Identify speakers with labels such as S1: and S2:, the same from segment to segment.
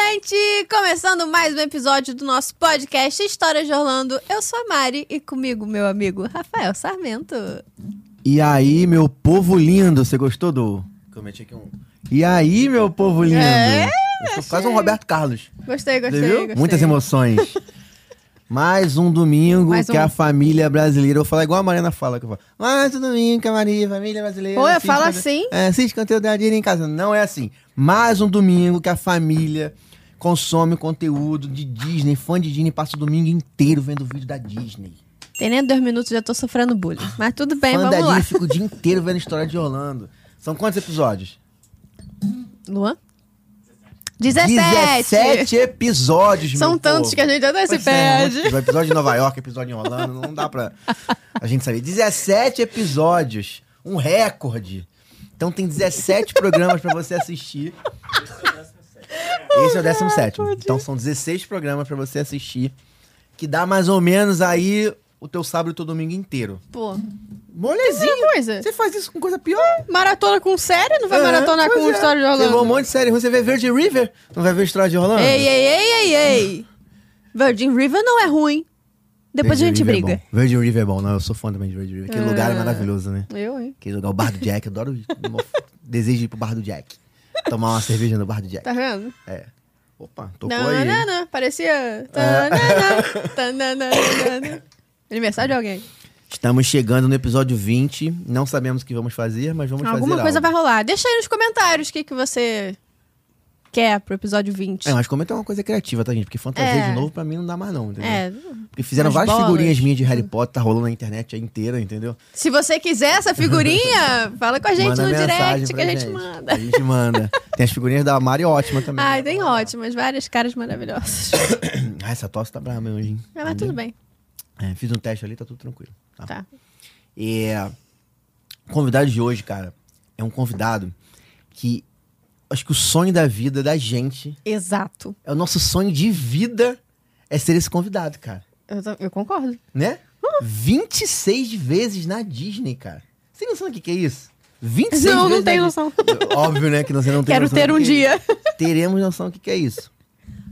S1: gente! Começando mais um episódio do nosso podcast Histórias de Orlando. Eu sou a Mari e comigo meu amigo Rafael Sarmento.
S2: E aí, meu povo lindo, você gostou do.
S3: Que eu meti aqui um.
S2: E aí, meu povo lindo?
S1: É,
S2: eu sou quase um Roberto Carlos.
S1: Gostei, gostei,
S2: Você viu?
S1: gostei.
S2: Muitas emoções. Mais um domingo
S1: Mais
S2: que
S1: um.
S2: a família brasileira. Eu vou falar igual a Mariana fala. Que eu falo, Mais um domingo que a Maria, família brasileira.
S1: Pô, eu
S2: assiste
S1: falo
S2: conteúdo-
S1: assim?
S2: É, assiste conteúdo da Dina em casa. Não é assim. Mais um domingo que a família consome conteúdo de Disney. Fã de Disney passa o domingo inteiro vendo vídeo da Disney.
S1: Tem nem dois minutos já tô sofrendo bullying. Mas tudo bem,
S2: Ah, Fã da
S1: vamos lá.
S2: Disney fica o dia inteiro vendo história de Orlando. São quantos episódios?
S1: Luan? 17!
S2: 17 episódios, meu
S1: São tantos
S2: povo.
S1: que a gente até se
S2: Pois é, um monte de
S1: perde.
S2: episódio. episódio em Nova York, episódio em Holanda, não dá pra a gente saber. 17 episódios, um recorde. Então tem 17 programas pra você assistir.
S1: Um
S2: Esse é o 17. Então são 16 programas pra você assistir, que dá mais ou menos aí o teu sábado e o teu domingo inteiro.
S1: Pô,
S2: Molezinho!
S1: coisa.
S2: Você faz isso com coisa pior?
S1: Maratona com série? Não vai
S2: É,
S1: maratonar com
S2: pois é.
S1: história de
S2: Você vê um
S1: Orlando?
S2: monte de série ruim, você vê Verde River, não vai ver história de Orlando?
S1: Ei, ei, ei, ei, ei. Virgin River não é ruim. Depois a gente
S2: River É
S1: briga. Ah.
S2: bom. Virgin River é bom, não, eu sou fã também de Virgin River. Aquele lugar é maravilhoso, né?
S1: Eu, hein?
S2: Aquele lugar, o Bar do Jack, eu adoro. ir. Mo- Desejo ir pro Bar do Jack. Tomar uma cerveja no Bar do Jack.
S1: Tá vendo?
S2: Opa, tocou
S1: Não, não,
S2: aí.
S1: não,
S2: hein? É.
S1: não. Parecia. Tananana, tananana. Aniversário de alguém.
S2: Estamos chegando no episódio 20. Não sabemos o que vamos fazer, mas vamos fazer
S1: Alguma coisa
S2: algo.
S1: vai rolar. Deixa aí nos comentários o que, que você quer pro episódio 20.
S2: É, mas comenta uma coisa criativa, tá, gente? Porque fantasia
S1: É.
S2: de novo pra mim não dá mais, não, entendeu?
S1: É,
S2: Porque fizeram
S1: As
S2: várias
S1: bolas.
S2: figurinhas minhas de Harry Potter, tá rolando na internet aí inteira, entendeu?
S1: Se você quiser essa figurinha, fala com a gente
S2: manda
S1: no
S2: mensagem
S1: direct que
S2: pra
S1: a gente, manda.
S2: A gente manda. Tem as figurinhas da Mari ótima também.
S1: Ai, tem ótimas, várias caras maravilhosas.
S2: Ah, essa tosse tá brava hoje, hein?
S1: Ah, Mas tudo bem.
S2: É, fiz um teste ali, tá tudo tranquilo. Tá.
S1: Tá.
S2: É, o convidado de hoje, cara, é um convidado que acho que o sonho da vida da gente,
S1: Exato.
S2: é o nosso sonho de vida, é ser esse convidado, cara.
S1: Eu, tô- eu concordo.
S2: Né? 26 vezes na Disney, cara. Você tem noção do que, que é isso? 26
S1: Não, não
S2: vezes na
S1: tenho
S2: Disney.
S1: noção.
S2: Óbvio, né, que você não tem
S1: Quero
S2: noção
S1: ter
S2: do
S1: um
S2: que é isso.
S1: dia.
S2: Teremos noção do que, que é isso.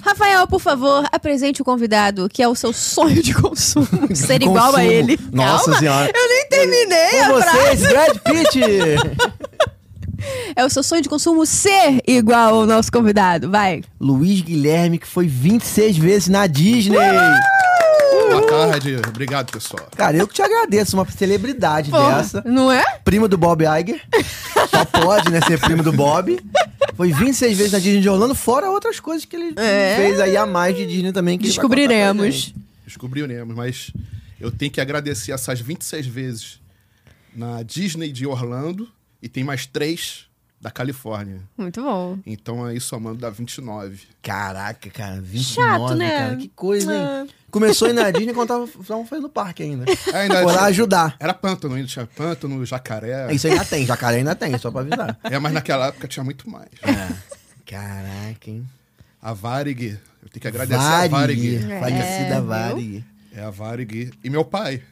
S1: Rafael, por favor, apresente o convidado, que é o seu sonho de consumo. Ser igual a
S2: Consumo.
S1: ele.
S2: Nossa
S1: Calma,
S2: senhora.
S1: eu nem terminei a
S2: Com
S1: frase.
S2: vocês, Brad Pitt!
S1: É o seu sonho de consumo ser igual ao nosso convidado. Vai.
S2: Luiz Guilherme, que foi 26 vezes na Disney.
S3: Boa
S4: tarde, obrigado pessoal.
S2: Cara, eu que te agradeço, uma celebridade
S1: Porra,
S2: dessa.
S1: Não é?
S2: Primo do Bob Iger. Só pode, né, ser primo do Bob. Foi 26 vezes na Disney de Orlando, fora outras coisas que ele
S1: É.
S2: fez aí a mais de Disney também. Que ele vai contar pra
S1: Descobriremos.
S2: gente.
S4: Descobriremos, mas eu tenho que agradecer essas 26 vezes na Disney de Orlando e tem mais três da Califórnia.
S1: Muito bom.
S4: Então aí somando dá 29.
S2: Caraca, cara, 29,
S1: Chato, né?
S2: cara. Que coisa, hein?
S1: Ah.
S2: Começou aí na Disney quando tava, tava fazendo parque ainda.
S4: É, Ainda
S2: Foi lá
S4: tinha-
S2: ajudar.
S4: Era pântano, ainda tinha pântano, jacaré.
S2: É Isso ainda tem, jacaré ainda tem, só pra avisar.
S4: É, mas naquela época tinha muito mais.
S2: Caraca, hein?
S4: A Varig, eu tenho que agradecer a
S2: Varig,
S4: Varig.
S2: Falecida
S1: É, viu?
S2: Varig.
S4: É a Varig e meu pai.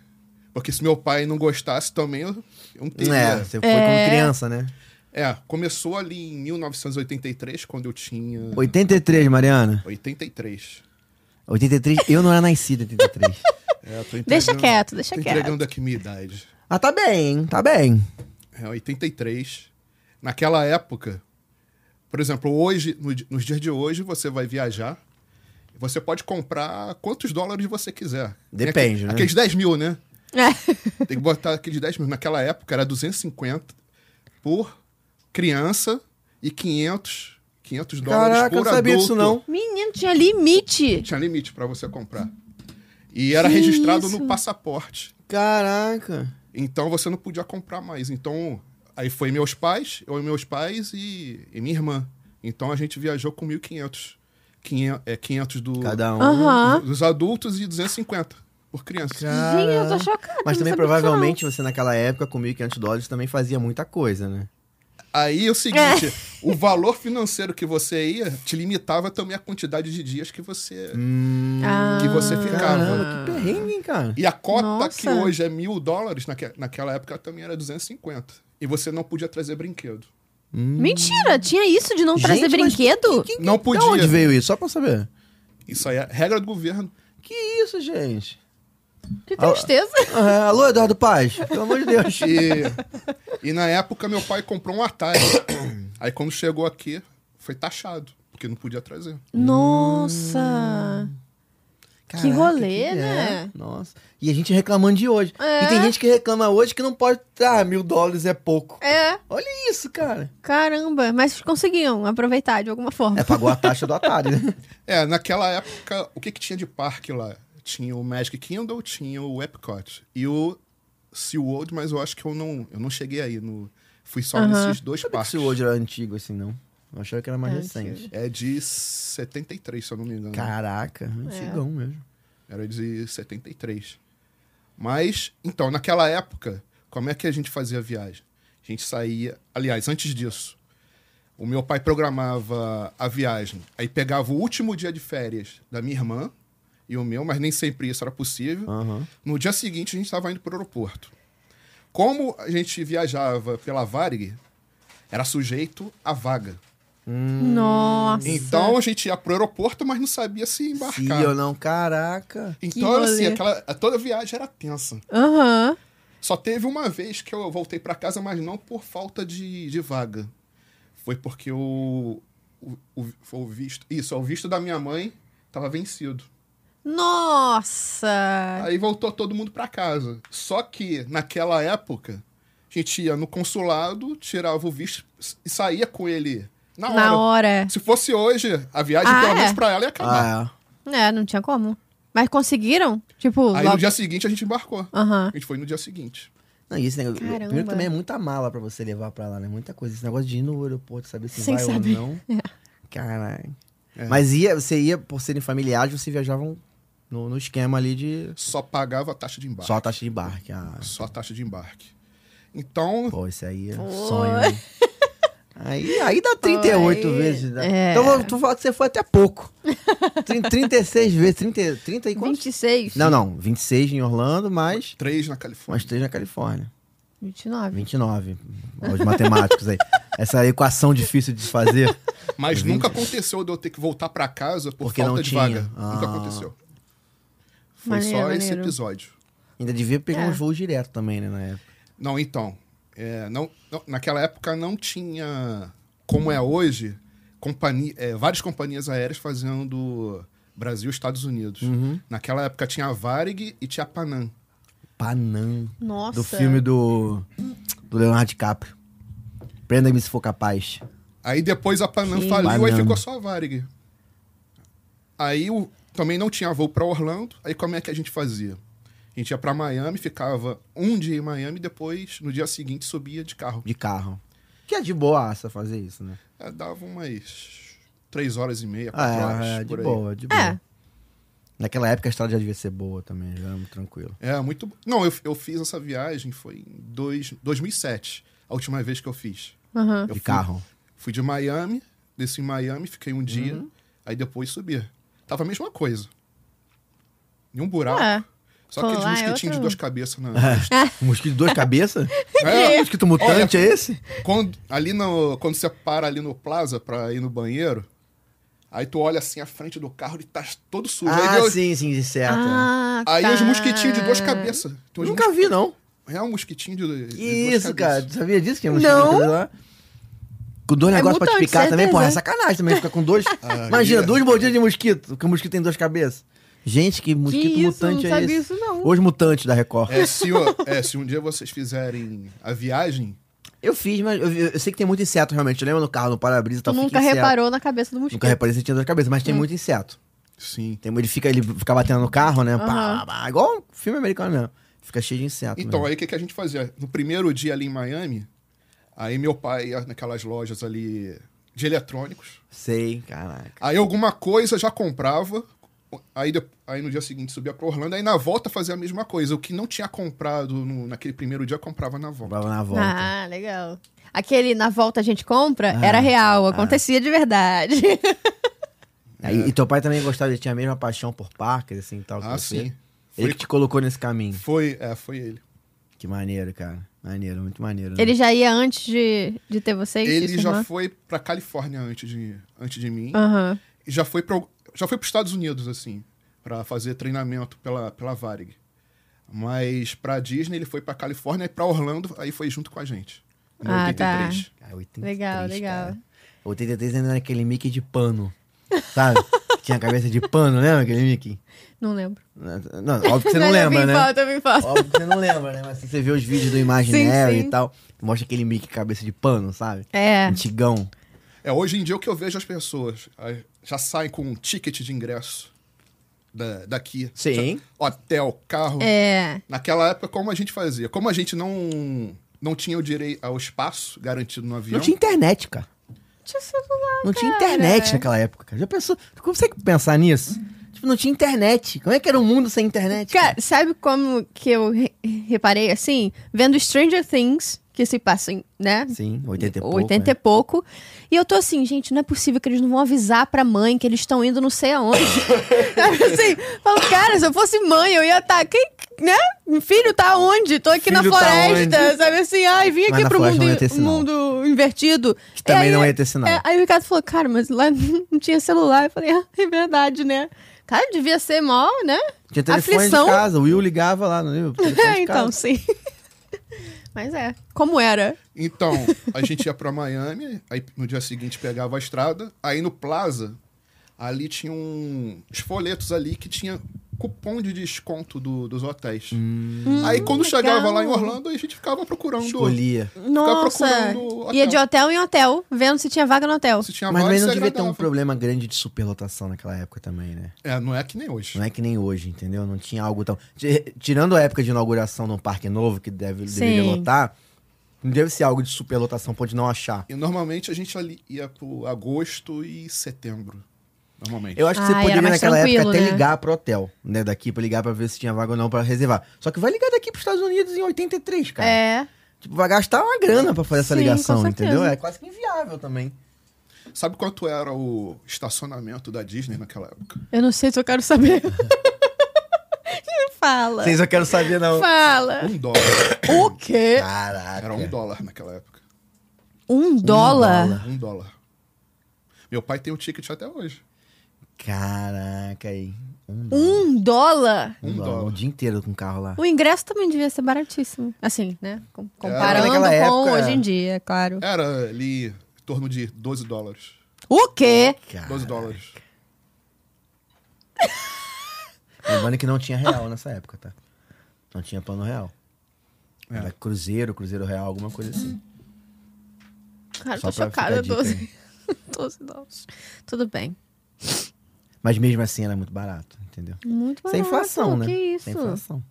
S4: Porque se meu pai não gostasse também, eu eu não teria.
S2: É, você foi
S1: É.
S2: como criança, né?
S4: É, começou ali em 1983, quando eu tinha
S2: 83, Mariana.
S4: 83.
S2: 83, eu não era nascido em 83.
S4: É, eu tô entregando-
S1: Deixa quieto, deixa
S4: tô
S1: quieto.
S4: entregando aqui minha idade.
S2: ah, tá bem, hein? Tá bem.
S4: É, 83. Naquela época, por exemplo, hoje, no di- nos dias de hoje, você vai viajar. Você pode comprar quantos dólares você quiser. Tem
S2: Depende,
S4: aqu-
S2: né?
S4: Aqueles 10 mil, né?
S1: É.
S4: Tem que botar aqueles 10 mil. Naquela época era 250 por criança e 500, 500 dólares
S2: Caraca, eu
S4: por
S2: não sabia disso
S4: adulto.
S2: não.
S1: Menino, tinha limite.
S4: Tinha limite para você comprar. E era
S1: Que
S4: registrado
S1: isso?
S4: no passaporte.
S2: Caraca.
S4: Então você não podia comprar mais. Então, aí foi meus pais, eu e meus pais e, e minha irmã. Então a gente viajou com 1.500. Quinhe- é, 500 do,
S2: Cada um.
S1: Aham.
S4: dos adultos e 250 por criança.
S1: Gente, eu tô chocada.
S2: Mas
S1: não
S2: também
S1: sabia
S2: provavelmente você naquela época com 1.500 dólares também fazia muita coisa, né?
S4: Aí é o seguinte, o valor financeiro que você ia te limitava também a quantidade de dias que você
S2: Hum,
S1: Ah.
S4: que você ficava.
S2: caramba, que perrengue, hein, cara.
S4: E a cota que
S1: Nossa.
S4: hoje é mil dólares, naque- naquela época também era 250. E você não podia trazer brinquedo.
S1: Mentira, tinha isso de não
S2: Gente,
S1: trazer
S2: mas
S1: brinquedo?
S2: quem-
S4: Não podia.
S2: De onde veio isso? Só pra eu saber.
S4: Isso aí é regra do governo.
S2: Que isso, gente?
S1: Que tristeza.
S2: Ah, alô, Eduardo Paz? Pelo amor de Deus.
S4: E, e na época meu pai comprou um Atari. Aí quando chegou aqui, foi taxado, porque não podia trazer.
S2: Hum.
S1: Nossa. Que rolê,
S2: é.
S1: né?
S2: Nossa. E a gente reclamando de hoje.
S1: É.
S2: E tem gente que reclama hoje que não pode. Ah, mil dólares é pouco.
S1: É,
S2: Olha isso, cara.
S1: caramba. Mas conseguiam aproveitar de alguma forma.
S2: É, pagou a taxa do Atari, né?
S4: É, naquela época, o que, que tinha de parque lá? Tinha o Magic Kingdom, tinha o Epcot e o SeaWorld, mas eu acho que eu não, eu não cheguei aí. No, fui só
S1: Aham.
S4: nesses dois
S2: Sabia que
S4: parques.
S2: esse hoje era antigo assim, não. Eu achava que era mais
S1: É
S2: recente.
S1: antigo.
S4: É de 73, se eu não me engano.
S2: Caraca, antigão mesmo.
S4: Era de 73. Mas, então, naquela época, como é que a gente fazia a viagem? A gente saía. Aliás, antes disso, o meu pai programava a viagem. Aí pegava o último dia de férias da minha irmã e o meu, mas nem sempre isso era possível.
S2: Aham.
S4: No dia seguinte, a gente estava indo para o aeroporto. Como a gente viajava pela Varig, era sujeito à vaga.
S1: Nossa.
S4: Então a gente ia pro aeroporto, mas não sabia se embarcar.
S2: Sim ou não, caraca.
S4: Então, era assim,
S1: rolê.
S4: aquela, toda viagem era tensa.
S1: Aham.
S4: Só teve uma vez que eu voltei pra casa, mas não por falta de, de vaga. Foi porque o, o, o- foi o visto. Isso, o visto da minha mãe tava vencido.
S1: Nossa.
S4: Aí voltou todo mundo pra casa. Só que, naquela época, a gente ia no consulado, tirava o visto e saía com ele na hora.
S1: Na hora.
S4: Se fosse hoje, a viagem,
S1: Ah,
S4: pelo
S1: é?
S4: menos pra ela, ia acabar.
S2: Ah,
S1: É, não tinha como. Mas conseguiram? Tipo,
S4: Aí
S1: logo-
S4: no dia seguinte a gente embarcou.
S1: Aham.
S4: A gente foi no dia seguinte.
S2: não, e esse negócio.
S1: Caramba.
S2: Primeiro também é muita mala pra você levar pra lá, né? Muita coisa. Esse negócio de ir no aeroporto, saber se
S1: Sem
S2: vai
S1: saber.
S2: ou não. Caralho.
S4: É.
S2: Mas ia, você ia, por serem familiares, vocês viajavam no, no esquema ali de.
S4: Só pagava a taxa de embarque.
S2: Só a taxa de embarque. Ah,
S4: Só a taxa de embarque. Então,
S2: pô, isso aí é
S1: Pô.
S2: sonho. né? Aí, aí dá 38
S1: Aí-
S2: vezes.
S1: é.
S2: né? Então tu fala que você foi até pouco. Trin- 36 vezes, 30, 30 e quantos?
S1: 26.
S2: Não, não, 26 em Orlando, mais,
S4: três na Califórnia.
S2: mais 3 na Califórnia.
S1: 29.
S2: 29. Os matemáticos aí. Essa equação difícil de se fazer.
S4: Mas nunca aconteceu de eu ter que voltar pra casa por
S2: Porque
S4: falta
S2: não
S4: de
S2: tinha.
S4: vaga.
S2: Ah.
S4: Nunca aconteceu. Foi
S1: Maneiro,
S4: só esse
S1: maneiro.
S4: episódio.
S2: Ainda devia pegar
S1: É.
S2: uns voos direto também, né, na época.
S4: Não, então. é, não, não- naquela época não tinha, como é hoje, companhia, é, várias companhias aéreas fazendo Brasil Estados Unidos.
S2: Uhum.
S4: Naquela época tinha a Varig e tinha a Panam.
S2: Panam.
S1: Nossa.
S2: Do filme do, do Leonardo DiCaprio. Prenda-me se for capaz.
S4: Aí depois a Panam
S1: Que
S4: faliu, aí
S2: banana.
S4: ficou só a Varig. Aí o- também não tinha voo pra Orlando, aí como é que a gente fazia? A gente ia pra Miami, ficava um dia em Miami, depois no dia seguinte subia de carro.
S2: De carro. Que é de boaça fazer isso, né?
S4: É, dava umas três horas e meia, quatro
S2: Ah,
S4: horas
S2: é, de
S4: por aí.
S2: boa, de boa.
S1: É.
S2: Naquela época a estrada já devia ser boa também, já era muito tranquilo.
S4: É, muito bom. Não, eu, eu fiz essa viagem, foi em dois, 2007, a última vez que eu fiz.
S1: Aham.
S4: Eu
S2: de
S4: fui-
S2: carro.
S4: Fui de Miami, desci em Miami, fiquei um dia,
S2: Uhum.
S4: aí depois subia. Tava a mesma coisa. Em um buraco.
S1: É.
S4: Só
S1: Pô,
S4: aqueles
S1: lá é
S4: mosquitinhos de
S1: outro-
S4: duas cabeças na.
S2: Um mosquito de duas cabeças?
S4: É,
S2: Um mosquito mutante é esse?
S4: quando, ali no, quando você para ali no plaza pra ir no banheiro, aí tu olha assim a frente do carro, ele tá todo sujo.
S2: Ah,
S4: aí eu-
S2: sim, sim, de certo.
S1: Ah,
S4: aí
S1: tá.
S4: os mosquitinhos de duas cabeças. Tem uns
S2: Nunca vi, não.
S4: mos- É um mosquitinho de, de
S2: Que
S4: duas
S2: isso, cara?
S4: cabeças.
S2: Tu sabia disso? Que é um
S1: Não.
S2: mosquito de lá? Com dois
S1: É
S2: negócios pra te
S1: mutante,
S2: picar também,
S1: certeza. Ah,
S2: porra, é sacanagem também ficar com dois. Imagina,
S4: é.
S2: duas mordinhas de mosquito, porque o mosquito tem duas cabeças. Gente, que
S1: Que
S2: mosquito
S1: isso,
S2: mutante
S1: não
S2: é
S1: sabia
S2: esse?
S1: isso não.
S2: Os mutantes da Record.
S4: É, se, o- é, se um dia vocês fizerem a viagem,
S2: Eu fiz, mas eu, eu- eu sei que tem muito inseto, realmente. Eu lembro no carro, no para-brisa, e
S1: Tu
S2: tal, fica
S1: nunca
S2: inseto.
S1: reparou na cabeça do mosquito.
S2: tá
S1: Hum.
S2: Nunca reparei se tinha duas cabeças, mas tem muito inseto.
S4: sim.
S2: Tem, ele, fica, ele fica batendo no carro, né? Pá,
S1: Aham.
S2: pá, igual um filme americano mesmo. Fica cheio de inseto.
S4: Então,
S2: mesmo.
S4: aí o que, que a gente fazia? No primeiro dia ali em Miami, aí meu pai ia naquelas lojas ali de eletrônicos.
S2: Sei, caraca.
S4: Aí alguma coisa já comprava. Aí, de- aí no dia seguinte subia pra Orlando. Aí na volta fazia a mesma coisa. O que não tinha comprado no- naquele primeiro dia, comprava na volta.
S2: Comprava na volta.
S1: Ah, legal. Aquele na volta a gente compra
S2: Ah,
S1: era real, acontecia de verdade.
S2: Aí, E teu pai também gostava, ele tinha a mesma paixão por parques, assim, tal. que
S4: É. Ah,
S2: você?
S4: sim.
S2: Ele
S4: Foi-
S2: que te colocou nesse caminho.
S4: Foi, é, foi ele.
S2: Que maneiro, cara. Maneiro, muito maneiro. né?
S1: Ele já ia antes de, de ter vocês?
S4: Hum. Ele
S1: sua
S4: já
S1: irmã?
S4: foi pra Califórnia antes de, antes de mim.
S1: Aham.
S4: E já foi para já foi para os Estados Unidos assim para fazer treinamento pela pela Varig mas para Disney ele foi para Califórnia e para Orlando aí foi junto com a gente em
S1: Ah,
S4: 83.
S2: Cara, 83,
S1: Legal, legal.
S2: Cara. 83 ainda era aquele Mickey de pano, sabe? Que Tinha a cabeça de pano, lembra aquele Mickey?
S1: Não lembro.
S2: Não, óbvio que você não
S1: Mas eu
S2: lembra,
S1: vim
S2: né?
S1: Falta, eu vim falta.
S2: Óbvio que você não lembra, né? Mas se você vê os vídeos do Imaginário
S1: sim.
S2: e tal, mostra aquele Mickey cabeça de pano, sabe?
S1: É.
S2: Antigão.
S4: é hoje em dia o que eu vejo as pessoas aí já saem com um ticket de ingresso da, daqui
S2: Sim.
S4: Já- hotel carro
S1: É.
S4: naquela época como a gente fazia como a gente não não tinha o direito ao espaço garantido no avião
S2: Não tinha internet, cara.
S1: Tinha celular.
S2: Não tinha
S1: Cara.
S2: internet naquela época, cara. Já pensou? Tu consegue pensar nisso? Tipo, não tinha internet. Como é que era o mundo sem internet?
S1: Cara, sabe como que eu re- reparei assim? Vendo Stranger Things, que se passa, em, né?
S2: Sim, 80 e pouco.
S1: 80 e
S2: né?
S1: pouco. E eu tô assim, gente, não é possível que eles não vão avisar pra mãe que eles estão indo não sei aonde. Sabe assim, falo, cara, se eu fosse mãe, eu ia estar. Quem, né? Filho tá onde? Tô aqui na
S2: Filho tá
S1: floresta. sabe assim, ai, vim
S2: Mas
S1: aqui
S2: na
S1: pro
S2: floresta
S1: mundo,
S2: não ia ter sinal.
S1: mundo invertido.
S2: né? Que também
S1: E aí-
S2: não ia ter sinal.
S1: é, aí o Ricardo falou, cara, mas lá não tinha celular. Eu falei, ah, é verdade, né? Cara, devia ser mó, né?
S2: Tinha telefone
S1: Aflição.
S2: de casa. O Will ligava lá, não viu?
S1: É, então, sim. mas é, como era.
S4: Então, a gente ia pra Miami, aí no dia seguinte pegava a estrada, aí no Plaza, ali tinha um, uns folhetos ali que tinha cupom de desconto do- dos hotéis.
S2: Hum.
S4: aí quando
S1: Hum, legal.
S4: chegava lá em Orlando, a gente ficava procurando
S2: Escolhia.
S1: Nossa,
S4: procurando
S1: ia
S4: hotel.
S1: de hotel em hotel, vendo se tinha vaga no hotel.
S4: se tinha
S2: Mas,
S4: vaga,
S2: mas
S4: se
S2: não devia ter um
S4: agradava.
S2: problema grande de superlotação naquela época também, né?
S4: É, não é que nem hoje.
S2: Não é que nem hoje, entendeu? Não tinha algo tão. Ti- Tirando a época de inauguração de um parque novo que deve,
S1: Sim.
S2: deveria lotar, não deve ser algo de superlotação, pode não achar.
S4: E normalmente a gente ali ia pro agosto e setembro. Normalmente.
S2: Eu acho que
S1: Ah,
S2: você
S1: era
S2: poderia
S1: mais
S2: naquela época
S1: tranquilo,
S2: até
S1: né?
S2: ligar pro hotel, né? Daqui pra ligar pra ver se tinha vaga ou não pra reservar. Só que vai ligar daqui pros Estados Unidos em 83, cara.
S1: É.
S2: Tipo, vai gastar uma grana pra fazer essa
S1: Sim,
S2: ligação,
S1: com
S2: entendeu?
S1: certeza.
S2: É quase que inviável também.
S4: Sabe quanto era o estacionamento da Disney naquela época?
S1: Eu não sei se eu quero saber. Fala.
S2: Vocês eu quero saber, não. É.
S1: Fala.
S4: Um dólar.
S1: O quê?
S2: Caraca.
S4: Era um dólar naquela época.
S1: Um dólar?
S2: dólar.
S4: Um dólar. Meu pai tem o ticket até hoje.
S2: Caraca aí. Um dólar.
S1: Um dólar?
S4: Um
S2: Um dólar.
S4: dólar.
S2: O dia inteiro com o carro lá.
S1: O ingresso também devia ser baratíssimo. Assim, né? Com- Comparando com
S2: Ah, naquela época-
S1: hoje em dia, é claro.
S4: Era ali em torno de 12 dólares.
S1: O quê?
S2: Cara,
S4: 12 dólares.
S2: Lembrando que não tinha real nessa época, tá? Não tinha plano real.
S4: É.
S2: Era cruzeiro, cruzeiro real, alguma coisa assim.
S1: Cara, eu
S2: Só
S1: tô
S2: pra ficar
S1: chocada.
S2: a dica
S1: 12, 12 dólares. Tudo bem.
S2: Mas mesmo assim era muito barato, entendeu?
S1: Muito barato.
S2: Sem inflação, né?
S1: Que isso?
S2: Sem inflação.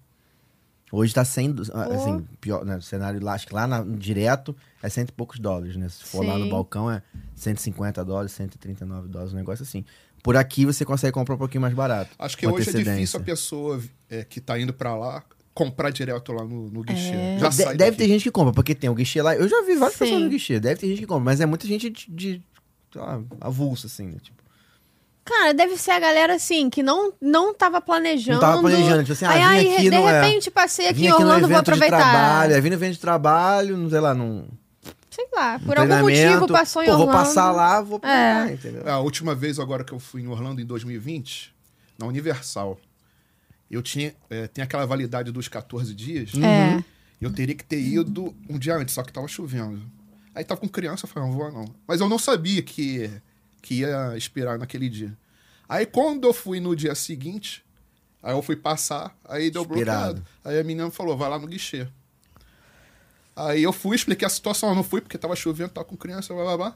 S2: Hoje tá sendo, assim, pior, né? O cenário lá, acho que lá na- direto é cento e poucos dólares, né? Se for lá
S1: Sim.
S2: no balcão é 150 dólares, 139 dólares, um negócio assim. Por aqui você consegue comprar um pouquinho mais barato.
S4: Acho que
S2: com
S4: hoje é difícil
S2: antecedência.
S4: a pessoa é, que tá indo pra lá comprar direto lá no, no guichê.
S1: É.
S4: Já
S2: De-
S4: sai
S2: deve ter
S4: daqui.
S2: gente que compra, porque tem o guichê lá. Eu já vi várias
S1: Sim.
S2: pessoas no guichê. Deve ter gente que compra, mas é muita gente de, de sei lá, avulso, assim, né? Tipo,
S1: Cara, deve ser a galera assim, que não, não tava planejando.
S2: não tava planejando. Tipo assim,
S1: aí,
S2: ah, vim
S1: aí,
S2: aqui,
S1: de
S2: não é.
S1: repente, passei aqui
S2: Vim
S1: em
S2: num
S1: Orlando, vou
S2: evento de
S1: aproveitar.
S2: trabalho, aí vim no evento de trabalho, não sei lá, num
S1: Sei lá,
S2: num
S1: por algum
S2: treinamento.
S1: motivo passou em
S2: Pô,
S1: Orlando. É.
S2: vou passar lá, vou pegar, entendeu?
S4: A última vez agora que eu fui em Orlando, em 2020, na Universal, eu tinha... é, tem aquela validade dos 14 dias.
S1: É.
S2: Uhum.
S4: Eu teria que ter ido um dia antes, só que tava chovendo. Aí tava com criança, eu falei, "Ah, não vou não. Mas eu não sabia que, que ia expirar naquele dia. Aí quando eu fui no dia seguinte, aí eu fui passar, aí deu
S2: Expirado.
S4: bloqueado. Aí a menina falou, vai lá no guichê. Aí eu fui, expliquei a situação, eu não fui porque tava chovendo, tava com criança, blá blá blá.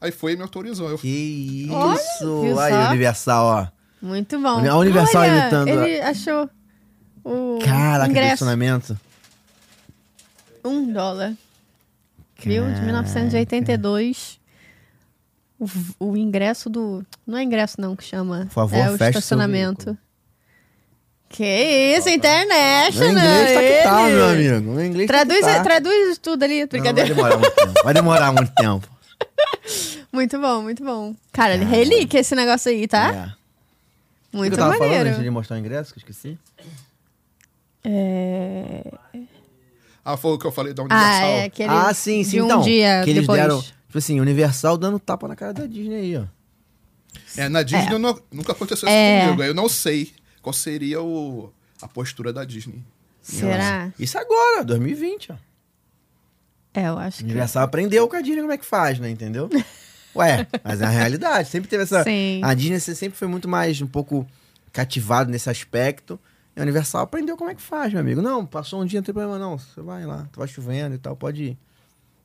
S4: Aí foi e me autorizou. Eu,
S2: Que
S1: Olha,
S2: isso!
S1: viu
S2: aí,
S1: só?
S2: Universal, ó.
S1: Muito bom.
S2: A Universal
S1: Olha,
S2: imitando a-
S1: Ele achou o
S2: Caraca,
S1: ingresso.
S2: direcionamento.
S1: Um dólar. Viu? De
S2: Caraca.
S1: 1982. O, v- o ingresso do. Não é ingresso, não, que chama.
S2: Por favor,
S1: é o
S2: feche seu
S1: estacionamento. Que isso, internet,
S2: Meu inglês tá que tá,
S1: é Ele.
S2: meu amigo. Meu inglês
S1: Traduz,
S2: tá que tá.
S1: traduz tudo ali,
S2: Não, não vai
S1: brincadeira.
S2: demorar muito tempo. Vai demorar muito tempo.
S1: Muito bom, muito bom. Cara, ele relíquia esse negócio aí, tá?
S2: É. O que
S1: Muito
S2: eu tava falando antes
S1: maneiro.
S2: de mostrar o ingresso, que eu esqueci?
S1: É...
S4: Ah, foi o que eu falei da
S1: Ah,
S4: Universal.
S1: é aquele.
S2: ah, sim, sim.
S1: de um
S2: então,
S1: dia
S2: que eles
S1: depois.
S2: deram, tipo assim, Universal dando tapa na cara da Disney aí, ó.
S4: É, na Disney eu não- nunca aconteceu isso
S1: É.
S4: comigo. aí Eu não sei qual seria o, a postura da Disney.
S1: Será?
S2: Isso agora, 2020, ó.
S1: É, eu acho que.
S2: Universal aprendeu com a Disney como é que faz, né? Entendeu? Ué, mas é a realidade. Sempre teve essa.
S1: Sim.
S2: A Disney você sempre foi muito mais um pouco cativado nesse aspecto. E a Universal aprendeu como é que faz, meu amigo. Não, passou um dia, não tem problema, não. Você vai lá, tá chovendo e tal, pode ir.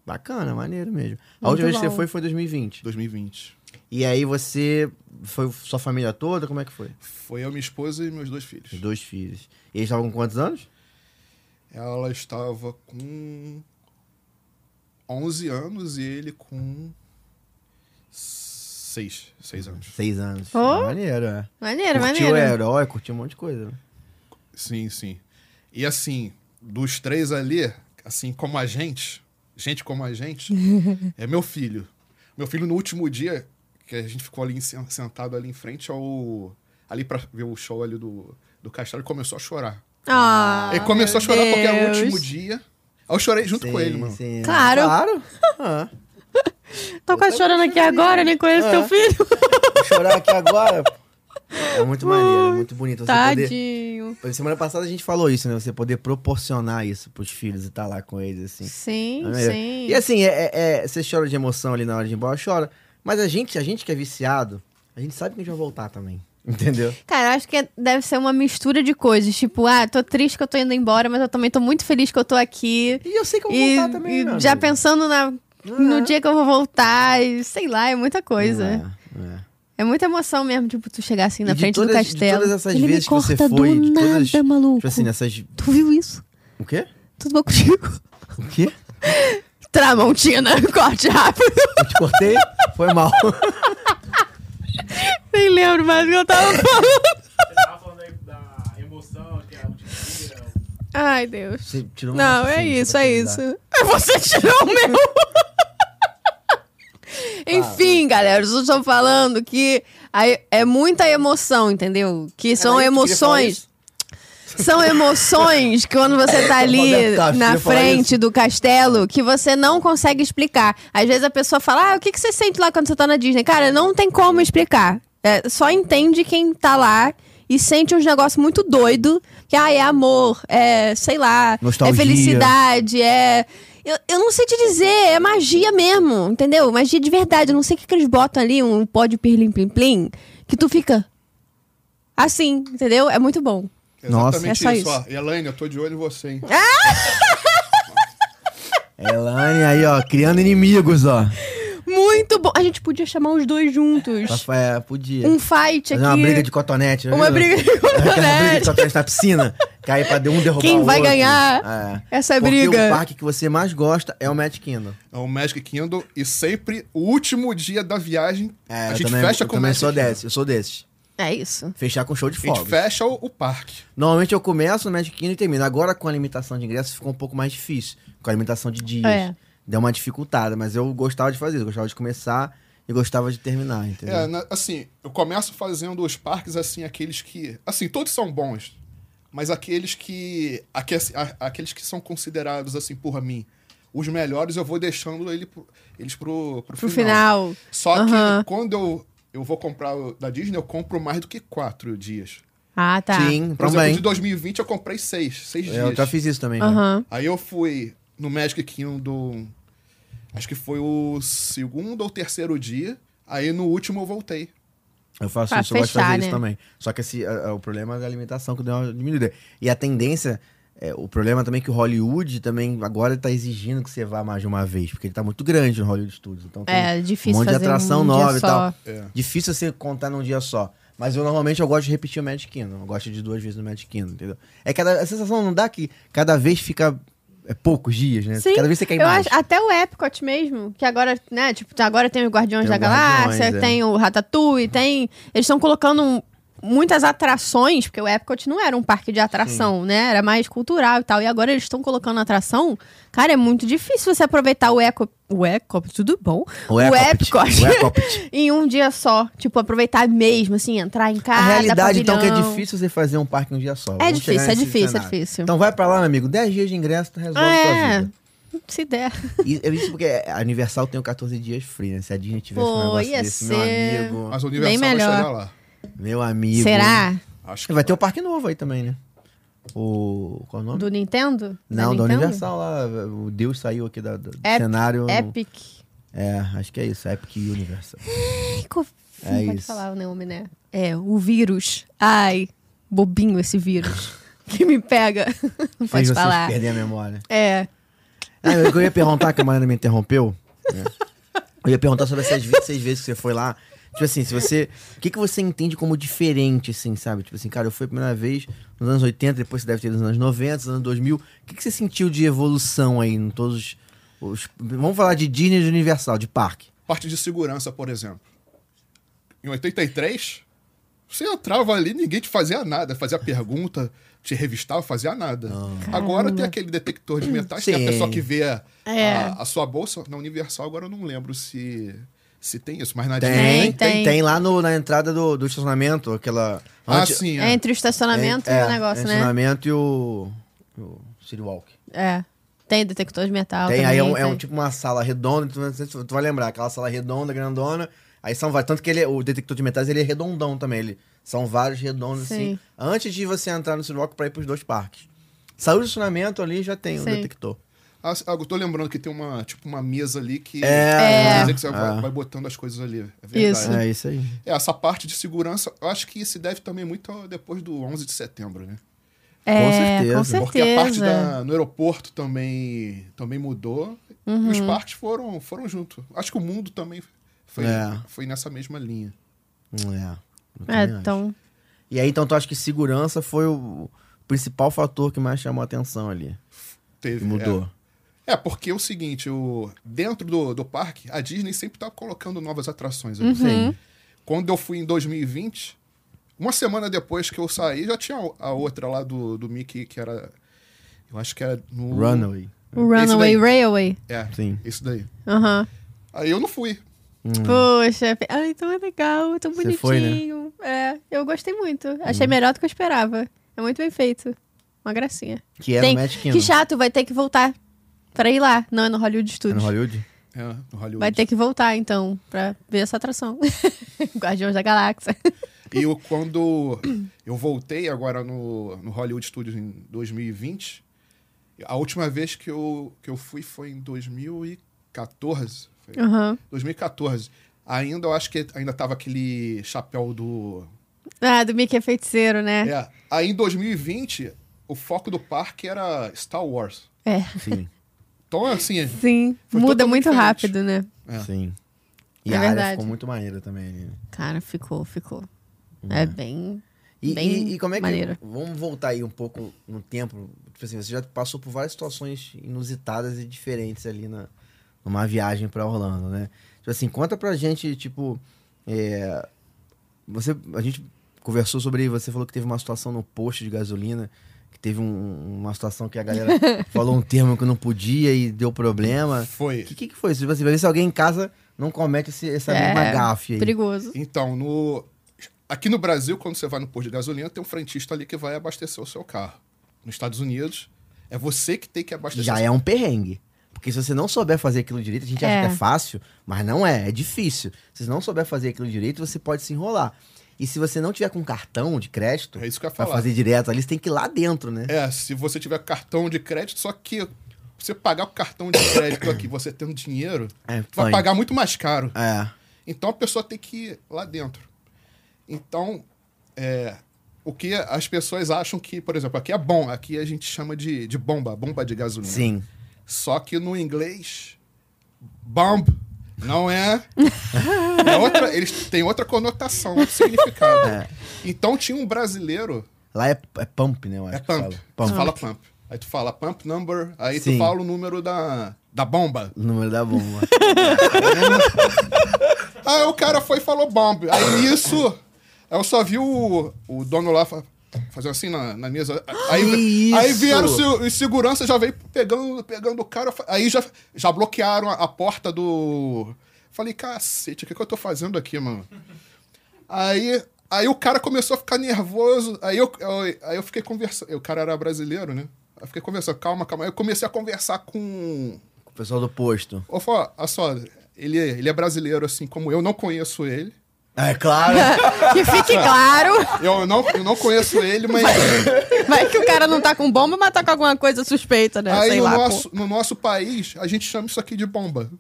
S2: Bacana, maneiro mesmo. A
S1: Muito
S2: última vez que
S1: bom.
S2: você foi foi em 2020.
S4: 2020.
S2: E aí você foi sua família toda? Como é que foi?
S4: Foi eu, minha esposa e meus dois filhos.
S2: Os dois filhos. E eles estavam com quantos anos?
S4: Ela estava com 11 anos e ele com 6, 6 anos.
S2: Seis anos.
S1: Oh.
S2: Maneiro, é.
S1: Maneiro,
S2: curtiu
S1: maneiro.
S2: o herói, curtiu um monte de coisa. Né?
S4: Sim, sim. E assim, dos três ali, assim como a gente, gente como a gente, é meu filho. Meu filho, no último dia, que a gente ficou ali sen- sentado ali em frente ao. ali pra ver o show ali do, do Castelo, ele começou a chorar.
S1: Ah,
S4: ele começou a chorar
S1: meu
S4: porque era o
S1: Deus.
S4: último dia. Aí eu chorei junto com
S2: Sim,
S4: ele, mano.
S2: sim.
S1: Claro.
S2: Claro. Ah.
S1: Tô quase chorando aqui agora, nem conheço
S2: É.
S1: teu filho.
S2: Vou chorar aqui agora. É muito maneiro, é muito bonito. Você poder...
S1: Tadinho.
S2: Semana passada a gente falou isso, né? Você poder proporcionar isso pros filhos e estar lá com eles, assim.
S1: Sim,
S2: É maneiro.
S1: sim.
S2: E assim, é, é- é- você chora de emoção ali na hora de ir embora, chora. Mas a gente, a gente que é viciado, a gente sabe que a gente vai voltar também. Entendeu?
S1: Cara, eu acho que deve ser uma mistura de coisas. Tipo, ah, tô triste que eu tô indo embora, mas eu também tô muito feliz que eu tô aqui.
S2: E eu sei que eu vou
S1: E,
S2: voltar também.
S1: e
S2: meu
S1: já
S2: amigo. É.
S1: pensando na, no dia que eu vou voltar, e sei lá, é muita coisa. É.
S2: É, é.
S1: muita emoção mesmo, tipo, tu chegar assim
S2: E
S1: na
S2: de
S1: frente do
S2: todas- de
S1: castelo.
S2: todas essas
S1: Ele
S2: vezes
S1: me
S2: que você
S1: corta
S2: foi,
S1: do
S2: de todas-
S1: nada,
S2: tipo
S1: maluco.
S2: Tipo assim, nessas.
S1: Tu viu isso?
S2: O quê?
S1: Tudo bom contigo?
S2: O quê?
S1: Tramontina, corte rápido.
S2: Eu te cortei? Foi mal.
S1: Nem lembro mais o que eu tava falando.
S5: Você tava falando aí da emoção, que é o desespero.
S1: Ai, Deus.
S2: Você tirou um
S1: Não, é
S2: raciocínio,
S1: isso,
S2: só pra
S1: é
S2: finalizar.
S1: isso. Você tirou o meu. Enfim, galera, eu estou falando que aí é muita emoção, entendeu? Que são
S2: Era É, isso que eu queria falar
S1: emoções.
S2: isso.
S1: São emoções que quando você
S2: É,
S1: tá ali
S2: Roberto Carlos,
S1: na
S2: queria falar
S1: frente do castelo que você não consegue explicar. Às vezes a pessoa fala, ah, o que, que você sente lá quando você tá na Disney? Cara, não tem como explicar. É, só entende quem tá lá e sente uns negócios muito doido. Que, ah, é amor, é, sei lá,
S2: Nostalgia.
S1: é felicidade, é... Eu, eu não sei te dizer, é magia mesmo, entendeu? Magia de verdade. Eu não sei o que, que eles botam ali, um pó de pirlim-plim-plim, que tu fica... Assim, entendeu? É muito bom.
S2: Nossa.
S4: Exatamente
S1: É só
S4: isso,
S1: isso.
S4: ó. Elaine, eu tô de olho em você, hein?
S2: Elaine aí, ó, criando inimigos, ó.
S1: Muito bom. A gente podia chamar os dois juntos.
S2: Rafael, podia.
S1: Um fight aqui.
S2: é, Fazer uma briga de cotonete, né?
S1: Uma briga de
S2: Aquela briga de
S1: cotonete.
S2: cotonete na piscina. Cair pra de um derrubar
S1: Quem
S2: o
S1: vai
S2: outro.
S1: ganhar
S2: É.
S1: Essa
S2: Porque o
S1: briga.
S2: parque que você mais gosta é o Magic Kingdom.
S4: É o Magic Kingdom e sempre o último dia da viagem
S2: É,
S4: a
S2: eu
S4: gente
S2: também,
S4: fecha
S2: eu
S4: com o
S2: também
S4: Magic
S2: sou
S4: Kingdom.
S2: desses, eu sou desses.
S1: É isso.
S2: Fechar com show de
S4: A gente
S2: fogos.
S4: fecha o, o parque.
S2: Normalmente eu começo no Magic Kingdom e termino. Agora com a limitação de ingressos ficou um pouco mais difícil. Com a limitação de dias.
S1: É.
S2: Deu uma dificultada, mas eu gostava de fazer. Eu gostava de começar e gostava de terminar, entendeu?
S4: É, na- assim, eu começo fazendo os parques, assim, aqueles que. Assim, todos são bons, mas aqueles que. aque- assim, a- aqueles que são considerados, assim, por mim, os melhores, eu vou deixando ele pro- eles pro, pro,
S1: Pro
S4: final.
S1: final.
S4: Só
S1: Aham.
S4: que quando eu, eu vou comprar o da Disney, eu compro mais do que quatro dias.
S1: Ah, tá.
S2: Sim,
S4: Por exemplo,
S2: também. É,
S4: de 2020 eu comprei seis, seis dias.
S2: Eu já fiz isso também. né?
S1: Aham.
S4: Aí eu fui no Magic Kingdom, acho que foi o segundo ou terceiro dia. Aí no último eu voltei.
S2: Eu faço
S1: Pra
S2: isso, eu gosto de
S1: fechar,
S2: fazer
S1: né?
S2: isso também. Só que esse, a- a- o problema é a alimentação que deu uma diminuída. E a tendência, é, o problema também é que o Hollywood também agora tá exigindo que você vá mais de uma vez, porque ele tá muito grande no Hollywood Studios. Então tem
S1: É
S2: um
S1: difícil
S2: monte de
S1: fazer
S2: atração
S1: um dia
S2: nova e
S1: só.
S2: tal.
S4: É.
S2: Difícil você contar num dia só. Mas eu normalmente eu gosto de repetir o Magic Kingdom. Eu gosto de duas vezes no Magic Kingdom, entendeu? É cada, a sensação não dá que cada vez fica é, poucos dias, né?
S1: Sim,
S2: cada vez você quer ir
S1: Eu
S2: mais.
S1: acho, até o Epcot mesmo, que agora, né, tipo, agora tem os Guardiões
S2: Tem
S1: da
S2: o Guardiões,
S1: Galáxia,
S2: é.
S1: tem o Ratatouille, tem... Eles estão colocando um, muitas atrações, porque o Epcot não era um parque de atração, né? Era mais cultural e tal. E agora eles estão colocando atração. Cara, é muito difícil você aproveitar o Eco... O Epcot, tudo bom?
S2: O é Epcot. O Epcot.
S1: em um dia só. Tipo, aproveitar mesmo, assim, entrar em
S2: A
S1: casa,
S2: realidade, então, que é
S1: pavilhão.
S2: difícil você fazer um parque em um dia só.
S1: É
S2: Vamos chegar
S1: difícil, é
S2: nesse
S1: difícil, é
S2: cenário.
S1: difícil.
S2: Então vai pra lá, meu amigo. 10 dias de ingresso, tu resolve
S1: Ah,
S2: tua
S1: é.
S2: vida.
S1: Se der.
S2: E, eu disse porque a Universal tem o 14 dias free, né? Se a Disney tivesse
S1: Pô,
S2: um negócio
S1: ia
S2: desse,
S1: ser-
S2: meu amigo.
S4: Mas o Universal vai
S1: melhor.
S4: chegar lá.
S2: Meu amigo.
S1: Será?
S4: Acho que
S2: Vai ter o parque novo aí também, né? O. Qual é o nome?
S1: Do Nintendo?
S2: Não, da
S1: Nintendo?
S2: Universal lá. O Deus saiu aqui da- do do
S1: Ep-
S2: cenário.
S1: Epic.
S2: É, acho que é isso. Epic Universal.
S1: Ai, co-
S2: É
S1: não pode
S2: isso.
S1: falar o nome, né? É, o vírus. Ai, bobinho esse vírus. que me pega. Não pode
S2: Fez vocês
S1: falar.
S2: perderem a memória.
S1: É.
S2: Ah, eu eu ia perguntar, que a Mariana me interrompeu. né? Eu ia perguntar sobre essas 26 vezes que você foi lá. Tipo assim, se você. O que, que você entende como diferente, assim, sabe? Tipo assim, cara, eu fui a primeira vez nos anos 80, depois você deve ter ido nos anos 90, nos anos 2000. O que, que você sentiu de evolução aí em todos os. os- Vamos falar de Disney e de Universal, de parque.
S4: Parte de segurança, por exemplo. Em 83, você entrava ali ninguém te fazia nada. Fazia pergunta, te revistava, fazia nada. Agora tem aquele detector de metais, tem
S2: Ah. Sim.
S4: a pessoa que vê a,
S1: É.
S4: a- a sua bolsa. Na Universal, agora eu não lembro se, se tem isso, mas na
S1: Tem,
S2: Tem, tem.
S1: tem.
S2: Tem, lá no- na entrada do, do estacionamento, aquela.
S4: Ah,
S2: anti-
S4: sim.
S1: É
S4: É.
S1: entre o estacionamento
S2: é,
S1: e o negócio,
S2: é,
S1: né?
S2: Estacionamento e o. O City Walk.
S1: É. Tem detector de metal.
S2: Tem,
S1: também,
S2: aí é, um, é
S1: tem.
S2: um tipo uma sala redonda, tu, vai- tu vai lembrar, aquela sala redonda, grandona. Aí são vários. Tanto que ele, é- o detector de metais ele é redondão também. Ele, são vários redondos,
S1: Sim.
S2: assim. Antes de você entrar no Sidewalk pra ir pros dois parques. Saiu do estacionamento ali já tem o
S1: Sim.
S2: detector.
S4: Ah, eu tô lembrando que tem uma, tipo, uma mesa ali que,
S2: É.
S4: Quer dizer que você vai,
S2: É.
S4: vai botando as coisas ali. É verdade.
S1: Isso.
S2: É isso aí.
S4: É, essa parte de segurança, eu acho que se deve também muito ao- depois do 11 de setembro, né?
S1: É, com certeza.
S2: certeza.
S4: Porque a parte da- no aeroporto também, também mudou e os parques foram, foram junto. Acho que o mundo também foi,
S2: É.
S4: foi nessa mesma linha.
S2: É. Eu
S1: É,
S2: também acho.
S1: então.
S2: E aí, então, tu acha que segurança foi o principal fator que mais chamou a atenção ali? Que
S4: Teve,
S2: mudou.
S4: É, É, porque é o seguinte, o, dentro do, do parque, a Disney sempre tá colocando novas atrações. ali.
S2: Sim.
S4: Quando eu fui em 2020, uma semana depois que eu saí, já tinha a outra lá do, do Mickey, que era... Eu acho que era no...
S2: É. Runaway.
S1: O
S4: Esse
S1: Runaway
S4: daí.
S1: Railway.
S4: É,
S2: Sim.
S4: isso daí.
S1: Aham.
S4: Aí eu não fui.
S1: Poxa, é pe- ai, tão legal, tão
S2: Hum. Você foi, né? Hum.
S1: bonitinho. É, eu gostei muito. Achei melhor do que eu esperava. É muito bem feito. Uma gracinha.
S2: Que era
S1: Tem-
S2: o Magic Kingdom.
S1: Que chato, vai ter que voltar pra ir lá. Não, é no Hollywood
S2: É no
S1: Studios.
S2: Hollywood?
S4: É, no Hollywood.
S1: Vai ter que voltar, então, pra ver essa atração. Guardiões da Galáxia.
S4: E eu, quando eu voltei agora no, no Hollywood Studios em 2020, a última vez que eu, que eu fui foi em 2014. Foi
S1: Aham.
S4: 2014. Ainda eu acho que ainda tava aquele chapéu do.
S1: Ah, do Mickey é feiticeiro, né?
S4: É. Aí em 2020, o foco do parque era Star Wars.
S1: É.
S2: Sim.
S4: Então, assim,
S1: Sim,
S4: Foi
S1: muda
S4: totalmente
S1: muito
S4: diferente.
S1: rápido, né?
S4: É.
S2: Sim. E
S1: É
S2: a
S1: verdade.
S2: área ficou muito maneira também ali. né?
S1: Cara, ficou, ficou. É bem...
S2: E,
S1: Bem
S2: e- e como é que.
S1: maneiro.
S2: Vamos voltar aí um pouco no tempo. Tipo assim, você já passou por várias situações inusitadas e diferentes ali na, numa viagem pra Orlando, né? Tipo assim, conta pra gente, tipo. é, você, a gente conversou sobre. Você falou que teve uma situação no posto de gasolina. Que teve um- uma situação que a galera falou um termo que não podia e deu problema.
S4: foi.
S2: O que, que, que foi isso? Tipo assim, vai ver se alguém em casa não comete esse- essa
S1: É,
S2: mesma gafe aí. né?
S1: Perigoso.
S4: Então, no... aqui no Brasil, quando você vai no posto de gasolina, tem um frentista ali que vai abastecer o seu carro. Nos Estados Unidos, é você que tem que abastecer.
S2: já
S4: o seu-
S2: é um perrengue. Porque se você não souber fazer aquilo direito, a gente
S1: É.
S2: acha que é fácil, mas não é, é difícil. Se você não souber fazer aquilo direito, você pode se enrolar. E se você não tiver com cartão de crédito,
S4: É isso que eu ia
S2: pra
S4: falar.
S2: fazer direto ali, você tem que ir lá dentro, né?
S4: É, se você tiver cartão de crédito, só que você pagar com cartão de crédito aqui, você tendo dinheiro,
S2: É,
S4: vai
S2: põe.
S4: pagar muito mais caro.
S2: É.
S4: Então a pessoa tem que ir lá dentro. Então, é, o que as pessoas acham que, por exemplo, aqui é bom, aqui a gente chama de, de bomba, bomba de gasolina.
S2: Sim.
S4: Só que no inglês, bomb não é. é outra- eles têm outra conotação, outro significado. Então tinha um brasileiro,
S2: Lá é, é pump, né? Eu acho
S4: é
S2: que
S4: pump.
S2: fala.
S4: Tu fala pump. Aí tu fala pump number, aí tu
S2: Sim.
S4: fala o número da, da bomba.
S2: O número da bomba.
S4: Aí o cara foi e falou bomb. Aí nisso, Aí eu só vi o, o dono lá fa- fazendo assim na, na mesa. Aí,
S2: isso!
S4: aí vieram os se- os segurança, já veio pegando, pegando o cara. Aí já, já bloquearam a, a porta do. Falei, cacete, o que, que eu tô fazendo aqui, mano? Aí, aí o cara começou a ficar nervoso. Aí eu, eu- aí eu fiquei conversando. O cara era brasileiro, né? Eu fiquei conversando, calma, calma. Aí eu comecei a conversar com.
S2: O pessoal do posto.
S4: Ô, Fó, olha só, ele, ele é brasileiro, assim como eu, não conheço ele.
S2: É claro.
S1: Que fique claro.
S4: Eu não, eu não conheço ele, mas
S1: Vai que o cara não tá com bomba, mas tá com alguma coisa suspeita, né?
S4: aí
S1: Sei
S4: no,
S1: lá.
S4: nosso, no nosso país, a gente chama isso aqui de bomba.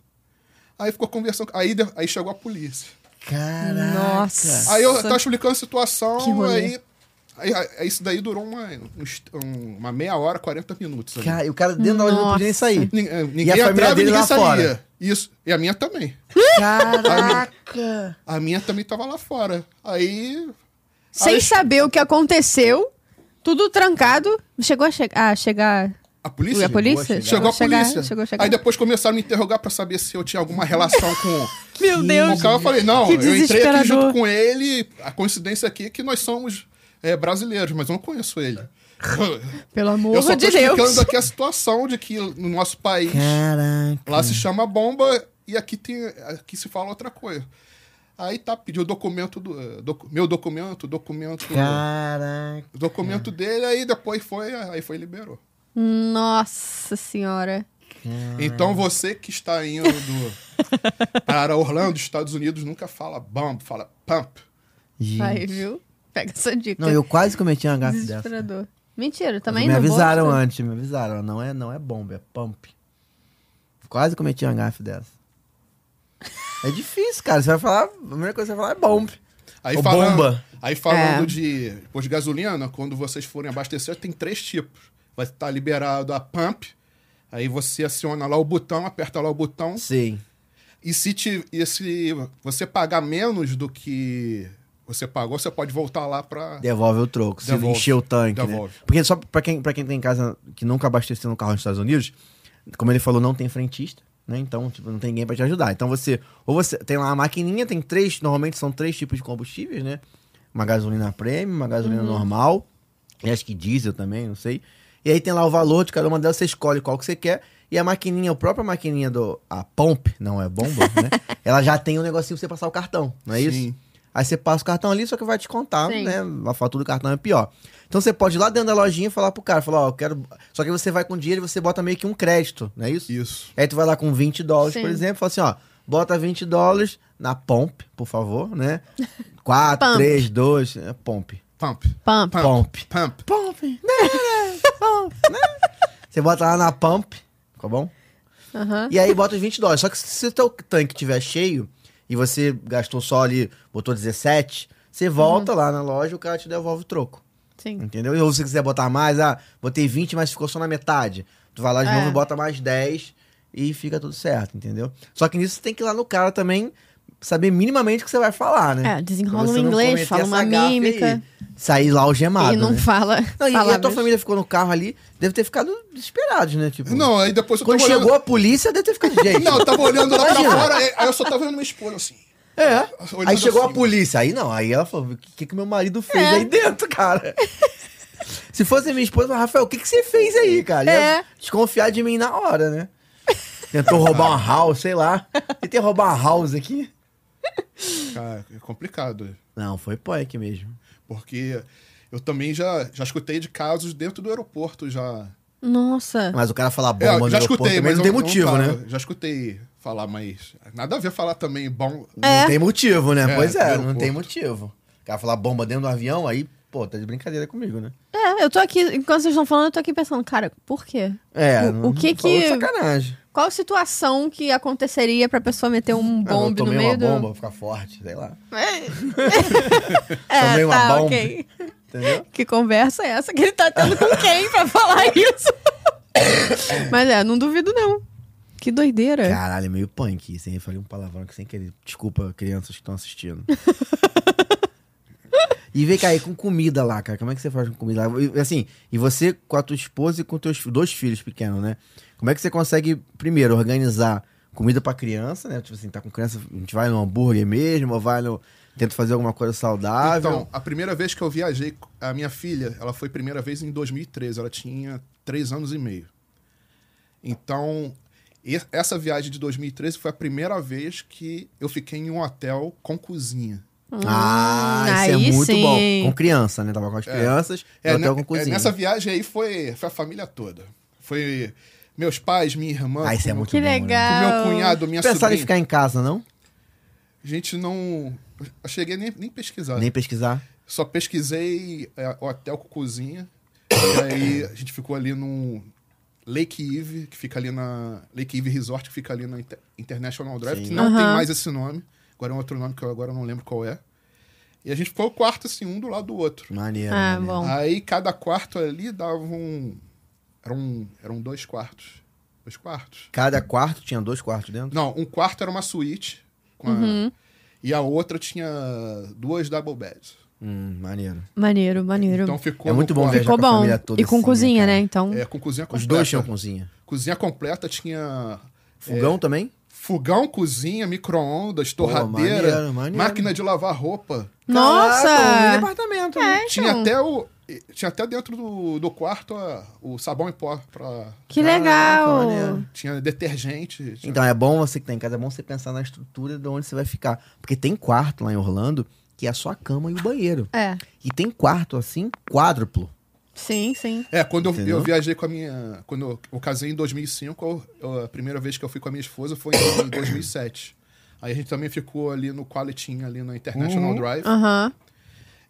S4: Aí ficou conversando. Aí, de- aí chegou a polícia.
S1: pô.
S2: Caraca.
S1: Nossa.
S4: Aí eu tava explicando a situação,
S1: Que rolê.
S4: aí, aí, aí Isso daí durou uma, uns- um- uma meia hora, 40 minutos. ali.
S2: Cara, e o cara dentro da loja não podia nem sair.
S4: Nin- eh,
S2: E a
S4: Ninguém
S2: família
S4: entrava e
S2: dele
S4: ninguém
S2: lá
S4: saía.
S2: fora?
S4: Isso. E a minha também.
S2: Caraca.
S4: A minha também tava lá fora. Aí.
S1: Sem
S4: aí
S1: saber o que aconteceu, tudo trancado. Chegou a, che a chegar.
S4: a
S1: Ui,
S4: polícia.
S1: a polícia?
S4: Chegou a
S1: Chegar-
S4: polícia.
S1: Chegou a chegar.
S4: Aí depois começaram a me interrogar pra saber se eu tinha alguma relação com.
S1: Meu
S4: O cara eu falei, não,
S1: Que
S4: eu entrei aqui
S1: desesperador.
S4: junto com ele, a coincidência aqui é que nós somos é, brasileiros, mas eu não conheço ele.
S1: Pelo
S4: eu
S1: amor
S4: só tô
S1: de
S4: explicando
S1: Deus.
S4: aqui a situação de que no nosso país,
S2: Caraca.
S4: lá se chama bomba e aqui, tem, aqui se fala outra coisa. Aí tá, pediu o documento, do, eh, docu- meu documento, documento,
S2: Caraca.
S4: documento dele, aí depois foi, aí foi e liberou.
S1: Nossa senhora.
S4: Então você que está indo do- para Orlando, Estados Unidos, nunca fala bomb, fala pump.
S1: Aí,
S2: Gente.
S1: viu? Pega essa dica.
S2: Não, eu quase cometi uma gafe dessa.
S1: Desesperador. Mentira, também
S2: Me
S1: não
S2: avisaram
S1: vou...
S2: antes, me avisaram. Não é, não é bomba, é pump. Quase cometi uma gafe dessa. É difícil, cara. Você vai falar. A primeira coisa que você vai falar é bomb.
S4: Aí
S2: Ou
S4: falando,
S2: bomba.
S4: Aí falando
S1: É.
S4: de posto de gasolina, quando vocês forem abastecer, tem três tipos. Vai estar liberado a pump, aí você aciona lá o botão, aperta lá o botão.
S2: Sim.
S4: E se, te- e se você pagar menos do que você pagou, você pode voltar lá para...
S2: Devolve o troco, se
S4: Devolve.
S2: encher o tanque,
S4: Devolve.
S2: né? Porque só pra quem, pra quem tem em casa que nunca abasteceu no carro nos Estados Unidos, como ele falou, não tem frentista, né? Então, tipo, não tem ninguém pra te ajudar. Então você, ou você tem lá a maquininha, tem três, normalmente são três tipos de combustíveis, né? Uma gasolina premium, uma gasolina normal, e acho que diesel também, não sei. E aí tem lá o valor de cada uma delas, você escolhe qual que você quer. E a maquininha, a própria maquininha do. A pump, não é bomba, né? Ela já tem um negocinho pra você passar o cartão, não é isso?
S4: Sim.
S2: Aí você passa o cartão ali, só que vai te contar,
S1: Sim.
S2: né? A fatura do cartão é pior. Então você pode ir lá dentro da lojinha e falar pro cara, falar, ó, eu quero. Só que você vai com dinheiro e você bota meio que um crédito, não é isso?
S4: Isso.
S2: Aí tu vai lá com 20 dólares,
S1: Sim.
S2: por exemplo, e fala assim, ó, bota 20 dólares na Pomp, por favor, né? 4,
S1: Pump.
S2: 3, 2, é, Pomp.
S4: Pump.
S1: Pump.
S2: Pomp.
S4: Pump.
S2: Pomp. né? Pomp, né? Você bota lá na Pomp, tá bom?
S1: Aham.
S2: E aí bota os 20 dólares. Só que se o teu tanque tiver cheio e você gastou só ali, botou 17, você volta
S1: Uhum.
S2: lá na loja e o cara te devolve o troco.
S1: Sim.
S2: Entendeu? Ou se você quiser botar mais, ah, botei 20, mas ficou só na metade. Tu vai lá de
S1: É.
S2: novo e bota mais 10 e fica tudo certo, entendeu? Só que nisso você tem que ir lá no cara também saber minimamente o que você vai falar, né?
S1: É,
S2: Pra
S1: desenrola um
S2: você não
S1: inglês,
S2: cometer
S1: fala uma
S2: essa gafe
S1: mímica
S2: e Sair lá algemado.
S1: e não
S2: né?
S1: fala.
S2: Não, e, e a tua
S1: palavras.
S2: família ficou no carro ali, deve ter ficado desesperado, né? Tipo,
S4: Não, aí depois eu
S2: quando
S4: tava
S2: chegou
S4: olhando...
S2: a polícia, deve ter ficado gente.
S4: Não, eu tava olhando lá pra
S2: Imagina.
S4: fora, aí- aí eu só tava olhando minha esposa assim.
S2: É.
S4: Olhando
S2: aí chegou
S4: assim,
S2: a polícia. Aí não, aí ela falou: o que, que meu marido fez
S1: É.
S2: aí dentro, cara? Se fosse minha esposa, eu falava, Rafael, o que, que você fez aí, cara? Ia
S1: É.
S2: Desconfiar de mim na hora, né? Tentou roubar uma house, sei lá. Tentei roubar uma house aqui.
S4: Cara, é complicado.
S2: Não, foi punk mesmo.
S4: Porque eu também já, já escutei de casos dentro do aeroporto já.
S1: Nossa.
S2: Mas o cara falar
S4: É,
S2: bomba no
S4: já
S2: aeroporto
S4: escutei,
S2: também
S4: mas
S2: não
S4: eu-
S2: tem
S4: eu
S2: motivo,
S4: tava.
S2: né?
S4: Já escutei falar, mas nada a ver falar também bom.
S2: Não
S1: É.
S2: tem motivo, né?
S4: É,
S2: pois é, não
S4: aeroporto.
S2: tem motivo. O cara falar bomba dentro do avião, aí, pô, tá de brincadeira comigo, né?
S1: É, eu tô aqui, enquanto vocês estão falando, eu tô aqui pensando, cara, por quê?
S2: É,
S1: O-
S2: não-
S1: o que
S2: não falou
S1: que-
S2: Sacanagem.
S1: Qual situação que aconteceria pra pessoa meter um
S2: Ah, eu
S1: bombe no
S2: tomei
S1: meio
S2: uma
S1: do...
S2: bomba, vou ficar forte, sei lá.
S1: É,
S2: Tomei uma
S1: tá,
S2: bomba.
S1: ok.
S2: Entendeu?
S1: Que conversa é essa que ele tá tendo com quem pra falar isso? Mas é, não duvido não. Que doideira.
S2: Caralho, é meio punk isso, hein? Eu Falei um palavrão aqui sem querer. Desculpa, crianças que estão assistindo. e vem cá aí, com comida lá, cara. Como é que você faz com comida lá? E, assim, e você com a tua esposa e com teus fi- dois filhos pequenos, né? Como é que você consegue, primeiro, organizar comida pra criança, né? Tipo assim, tá com criança, a gente vai no hambúrguer mesmo, ou vai no, Tento fazer alguma coisa saudável.
S4: Então, a primeira vez que eu viajei, co- a minha filha, ela foi primeira vez em 2013, ela tinha três anos e meio. Então, e- essa viagem de 2013 foi a primeira vez que eu fiquei em um hotel com cozinha.
S2: ah, isso é
S1: Hum, aí
S2: muito
S1: sim.
S2: bom. Com criança, né? Tava com as crianças,
S4: É,
S2: no hotel
S4: né-
S2: com cozinha.
S4: é, nessa viagem aí foi, foi a família toda. Foi meus pais, minha irmã,
S2: Ah, isso é
S4: com meu-
S2: muito
S1: Que
S2: bom, né?
S4: com meu
S1: legal.
S4: cunhado, minha
S2: Pensaram em
S4: sobrinha.
S2: ficar em casa, não?
S4: A gente não... Eu cheguei nem, nem pesquisar.
S2: Nem pesquisar.
S4: Só pesquisei é, hotel com cozinha. e aí a gente ficou ali no Lake Eve, que fica ali na. Lake Eve Resort, que fica ali na Inter- International Drive, que não
S1: Aham.
S4: tem mais esse nome. Agora é um outro nome que eu agora não lembro qual é. E a gente ficou o quarto, assim, um do lado do outro.
S2: Maneiro.
S1: Ah,
S2: maneiro.
S1: bom.
S4: Aí cada quarto ali dava um. Eram, eram um dois quartos. Dois quartos?
S2: Cada quarto tinha dois quartos dentro?
S4: Não, um quarto era uma suíte. com a-
S1: Uhum.
S4: E a outra tinha duas double beds.
S2: Hum, maneiro.
S1: Maneiro, maneiro.
S4: Então ficou
S2: É muito
S4: no
S2: bom
S4: quarto.
S2: viajar
S1: Ficou
S2: com a
S1: bom.
S2: família toda
S1: e com
S2: assim, né,
S1: cozinha,
S2: cara?
S1: né? Então.
S4: É, com cozinha completa.
S2: Os dois tinham cozinha.
S4: Cozinha completa
S2: É.
S4: tinha
S2: Fogão também?
S4: fogão, cozinha, micro-ondas,
S2: Pô,
S4: torradeira,
S2: maneiro, maneiro.
S4: máquina de lavar roupa.
S2: Caraca, um
S1: Nossa!
S2: departamento. né?
S1: Ah. É,
S4: Tinha
S1: então.
S4: até o. Tinha até dentro do, do quarto a- o sabão em pó pra.
S1: Que
S2: Caraca,
S1: legal!
S2: maneiro.
S4: Tinha detergente. tinha-
S2: Então é bom você que tá em casa, é bom você pensar na estrutura de onde você vai ficar. Porque tem quarto lá em Orlando que é só a cama e o banheiro.
S1: É.
S2: E tem quarto assim, quádruplo.
S1: Sim, sim.
S4: É, quando eu,
S2: Entendeu?
S4: eu viajei com a minha. Quando eu, eu casei em 2005, eu- eu- a primeira vez que eu fui com a minha esposa foi em 2007. Aí a gente também ficou ali no Qualitinho, ali na International Drive.
S1: Aham.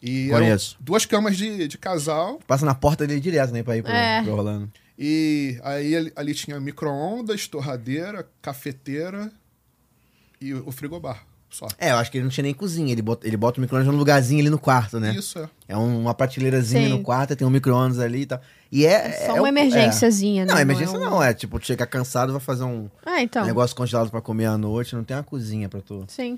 S4: E eram
S2: Uhum. Ah. Conheço.
S4: duas camas de, de casal.
S2: Passa na porta dele direto, né, pra ir pro,
S1: É.
S2: pro Orlando.
S4: E aí ali, ali tinha micro-ondas, torradeira, cafeteira e o frigobar. Só.
S2: É, eu acho que ele não tinha nem cozinha. Ele bota, ele bota o micro-ondas num lugarzinho ali no quarto, né?
S4: Isso é.
S2: É um- uma prateleirazinha
S1: Sim.
S2: no quarto, tem um micro-ondas ali e tal. E é.
S1: Só
S2: é o-
S1: uma
S2: é.
S1: emergênciazinha, né?
S2: Não, emergência
S1: é um-
S2: não. É tipo, tu chega cansado, vai fazer um
S1: Ah, então.
S2: negócio congelado pra comer à noite. Não tem uma cozinha pra tu.
S1: Sim.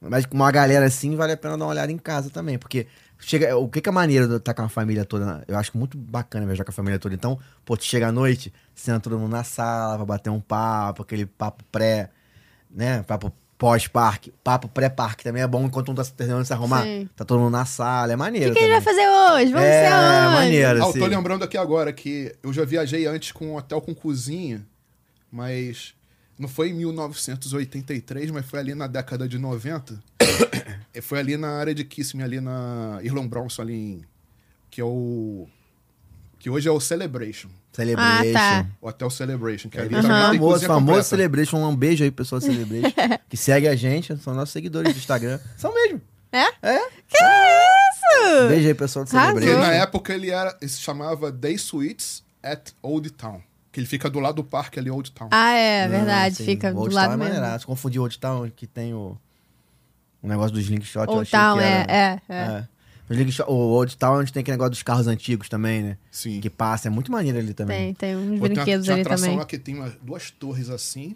S2: Mas com uma galera assim, vale a pena dar uma olhada em casa também, porque chega, o que, que é maneiro de estar com a família toda? né? Eu acho muito bacana viajar com a família toda. Então, pô, tu chega à noite, senta todo mundo na sala, vai bater um papo, aquele papo pré, né? Papo pós-parque, papo pré-parque também é bom enquanto um tá terminando de se arrumar.
S1: Sim.
S2: Tá todo mundo na sala, é
S1: O
S2: maneiro.
S1: que, que a gente vai
S2: também.
S1: fazer hoje? Vamos
S2: é,
S1: ser onde?
S2: maneiro,
S4: Ah, eu
S2: assim.
S4: tô lembrando aqui agora que eu já viajei antes com um hotel com cozinha, mas não foi em 1983, mas foi ali na década de 90. E foi ali na área de Kissimmee, ali na Irlon Bronson, ali em, que é o... que hoje é o Celebration.
S2: Celebration.
S1: Ah, tá.
S4: O Hotel Celebration, que é ali tá
S2: Celebration
S4: também tem
S2: famoso,
S4: cozinha
S2: famoso
S4: completa.
S2: Celebration. Um beijo aí, pessoal do Celebration. que segue a gente, são nossos seguidores do Instagram. São mesmo.
S1: É?
S2: É? Um
S1: Que isso?
S2: Beijo aí, pessoal do
S1: Arrasou.
S4: E
S1: Beleza.
S4: na
S2: Celebration.
S4: época ele era, ele se chamava Day Suites at Old Town. Que ele fica do lado do parque ali, Old Town.
S1: Ah, é,
S2: Não,
S1: verdade.
S2: sim,
S1: Fica
S2: o Old
S1: do
S2: Town
S1: lado
S2: é
S1: mesmo.
S2: maneiraço. Confundi o Old Town, que tem o, o negócio dos link shot. eu
S1: Ou
S2: achei
S1: tal,
S2: que
S1: é,
S2: era-
S1: é, é.
S2: é. Os Link Shot- o Old Town, a gente tem aquele negócio dos carros antigos também, né?
S4: Sim.
S2: Que passa, é muito maneiro ali também.
S1: Tem, tem uns
S4: Pô, tem uma-
S1: brinquedos
S4: tinha
S1: ali
S4: atração
S1: também.
S4: lá que tem umas, duas torres assim.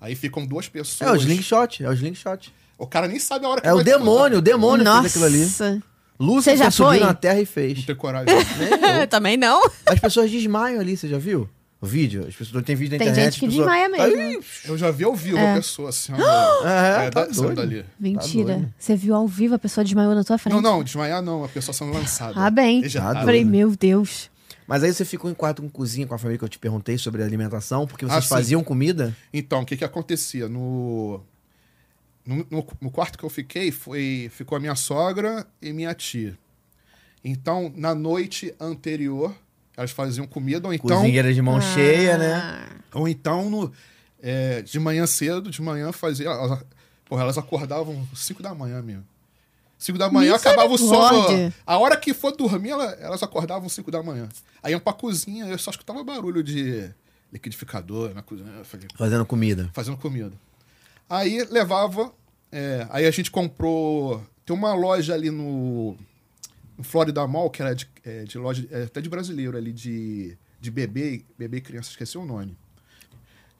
S4: Aí ficam duas pessoas.
S2: É o Sling Shot, é o Sling Shot.
S4: O cara nem sabe a hora que
S2: É o
S4: vai- né?
S2: demônio, o demônio
S1: Nossa.
S2: fez aquilo ali.
S1: Você
S2: Lúcifer
S1: já
S2: subiu
S1: foi?
S2: na terra e
S4: Não
S2: fez.
S4: tem coragem.
S2: Nem eu.
S1: Também não.
S2: As pessoas desmaiam ali, você já viu? O vídeo, as pessoas tem vídeo na
S1: Tem
S2: internet.
S1: gente que
S2: as pessoas-
S1: desmaia mesmo.
S2: Ai,
S4: Eu já vi ao vivo uma pessoa assim. ó,
S2: É, tá
S4: da- saindo
S2: doido.
S4: dali.
S1: Mentira.
S2: Tá doido.
S1: Você viu ao vivo, a pessoa desmaiou na tua frente.
S4: Não, não, desmaiar não, a pessoa sendo lançada.
S1: Ah, bem.
S4: Ejetada.
S2: Tá
S1: Eu Falei,
S2: doido.
S1: meu Deus.
S2: Mas aí você ficou em quarto com cozinha com a família que eu te perguntei sobre alimentação, porque vocês
S4: Ah, sim.
S2: faziam comida?
S4: Então, o que que acontecia? No, no, no- no quarto que eu fiquei, foi, ficou a minha sogra e minha tia. Então, na noite anterior, elas faziam comida, ou então,
S2: Cozinheira de
S1: Ah.
S2: mão cheia, né?
S4: ou então no, é, de manhã cedo, de manhã fazia... Elas, porra, elas acordavam 5 da manhã mesmo. 5 da manhã acabava o sono.
S1: Misericórdia.
S4: A hora que for dormir, ela- elas acordavam 5 da manhã. Aí iam pra cozinha, eu só escutava barulho de liquidificador na cozinha. Eu falei,
S2: Fazendo comida.
S4: fazendo comida. Aí levava. é, aí a gente comprou. Tem uma loja ali no, no Florida Mall, que era de, é, de loja é, até de brasileiro ali, de, de bebê, bebê e criança, esqueci o nome.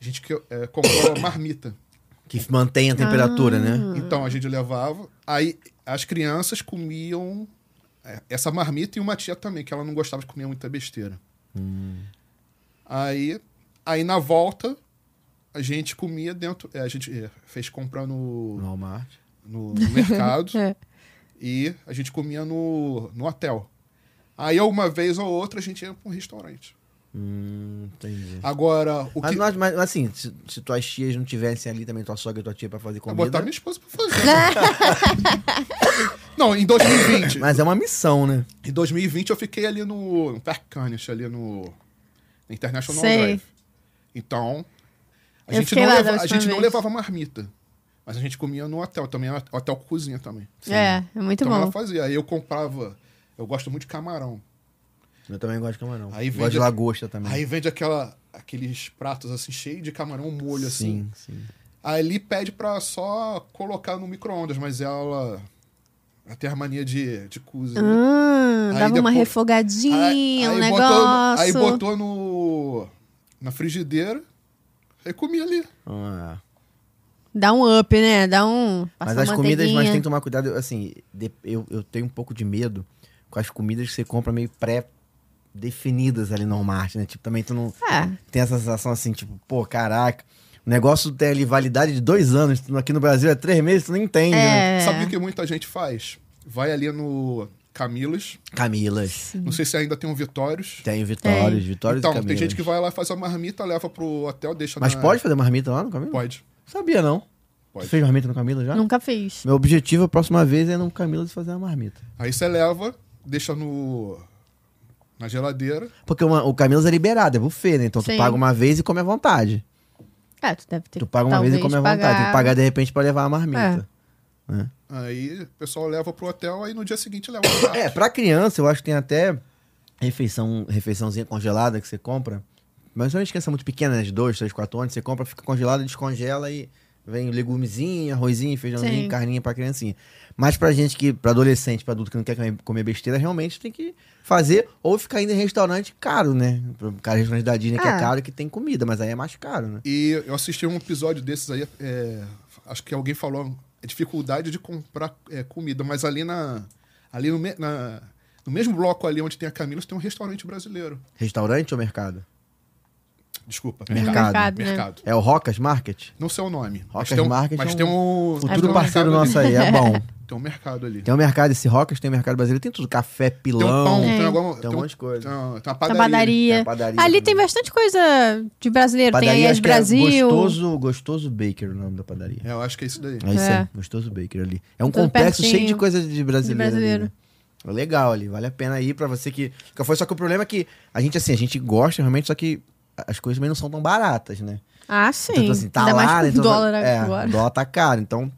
S4: A gente que- é, comprou marmita.
S2: Que mantém
S1: Ah.
S2: a temperatura, né?
S4: Então a gente levava. Aí as crianças comiam é, essa marmita e uma tia também, que ela não gostava de comer muita besteira.
S2: Hum.
S4: Aí, aí na volta a gente comia dentro. é, A gente é, fez compra no,
S2: No Walmart.
S4: no mercado
S1: É.
S4: e a gente comia no, no hotel. Aí, uma vez ou outra, a gente ia pra um restaurante.
S2: Hum, entendi.
S4: Agora, Ah, o
S2: Mas,
S4: que.
S2: nós- mas assim, se, se tuas tias não tivessem ali também, tua sogra e tua tia pra fazer
S4: Vou
S2: comida.
S4: botar minha esposa pra fazer. Não, em 2020.
S2: Mas é uma missão, né?
S4: Em 2020 eu fiquei ali no, no Park Canish, ali no na International
S1: Sei.
S4: Drive. Então, a
S1: Eu
S4: gente,
S1: fiquei
S4: não,
S1: lá da
S4: leva- a
S1: última
S4: gente não
S1: vez.
S4: levava marmita. Mas a gente comia no hotel também, era hotel com cozinha também.
S1: É, é muito
S4: então ela
S1: bom.
S4: fazia. Aí eu comprava, eu gosto muito de camarão.
S2: Eu também gosto de camarão.
S4: Aí
S2: gosto
S4: vende-
S2: de lagosta também.
S4: Aí vende aquela, aqueles pratos assim, cheio de camarão molho assim.
S2: sim, sim.
S4: Aí ele pede pra só colocar no micro-ondas, mas ela, ela tem a mania de, de cozinhar.
S1: Ah,
S4: Aí
S1: dava uma
S4: depois-
S1: refogadinha, um negócio.
S4: Botou, aí botou no, na frigideira, aí comia ali.
S2: Ah,
S1: Dá um up, né? Dá um. Passa
S2: mas as
S1: uma
S2: comidas, mas
S1: manteiguinha.
S2: tem que tomar cuidado. eu, Assim, de- eu, eu tenho um pouco de medo com as comidas que você compra meio pré-definidas ali no Walmart, né? Tipo, também tu não
S1: É.
S2: tem essa sensação assim, tipo, pô, caraca. O negócio tem ali validade de dois anos. tu- Aqui no Brasil é três meses, tu não entende, né?
S1: É.
S4: Sabe o que muita gente faz? Vai ali no Camilas,
S2: Camilas.
S4: não sei se ainda tem um Vitórios.
S2: Tem o Vitórios,
S1: É.
S2: Vitórios
S4: então,
S2: e Camilas.
S4: tem gente que vai lá, faz a marmita, leva pro hotel, deixa
S2: Mas
S4: na...
S2: pode fazer marmita lá no Camilo?
S4: Pode,
S2: Sabia, não.
S4: pode.
S2: Você fez marmita no Camilo já?
S1: Nunca fiz.
S2: Meu objetivo a próxima vez é no Camilo fazer uma marmita.
S4: Aí você leva, deixa no... na geladeira.
S2: Porque uma- o Camilos é liberado, é buffet, né? Então
S1: Sim.
S2: tu paga uma vez e come à vontade.
S1: É, tu deve ter
S2: Tu paga uma
S1: talvez,
S2: vez e come à vontade.
S1: pagar... né?
S2: Tem que pagar de repente pra levar a marmita.
S4: Aí o pessoal leva pro hotel, aí no dia seguinte leva um pro
S2: É. pra criança eu acho que tem até refeição, refeiçãozinha congelada que você compra. Mas não esqueça muito pequena, né? De dois, três, quatro anos, você compra, fica congelada, descongela e vem legumezinho, arrozinho, feijãozinho,
S1: Sim.
S2: carninha pra criancinha. Mas pra gente que, pra adolescente, pra adulto que não quer comer- comer besteira, realmente tem que fazer ou ficar indo em restaurante caro, né? Cara, restaurante da Disney que
S1: Ah.
S2: é caro que tem comida, mas aí é mais caro, né?
S4: E eu assisti um episódio desses aí, é, acho que alguém falou a dificuldade de comprar é, comida, mas ali na ali no, me- na- no mesmo bloco ali onde tem a Camila, tem um restaurante brasileiro.
S2: Restaurante ou mercado?
S4: Desculpa,
S2: Mercado.
S1: Mercado, né?
S4: um Mercado.
S2: É o Rocas Market?
S4: Não sei o nome. Mas
S2: Rocas
S4: tem um,
S2: Market
S4: mas
S2: é um
S4: tem um
S2: Futuro
S4: tem um
S2: parceiro
S4: mercado
S2: nosso
S4: ali.
S2: aí, é bom.
S4: Tem um mercado ali.
S2: Tem o mercado esse Rocas, tem o mercado brasileiro, tem tudo. Café,
S4: Tem um
S2: pilão,
S4: pão,
S2: tem,
S4: tem,
S1: Tem.
S4: alguma,
S2: um
S4: tem um-
S2: monte de coisa.
S4: tem uma- tem uma
S1: Na
S2: Tem
S4: padaria.
S1: padaria.
S2: a padaria
S1: Ali
S2: também.
S1: tem bastante coisa de brasileiro.
S2: Padaria,
S1: tem a
S2: acho
S1: Yes
S2: que é
S1: Brasil.
S2: Gostoso, gostoso Baker o nome da padaria.
S4: É, eu acho que é isso daí.
S2: É isso
S1: É.
S2: aí, gostoso Baker ali. É um
S1: Tudo
S2: complexo
S1: pertinho.
S2: cheio de coisa de
S1: De
S2: brasileiro.
S1: brasileiro.
S2: ali, né? É legal ali, vale a pena ir pra você que, que foi. Só que o problema é que a gente, assim, a gente gosta realmente, só que as coisas também não são tão baratas, né?
S1: Ah, sim.
S2: Então, tipo assim, tá
S1: Ainda
S2: lá,
S1: mais
S2: né,
S1: com
S2: então,
S1: dólar
S2: é,
S1: agora.
S2: O dólar tá caro. Então,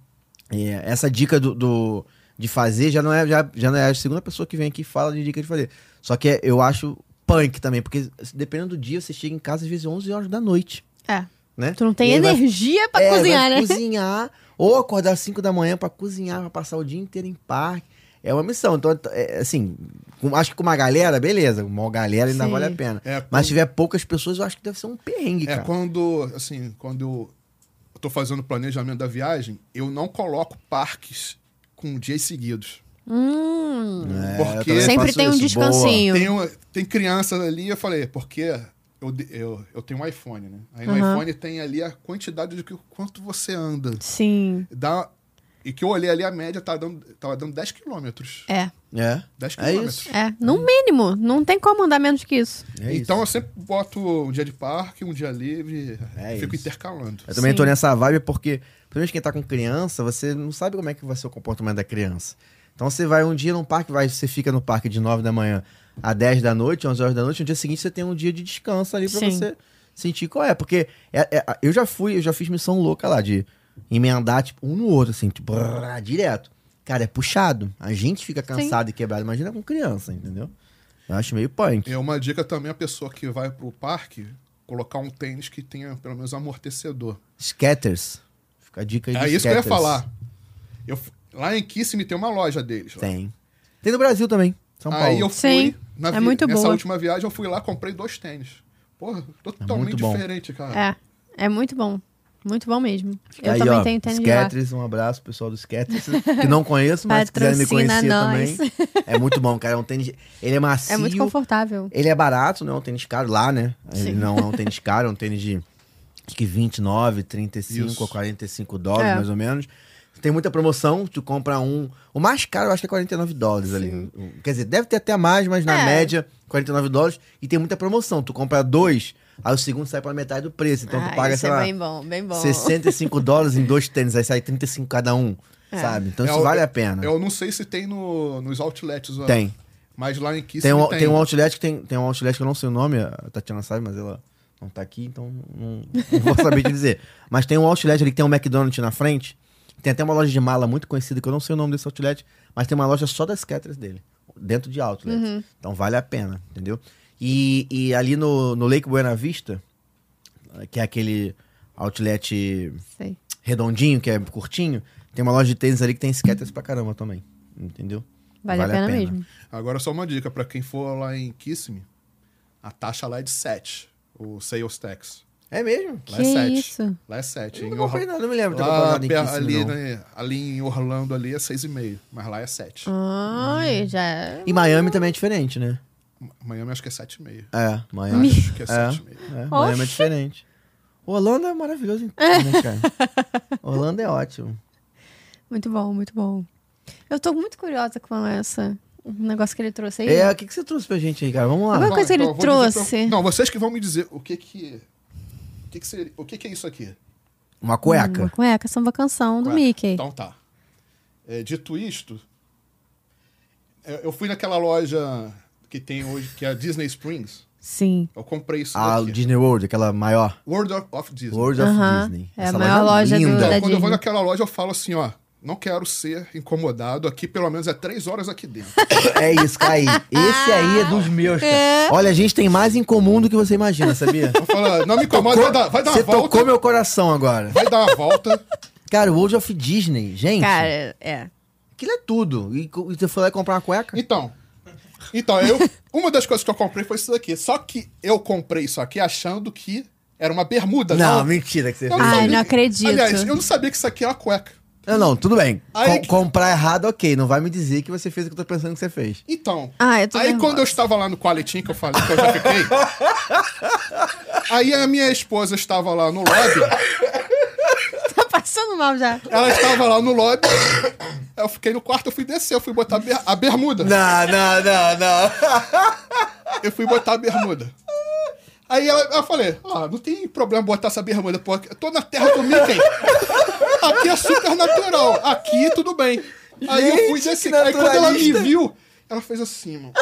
S2: é, essa dica do, do- de fazer já não, é, já, já não é a segunda pessoa que vem aqui e fala de dica de fazer. Só que é- eu acho punk também, porque assim, dependendo do dia, você chega em casa às vezes 11 horas da noite,
S1: É.
S2: né?
S1: Tu não tem
S2: E aí vai-
S1: energia pra
S2: é, vai
S1: cozinhar, né?
S2: Cozinhar, ou acordar às 5 da manhã pra cozinhar, pra passar o dia inteiro em parque. É uma missão. Então, é, assim, com- acho que com uma galera, beleza. Uma galera ainda
S1: Sim.
S2: vale a pena.
S4: É,
S2: Mas se tiver poucas pessoas, eu acho que deve ser um perrengue,
S4: É,
S2: cara.
S4: quando, assim, quando eu tô fazendo o planejamento da viagem, eu não coloco parques com dias seguidos.
S1: Hum.
S2: É,
S4: Porque-
S2: eu também
S1: Sempre
S2: faço
S1: tem um
S2: isso. Boa.
S1: descansinho.
S4: Tem, uma, tem criança ali, eu falei, porque eu, de- eu, eu tenho um iPhone, né? Aí no
S1: Aham.
S4: iPhone tem ali a quantidade de que, quanto você anda.
S2: É.
S1: Sim.
S4: Dá, e que eu olhei ali, a média tava dando, tava dando 10 quilômetros.
S1: É.
S2: É.
S4: 10
S2: É
S4: quilômetros.
S1: É. No mínimo. Não tem como andar menos que isso.
S2: É isso.
S4: então eu sempre boto um dia de parque, um dia livre,
S2: É
S4: fico
S2: isso.
S4: intercalando.
S2: Eu também
S1: Sim.
S2: tô nessa vibe porque, principalmente quem tá com criança, você não sabe como é que vai ser o comportamento da criança. Então você vai um dia num parque, vai, você fica no parque de 9 da manhã a 10 da noite, 11 horas da noite, no dia seguinte você tem um dia de descanso ali pra
S1: Sim.
S2: você sentir qual é. Porque é- é- eu já fui, eu já fiz missão louca lá, de emendar, tipo, um no outro, assim, tipo, brrr, direto. Cara, é puxado. A gente fica cansado e quebrado. Imagina com criança, entendeu? Eu acho meio punk.
S4: É uma dica também a pessoa que vai pro parque colocar um tênis que tenha pelo menos um amortecedor.
S2: Scatters. Fica a dica aí de
S4: é isso que eu ia
S2: scatters.
S4: falar. Eu f- lá em Kissimmee tem uma loja deles. lá.
S2: Tem. Tem no Brasil também. São Paulo.
S4: Aí eu fui
S1: Sim,
S4: na
S1: é
S4: vi-
S1: muito
S4: nessa
S1: boa.
S4: última viagem eu fui lá, comprei dois tênis. Porra, totalmente
S2: É muito bom.
S4: diferente, cara.
S1: É. É muito bom. Muito bom mesmo. Eu
S2: Aí,
S1: também
S2: ó,
S1: tenho tênis de lá.
S2: Skechers, um abraço pro pessoal do Skechers, que não conheço, mas se quiserem me
S1: Patrocina
S2: conhecer
S1: nós.
S2: também. É muito bom, cara. É um tênis. Ele é macio.
S1: É muito confortável.
S2: Ele é barato, não é um tênis caro lá, né?
S1: Sim.
S2: Ele não é um tênis caro, é um tênis de acho que 29, 35
S4: Isso.
S2: a 45 dólares,
S1: É.
S2: mais ou menos. Tem muita promoção, tu compra um. O mais caro eu acho que é 49 dólares ali. O- Quer dizer, deve ter até mais, mas na
S1: É.
S2: média, 49 dólares. E tem muita promoção. Tu compra dois, aí o segundo sai pela metade do preço. Então
S1: Ah,
S2: tu paga,
S1: isso
S2: sei
S1: é
S2: lá,
S1: bem bom, bem bom.
S2: 65 dólares em dois tênis, aí sai 35 cada um.
S1: É.
S2: Sabe? Então
S4: É,
S2: isso
S4: eu-
S2: vale a pena.
S4: Eu não sei se tem no, nos outlets. ó.
S2: Tem.
S4: Mas lá em
S2: Tem
S4: Kissimmee
S2: um, tem um outlet que tem, tem um outlet que eu não sei o nome, a Tatiana sabe, mas ela não tá aqui, então não, não vou saber te dizer. Mas tem um outlet ali que tem um McDonald's na frente. Tem até uma loja de mala muito conhecida, que eu não sei o nome desse outlet, mas tem uma loja só das catras dele, dentro de outlet. Então vale a pena, entendeu? E, e ali no, no Lake Buena Vista, que é aquele outlet
S1: Sei.
S2: redondinho, que é curtinho, tem uma loja de tênis ali que tem skaters pra caramba também, entendeu?
S1: Vale, a, pena mesmo.
S4: Agora só uma dica, pra quem for lá em Kissimmee, a taxa lá é de 7, o sales tax.
S2: É mesmo?
S4: Lá
S1: Que
S4: é 7.
S1: isso?
S4: Lá é 7.
S2: Eu
S4: Em
S2: não comprei
S4: Orla-
S2: nada, não me lembro de ter comprado
S4: lá,
S2: nada em
S4: per-
S2: Kissimmee,
S4: Ah, ali,
S2: não.
S4: né, ali em Orlando ali é 6,5, mas lá é 7.
S1: Ah.
S2: Uhum.
S1: Ai, já.
S2: E Miami também é diferente, né?
S4: Miami acho que é 7,5.
S2: É, Miami.
S4: Acho que é
S2: É.
S4: 7,5.
S2: É, Miami é diferente. O Holanda é maravilhoso, em tudo, né, cara? Holanda é ótimo.
S1: Muito bom, muito bom. Eu tô muito curiosa com essa. O negócio que ele trouxe aí.
S2: É, o que, que você trouxe pra gente aí, cara? Vamos lá.
S1: Alguma coisa que ele
S4: Então, eu vou dizer pra-
S1: trouxe.
S4: Não, vocês que vão me dizer o que que... O que que, seria- o que que é isso aqui?
S2: Uma
S1: Uma
S2: cueca.
S1: cueca, samba canção do
S4: Ué,
S1: Mickey.
S4: Então tá. É, dito isto, é, eu eu fui naquela loja que tem hoje, que é a Disney Springs.
S1: Sim.
S4: Eu comprei isso
S1: Ah,
S2: A
S4: daqui.
S2: Disney World, aquela maior.
S4: World of, of Disney.
S2: World of
S1: Aham.
S2: Disney.
S1: É a maior loja do-
S4: Então,
S1: da
S4: quando eu vou
S1: Disney.
S4: naquela loja, eu falo assim, ó, não quero ser incomodado aqui, pelo menos é três horas aqui dentro.
S2: É isso, Caí. Esse aí é dos meus, cara.
S1: É.
S2: Olha, a gente tem mais em comum do que você imagina, sabia?
S4: Eu falo, não me incomoda, vai dar, vai dar
S2: você
S4: uma volta.
S2: tocou meu coração agora.
S4: Vai dar uma volta.
S2: Cara, World of Disney, gente.
S1: Cara, é.
S2: Aquilo é tudo. E, co- e você foi lá comprar uma cueca?
S4: Então. Então, eu. Uma das coisas que eu comprei foi isso daqui. Só que eu comprei isso aqui achando que era uma bermuda.
S2: Não, mentira que você
S4: Eu
S2: fez.
S1: Ai,
S4: sabia-
S1: não acredito.
S4: Aliás, eu não sabia que isso aqui era uma cueca.
S2: Não, não, tudo bem.
S4: Aí
S2: Com-
S4: que-
S2: Comprar errado, ok. Não vai me dizer que você fez o que eu tô pensando que você fez.
S4: Então,
S1: Ah, eu tô
S4: aí
S1: nervosa.
S4: quando eu estava lá no qualitinho que eu falei que eu já fiquei, aí a minha esposa estava lá no lobby,
S1: Tá passando mal já.
S4: ela estava lá no lobby, eu fiquei no quarto, eu fui descer, eu fui botar a ber- a bermuda.
S2: Não, não, não, não.
S4: Eu fui botar a bermuda. Aí ela, eu falei, ah, não tem problema botar essa bermuda, pô, eu tô na terra do Mickey. Aqui é super natural, aqui tudo bem. Aí eu fui
S2: Gente,
S4: descer,
S2: que
S4: aí quando ela me
S2: naturalista.
S4: viu, ela fez assim, mano.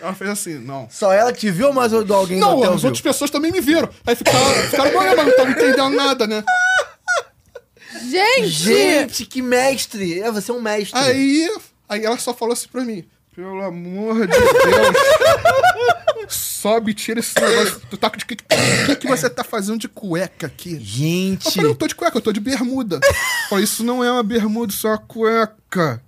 S4: Ela fez assim, não.
S2: Só ela te viu ou mais ou- alguém do
S4: Não,
S2: hotel
S4: as
S2: viu?
S4: outras pessoas também me viram. Aí ficaram, ficaram olhando, mas não estão entendendo nada, né?
S1: Gente!
S2: Gente, que mestre. É, você é um mestre.
S4: Aí, aí ela só falou assim pra mim: Pelo amor de Deus, sobe, tira esse negócio. Tu tá com de que, que, que você tá fazendo de cueca aqui? Eu
S2: Gente.
S4: falei: Eu tô de cueca, eu tô de bermuda. Eu falei: Isso não é uma bermuda, isso é uma cueca.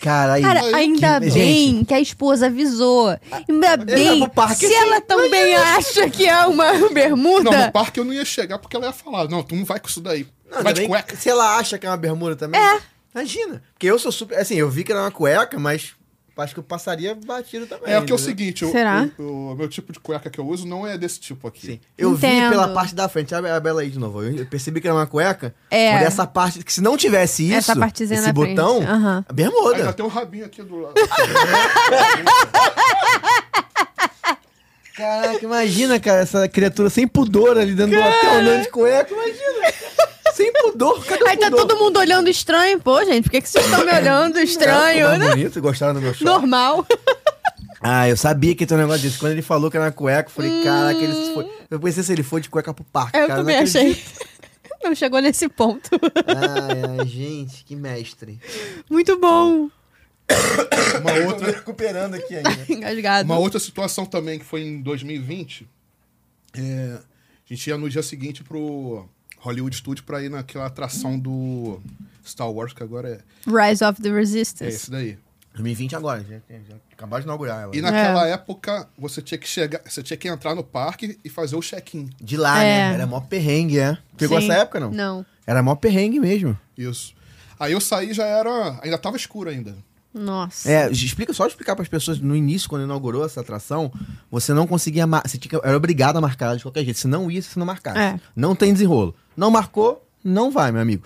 S2: Cara, aí.
S1: Cara, ainda bem
S2: que- Gente.
S1: que a esposa avisou. Ainda bem.
S2: pro
S1: Se
S2: parque assim,
S1: ela também acha que é uma bermuda.
S4: Não, no parque eu não ia chegar porque ela ia falar: Não, tu não vai com isso daí.
S2: Não, ainda
S4: vai de
S2: bem
S4: cueca.
S2: que- Se ela acha que é uma bermuda também. É. Imagina. Porque eu sou super. Assim, eu vi que era uma cueca, mas acho que eu passaria batido também.
S4: É o que é o
S2: entendeu?
S4: seguinte, o,
S1: Será?
S4: o- o meu tipo de cueca que eu uso não é desse tipo aqui.
S2: Sim. Eu vi
S1: Entendo.
S2: pela parte da frente. Abre a Bela aí de novo. Eu eu percebi que era uma cueca.
S1: É.
S2: Quando essa parte. Que se não tivesse isso.
S1: Essa partezinha
S2: esse
S1: na frente.
S2: botão.
S1: Aham.
S2: a
S4: Aí já
S2: Bermuda.
S4: tem um rabinho aqui do lado.
S2: Caraca, imagina, cara, essa criatura sem pudor ali dentro do hotel andando de cueca. Imagina. sem pudor. Cadê o
S1: Aí tá
S2: pudor?
S1: todo mundo olhando estranho. Pô, gente, por que, que vocês estão me olhando
S2: Tá
S1: estranho, né?
S2: bonito, gostaram do meu show.
S1: Normal.
S2: Ah, eu sabia que ia ter um negócio disso. Quando ele falou que era uma cueca, eu falei, caraca, ele se foi. Eu pensei se ele foi de cueca pro parque.
S1: É, Eu
S2: cara,
S1: também
S2: não acredito.
S1: achei. Não chegou nesse ponto.
S2: Ai, ai, gente, que mestre.
S1: Muito bom.
S4: Uma outra.
S2: me recuperando aqui ainda.
S1: Engasgado.
S4: Uma outra situação também que foi em 2020, é, a gente ia no dia seguinte pro Hollywood Studio pra ir naquela atração do Star Wars, que agora
S1: Rise of the
S4: é, é esse
S1: Resistance.
S4: daí.
S2: 2020 agora, já, já acabaram de inaugurar ela.
S4: E
S1: É.
S4: naquela época, você tinha que chegar, você tinha que entrar no parque e fazer o check-in.
S2: De lá,
S1: É.
S2: né? Era mó perrengue, é. Pegou
S1: Sim.
S2: essa época, não?
S1: Não.
S2: Era mó perrengue mesmo.
S4: Isso. Aí eu saí já era. Ainda tava escuro ainda.
S1: Nossa.
S2: É, explica, só explicar para as pessoas, no início, quando inaugurou essa atração, você não conseguia, mar- você tinha, que- era obrigado a marcar ela de qualquer jeito, se não ia, se não marcasse.
S1: É.
S2: Não tem desenrolo. Não marcou, não vai, meu amigo.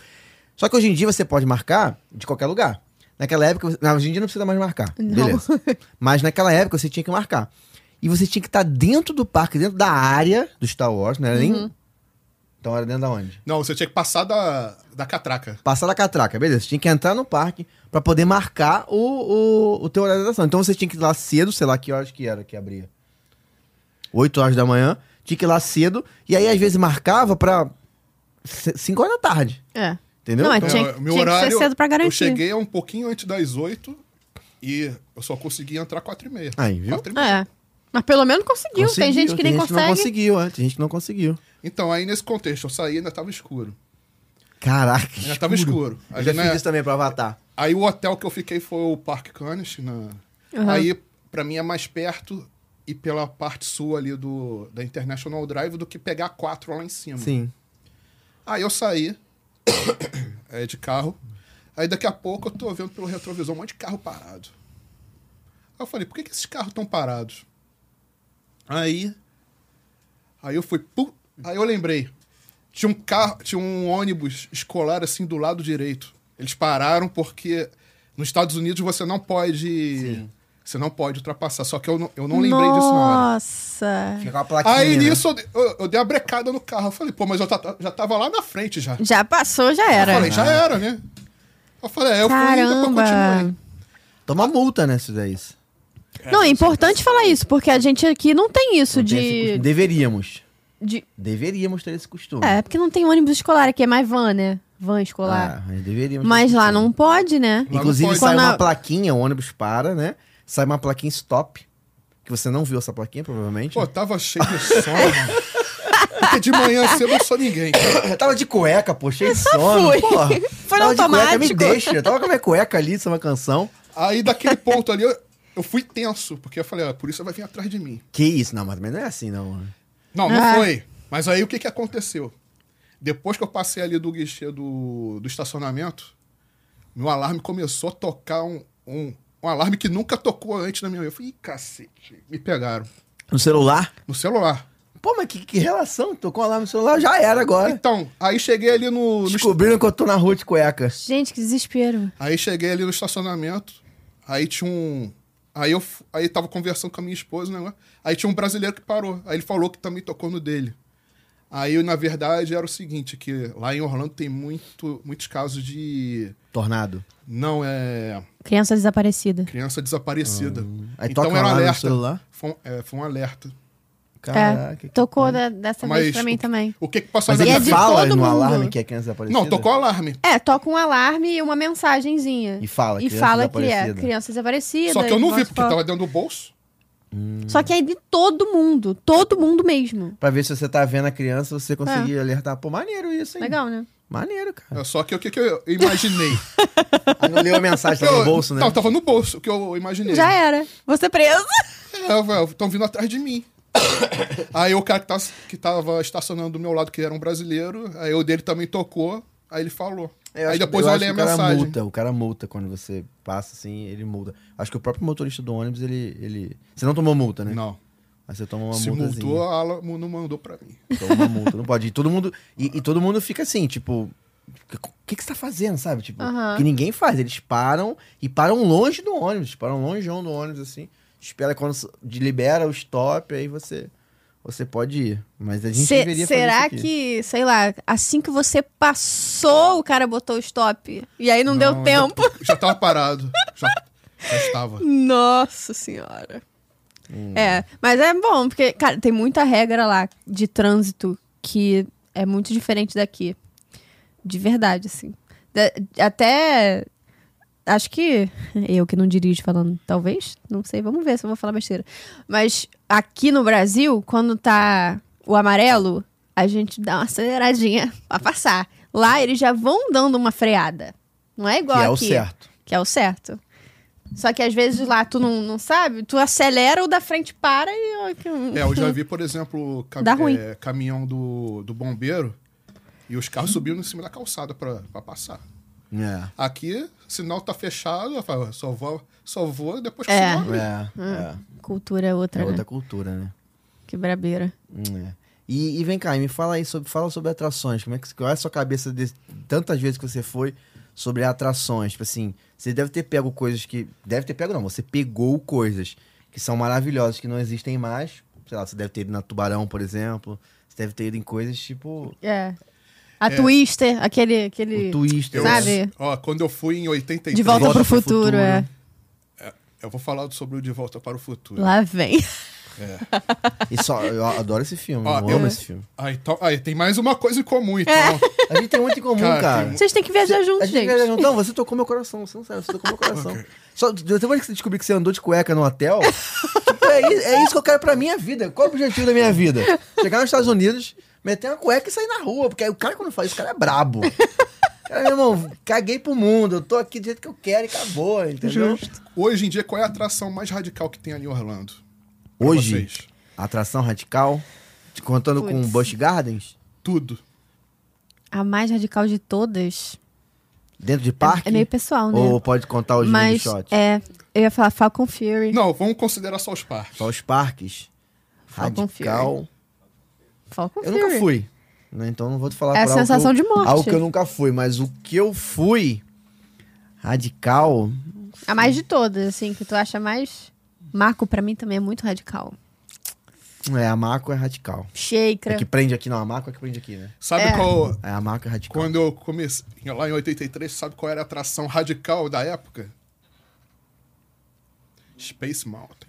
S2: Só que hoje em dia você pode marcar de qualquer lugar. Naquela época, você- não, hoje em dia não precisa mais marcar,
S1: Não.
S2: beleza. Mas naquela época você tinha que marcar. E você tinha que estar dentro do parque, dentro da área do Star Wars, não era
S1: Uhum.
S2: nem... Então era dentro da onde?
S4: Não, você tinha que passar da, da catraca.
S2: Passar da catraca, beleza. Você tinha que entrar no parque pra poder marcar o, o, o teu horário de atração. Então você tinha que ir lá cedo, sei lá que horas que era que abria. 8 horas da manhã, tinha que ir lá cedo, e aí às vezes marcava pra 5 horas da tarde,
S1: É.
S2: entendeu?
S1: Não, é
S2: Então,
S1: Tinha-
S4: Então,
S1: tinha que ser cedo pra garantir.
S4: Eu cheguei um pouquinho antes das 8 e eu só consegui entrar 4 e meia.
S2: Aí, viu?
S4: Quatro e meia.
S1: É. Mas pelo menos conseguiu. Tem gente que nem
S2: Tem gente
S1: consegue.
S2: não conseguiu, é. Tem gente que não conseguiu.
S4: Então, aí nesse contexto, eu saí e ainda tava escuro.
S2: Caraca,
S4: Ainda tava escuro.
S2: Eu
S4: Aí,
S2: já
S4: né,
S2: fiz isso também pro Avatar.
S4: aí o hotel que eu fiquei foi o Parque Canis. Na...
S1: Aham.
S4: Aí, pra mim, é mais perto e pela parte sul ali do, da International Drive do que pegar a 4 lá em cima.
S2: Sim.
S4: Aí eu saí é, de carro. Aí daqui a pouco eu tô vendo pelo retrovisor um monte de carro parado. Aí eu falei, por que, que esses carros estão parados? Aí. Aí eu fui. pu- Aí eu lembrei. Tinha um carro, tinha um ônibus escolar assim do lado direito. Eles pararam porque nos Estados Unidos você não pode. Você não pode ultrapassar. Só que eu não, eu não lembrei disso na hora.
S1: Nossa.
S2: Fica com a plaquinha.
S4: Aí
S2: né?
S4: nisso eu, de- eu- eu dei uma brecada no carro. Eu falei, pô, mas eu ta- já tava lá na frente já.
S1: Já passou, já era.
S4: Eu falei, já era, né? Eu falei, é, eu fui, depois
S1: Caramba.
S4: continuei.
S2: Toma multa, né, se der isso.
S1: Não, é importante falar isso, porque a gente aqui não tem isso
S2: Não tem esse
S1: de,
S2: costume. Deveríamos.
S1: de-
S2: Deveríamos ter esse costume.
S1: É, porque não tem ônibus escolar aqui, é mais van, né? Van escolar.
S2: Ah, mas deveríamos ter
S1: Mas
S2: esse
S1: lá
S2: costume.
S1: não pode, né?
S4: Lá não
S2: Inclusive
S4: pode.
S2: sai
S1: Quando a-
S2: uma plaquinha, o ônibus para, né? Sai uma plaquinha stop. Que você não viu essa plaquinha, provavelmente.
S4: Pô, tava cheio de sono. mano. Porque de manhã cedo eu não sou ninguém.
S2: eu tava de cueca, pô, cheio de sono.
S1: fui.
S2: Porra.
S1: Foi no
S2: tava de cueca, me
S1: automático.
S2: deixa. Eu tava com a minha cueca ali, isso é uma canção.
S4: Aí daquele ponto ali, eu, eu fui tenso, porque eu falei, ah, a polícia vai vir atrás de mim.
S2: Que isso, não, mas também não é assim, não.
S4: Não, não
S1: Ah.
S4: foi. Mas aí o que, que aconteceu? Depois que eu passei ali do guichê do, do estacionamento, meu alarme começou a tocar um, um, um alarme que nunca tocou antes na minha vida. Eu falei, Ih, cacete, me pegaram.
S2: No celular?
S4: No celular.
S2: Pô, mas que, que relação? Tocou lá no celular, já era agora.
S4: Então, aí cheguei ali no. no
S2: Descobriram que eu tô na rua de cueca.
S1: Gente, que desespero.
S4: Aí cheguei ali no estacionamento, aí tinha um. Aí eu f- aí tava conversando com a minha esposa, né? Aí tinha um brasileiro que parou. Aí ele falou que também tocou no dele. Aí, na verdade, era o seguinte, que lá em Orlando tem muito, muitos casos de.
S2: Tornado.
S4: Não, é.
S1: Criança desaparecida.
S4: Criança desaparecida.
S2: Ah, Aí
S4: então
S2: toca
S4: era um
S2: lá no
S4: alerta.
S2: celular.
S4: Foi, um- é, foi um alerta.
S2: Caraca.
S1: é,
S2: que tá?
S1: tocou da-
S2: coisa.
S1: dessa vez
S4: Mas
S1: pra mim
S4: o-
S1: também.
S4: O que que passou
S2: Mas
S4: na
S1: E
S2: ele
S1: é
S4: minha-
S1: de
S2: fala
S1: todo
S2: no
S1: mundo.
S2: alarme que é criança desaparecida?
S4: Não, tocou o alarme.
S1: É, toca um alarme e uma mensagenzinha.
S2: E fala,
S1: E
S2: criança
S1: fala que é
S2: desaparecida.
S1: criança desaparecida.
S4: Só que eu
S1: e
S4: não vi,
S1: mostra-
S4: porque tava dentro do bolso.
S1: Só que é de todo mundo. Todo mundo mesmo.
S2: Pra ver se você tá vendo a criança, você conseguir alertar. Pô, maneiro isso, hein?
S1: Legal, né?
S2: Maneiro, cara.
S4: É Só que o que, que eu eu imaginei?
S2: Ah, não leu a mensagem, tá
S4: Eu-
S2: no bolso, né?
S4: Não, tava no bolso, o que eu imaginei.
S1: Já era. Você preso.
S4: É, "Ah, Estão vindo atrás de mim. aí o cara que, tá, que tava estacionando do meu lado, que era um brasileiro, aí o dele também tocou, aí ele falou. aí depois eu,
S2: acho
S4: olhei a
S2: que o cara
S4: mensagem.
S2: Multa, o cara multa quando você passa assim, ele multa. Acho que o próprio motorista do ônibus, ele. ele... Você não tomou multa, né?
S4: Não.
S2: Aí você toma uma
S4: Se
S2: multazinha.
S4: multou, a ala mu- não mandou pra mim.
S2: Toma uma multa. um Não pode. E todo mundo. E, e todo mundo fica assim, tipo. O que, que você tá fazendo, sabe? Tipo,
S1: Aham.
S2: que ninguém faz. Eles param e param longe do ônibus. Param longeão do ônibus, assim. Espera quando s- de- libera o stop, aí você. Você pode ir. Mas a gente
S1: Se-
S2: deveria fazer
S1: será
S2: isso aqui.
S1: que, sei lá, assim que você passou, o cara botou o stop? E aí não, deu
S4: Não,
S1: tempo?
S4: Já tava parado. Já, já estava.
S1: Nossa senhora.
S2: Hum.
S1: É, mas é bom, porque, cara, tem muita regra lá de trânsito que é muito diferente daqui. De verdade, assim. Da- até. Acho que. Eu que não dirijo falando, talvez. Não sei, vamos ver se eu vou falar besteira. Mas aqui no Brasil, quando tá o amarelo, a gente dá uma aceleradinha pra passar. Lá eles já vão dando uma freada. Não é igual
S2: Que é o
S1: aqui
S2: certo.
S1: que é o certo. Só que às vezes lá tu não, não sabe, tu acelera o da frente para e. ó, que- um-
S4: É, eu já vi, por exemplo, cam-
S1: Dá ruim.
S4: é, caminhão do, do bombeiro e os carros subiram em cima da calçada pra, pra passar.
S2: É.
S4: Aqui, sinal tá fechado, eu falo, só vou, só vou depois que
S1: É.
S4: o sinal abrir.
S2: É,
S1: Cultura é
S2: é.
S1: outra,
S2: É outra
S1: né?
S2: cultura, né?
S1: Que brabeira.
S2: É. E, e vem cá, e me fala aí sobre, fala sobre atrações. Como é que qual é a sua cabeça de tantas vezes que você foi sobre atrações? Tipo assim, você deve ter pego coisas que. Deve ter pego, não. Você pegou coisas que são maravilhosas, que não existem mais. Sei lá, você deve ter ido na Tubarão, por exemplo. Você deve ter ido em coisas tipo.
S1: É. A Twister, aquele. aquele...
S2: O Twister.
S4: Eu-
S1: Sabe?
S4: Ó, quando eu fui em 83,
S1: De volta, pro, futuro, é.
S4: eu vou falar sobre o De Volta para o Futuro.
S1: Lá vem.
S2: E só, eu adoro esse filme.
S4: Ó,
S2: eu
S4: eu-
S2: amo esse filme.
S4: Ah, então, ah, e tem mais uma coisa em comum, então.
S1: É.
S2: A gente tem muito em comum,
S4: Cara,
S2: cara.
S4: tem
S1: Vocês têm que viajar
S2: A
S1: juntos,
S2: gente
S1: gente.
S2: viaja junto. Não, você tocou meu coração, você não sabe, você tocou meu coração. Só depois que você descobrir que você andou de cueca no hotel, tipo, é, i- é isso que eu quero pra minha vida. Qual é o objetivo da minha vida? Chegar nos Estados Unidos, meter uma cueca e sair na rua, porque aí o cara quando faz isso, o cara é brabo. Cara, meu irmão, caguei pro mundo, eu tô aqui do jeito que eu quero e acabou, entendeu?
S4: Hoje em dia, qual é a atração mais radical que tem ali em Orlando? Pra
S2: Hoje,
S4: vocês?
S2: atração radical, te contando com
S1: Putz.
S2: Busch Gardens,
S4: Tudo.
S1: A mais radical de todas.
S2: dentro de parque,
S1: É meio pessoal, né?
S2: ou pode contar os
S1: Mas
S2: mini-shots?
S1: é, eu ia falar Falcon Fury.
S4: Não, vamos considerar só os parques.
S2: Só os parques,
S1: Falcon
S2: radical...
S1: Fury. Falcon
S2: Eu
S1: Fury.
S2: nunca fui. né? Então não vou te
S1: É
S2: falar
S1: a
S2: por algo que
S1: sensação
S2: eu-
S1: de morte.
S2: Algo que eu nunca fui, mas o que eu fui radical.
S1: A mais de todas, assim, que tu acha mais. Marco, pra mim, também é muito radical.
S2: É, a Maco é radical.
S1: Shaker.
S2: É que prende aqui, não. A Maco é que prende aqui, né?
S4: Sabe
S1: É.
S4: qual.
S2: É, a Maco é radical.
S4: Quando eu comecei. Lá em 83, sabe qual era a atração radical da época? Space Mountain.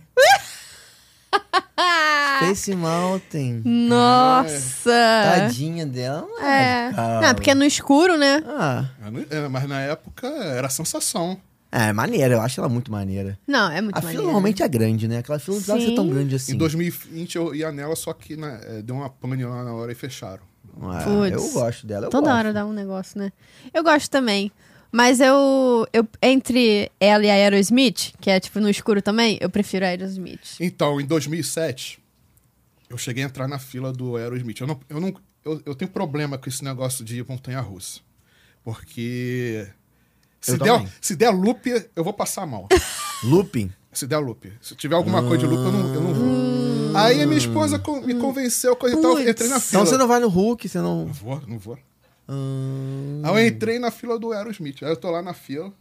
S2: Face Mountain.
S1: Nossa!
S2: Tadinha dela. não
S1: É.
S2: radical.
S1: Não, porque é no escuro, né?
S2: Ah,
S4: Eu não- é, Mas na época era a sensação.
S2: é é maneira, eu acho ela muito maneira.
S1: Não, é muito
S2: a fila
S1: maneiro.
S2: normalmente é grande, né? Aquela fila não precisava ser tão
S1: Sim.
S2: grande assim.
S4: Em 2020 eu ia nela, só que né, é, deu uma pane lá na hora e fecharam.
S2: Ah,
S1: Puts.
S2: eu gosto dela. Eu
S1: Toda
S2: gosto.
S1: hora dá um negócio, né? Eu gosto também. Mas eu, eu. Entre ela e a Aerosmith, que é tipo no escuro também, eu prefiro a Aerosmith.
S4: Então, em 2007, eu cheguei a entrar na fila do Aerosmith. Eu, não, eu, não, eu, eu tenho problema com esse negócio de montanha-russa. Porque... Se
S2: Eu
S4: der,
S2: também.
S4: se der loop, eu vou passar mal.
S2: Looping.
S4: Se der loop. Se tiver alguma coisa de loop, eu não, eu não vou. Aí a minha esposa con- me convenceu, coisa e tal, eu entrei na fila.
S2: Ah. Então você não vai no Hulk, você não.
S4: Não vou, não vou.
S2: Hum,
S4: Aí eu entrei na fila do Aerosmith. Aí eu tô lá na fila.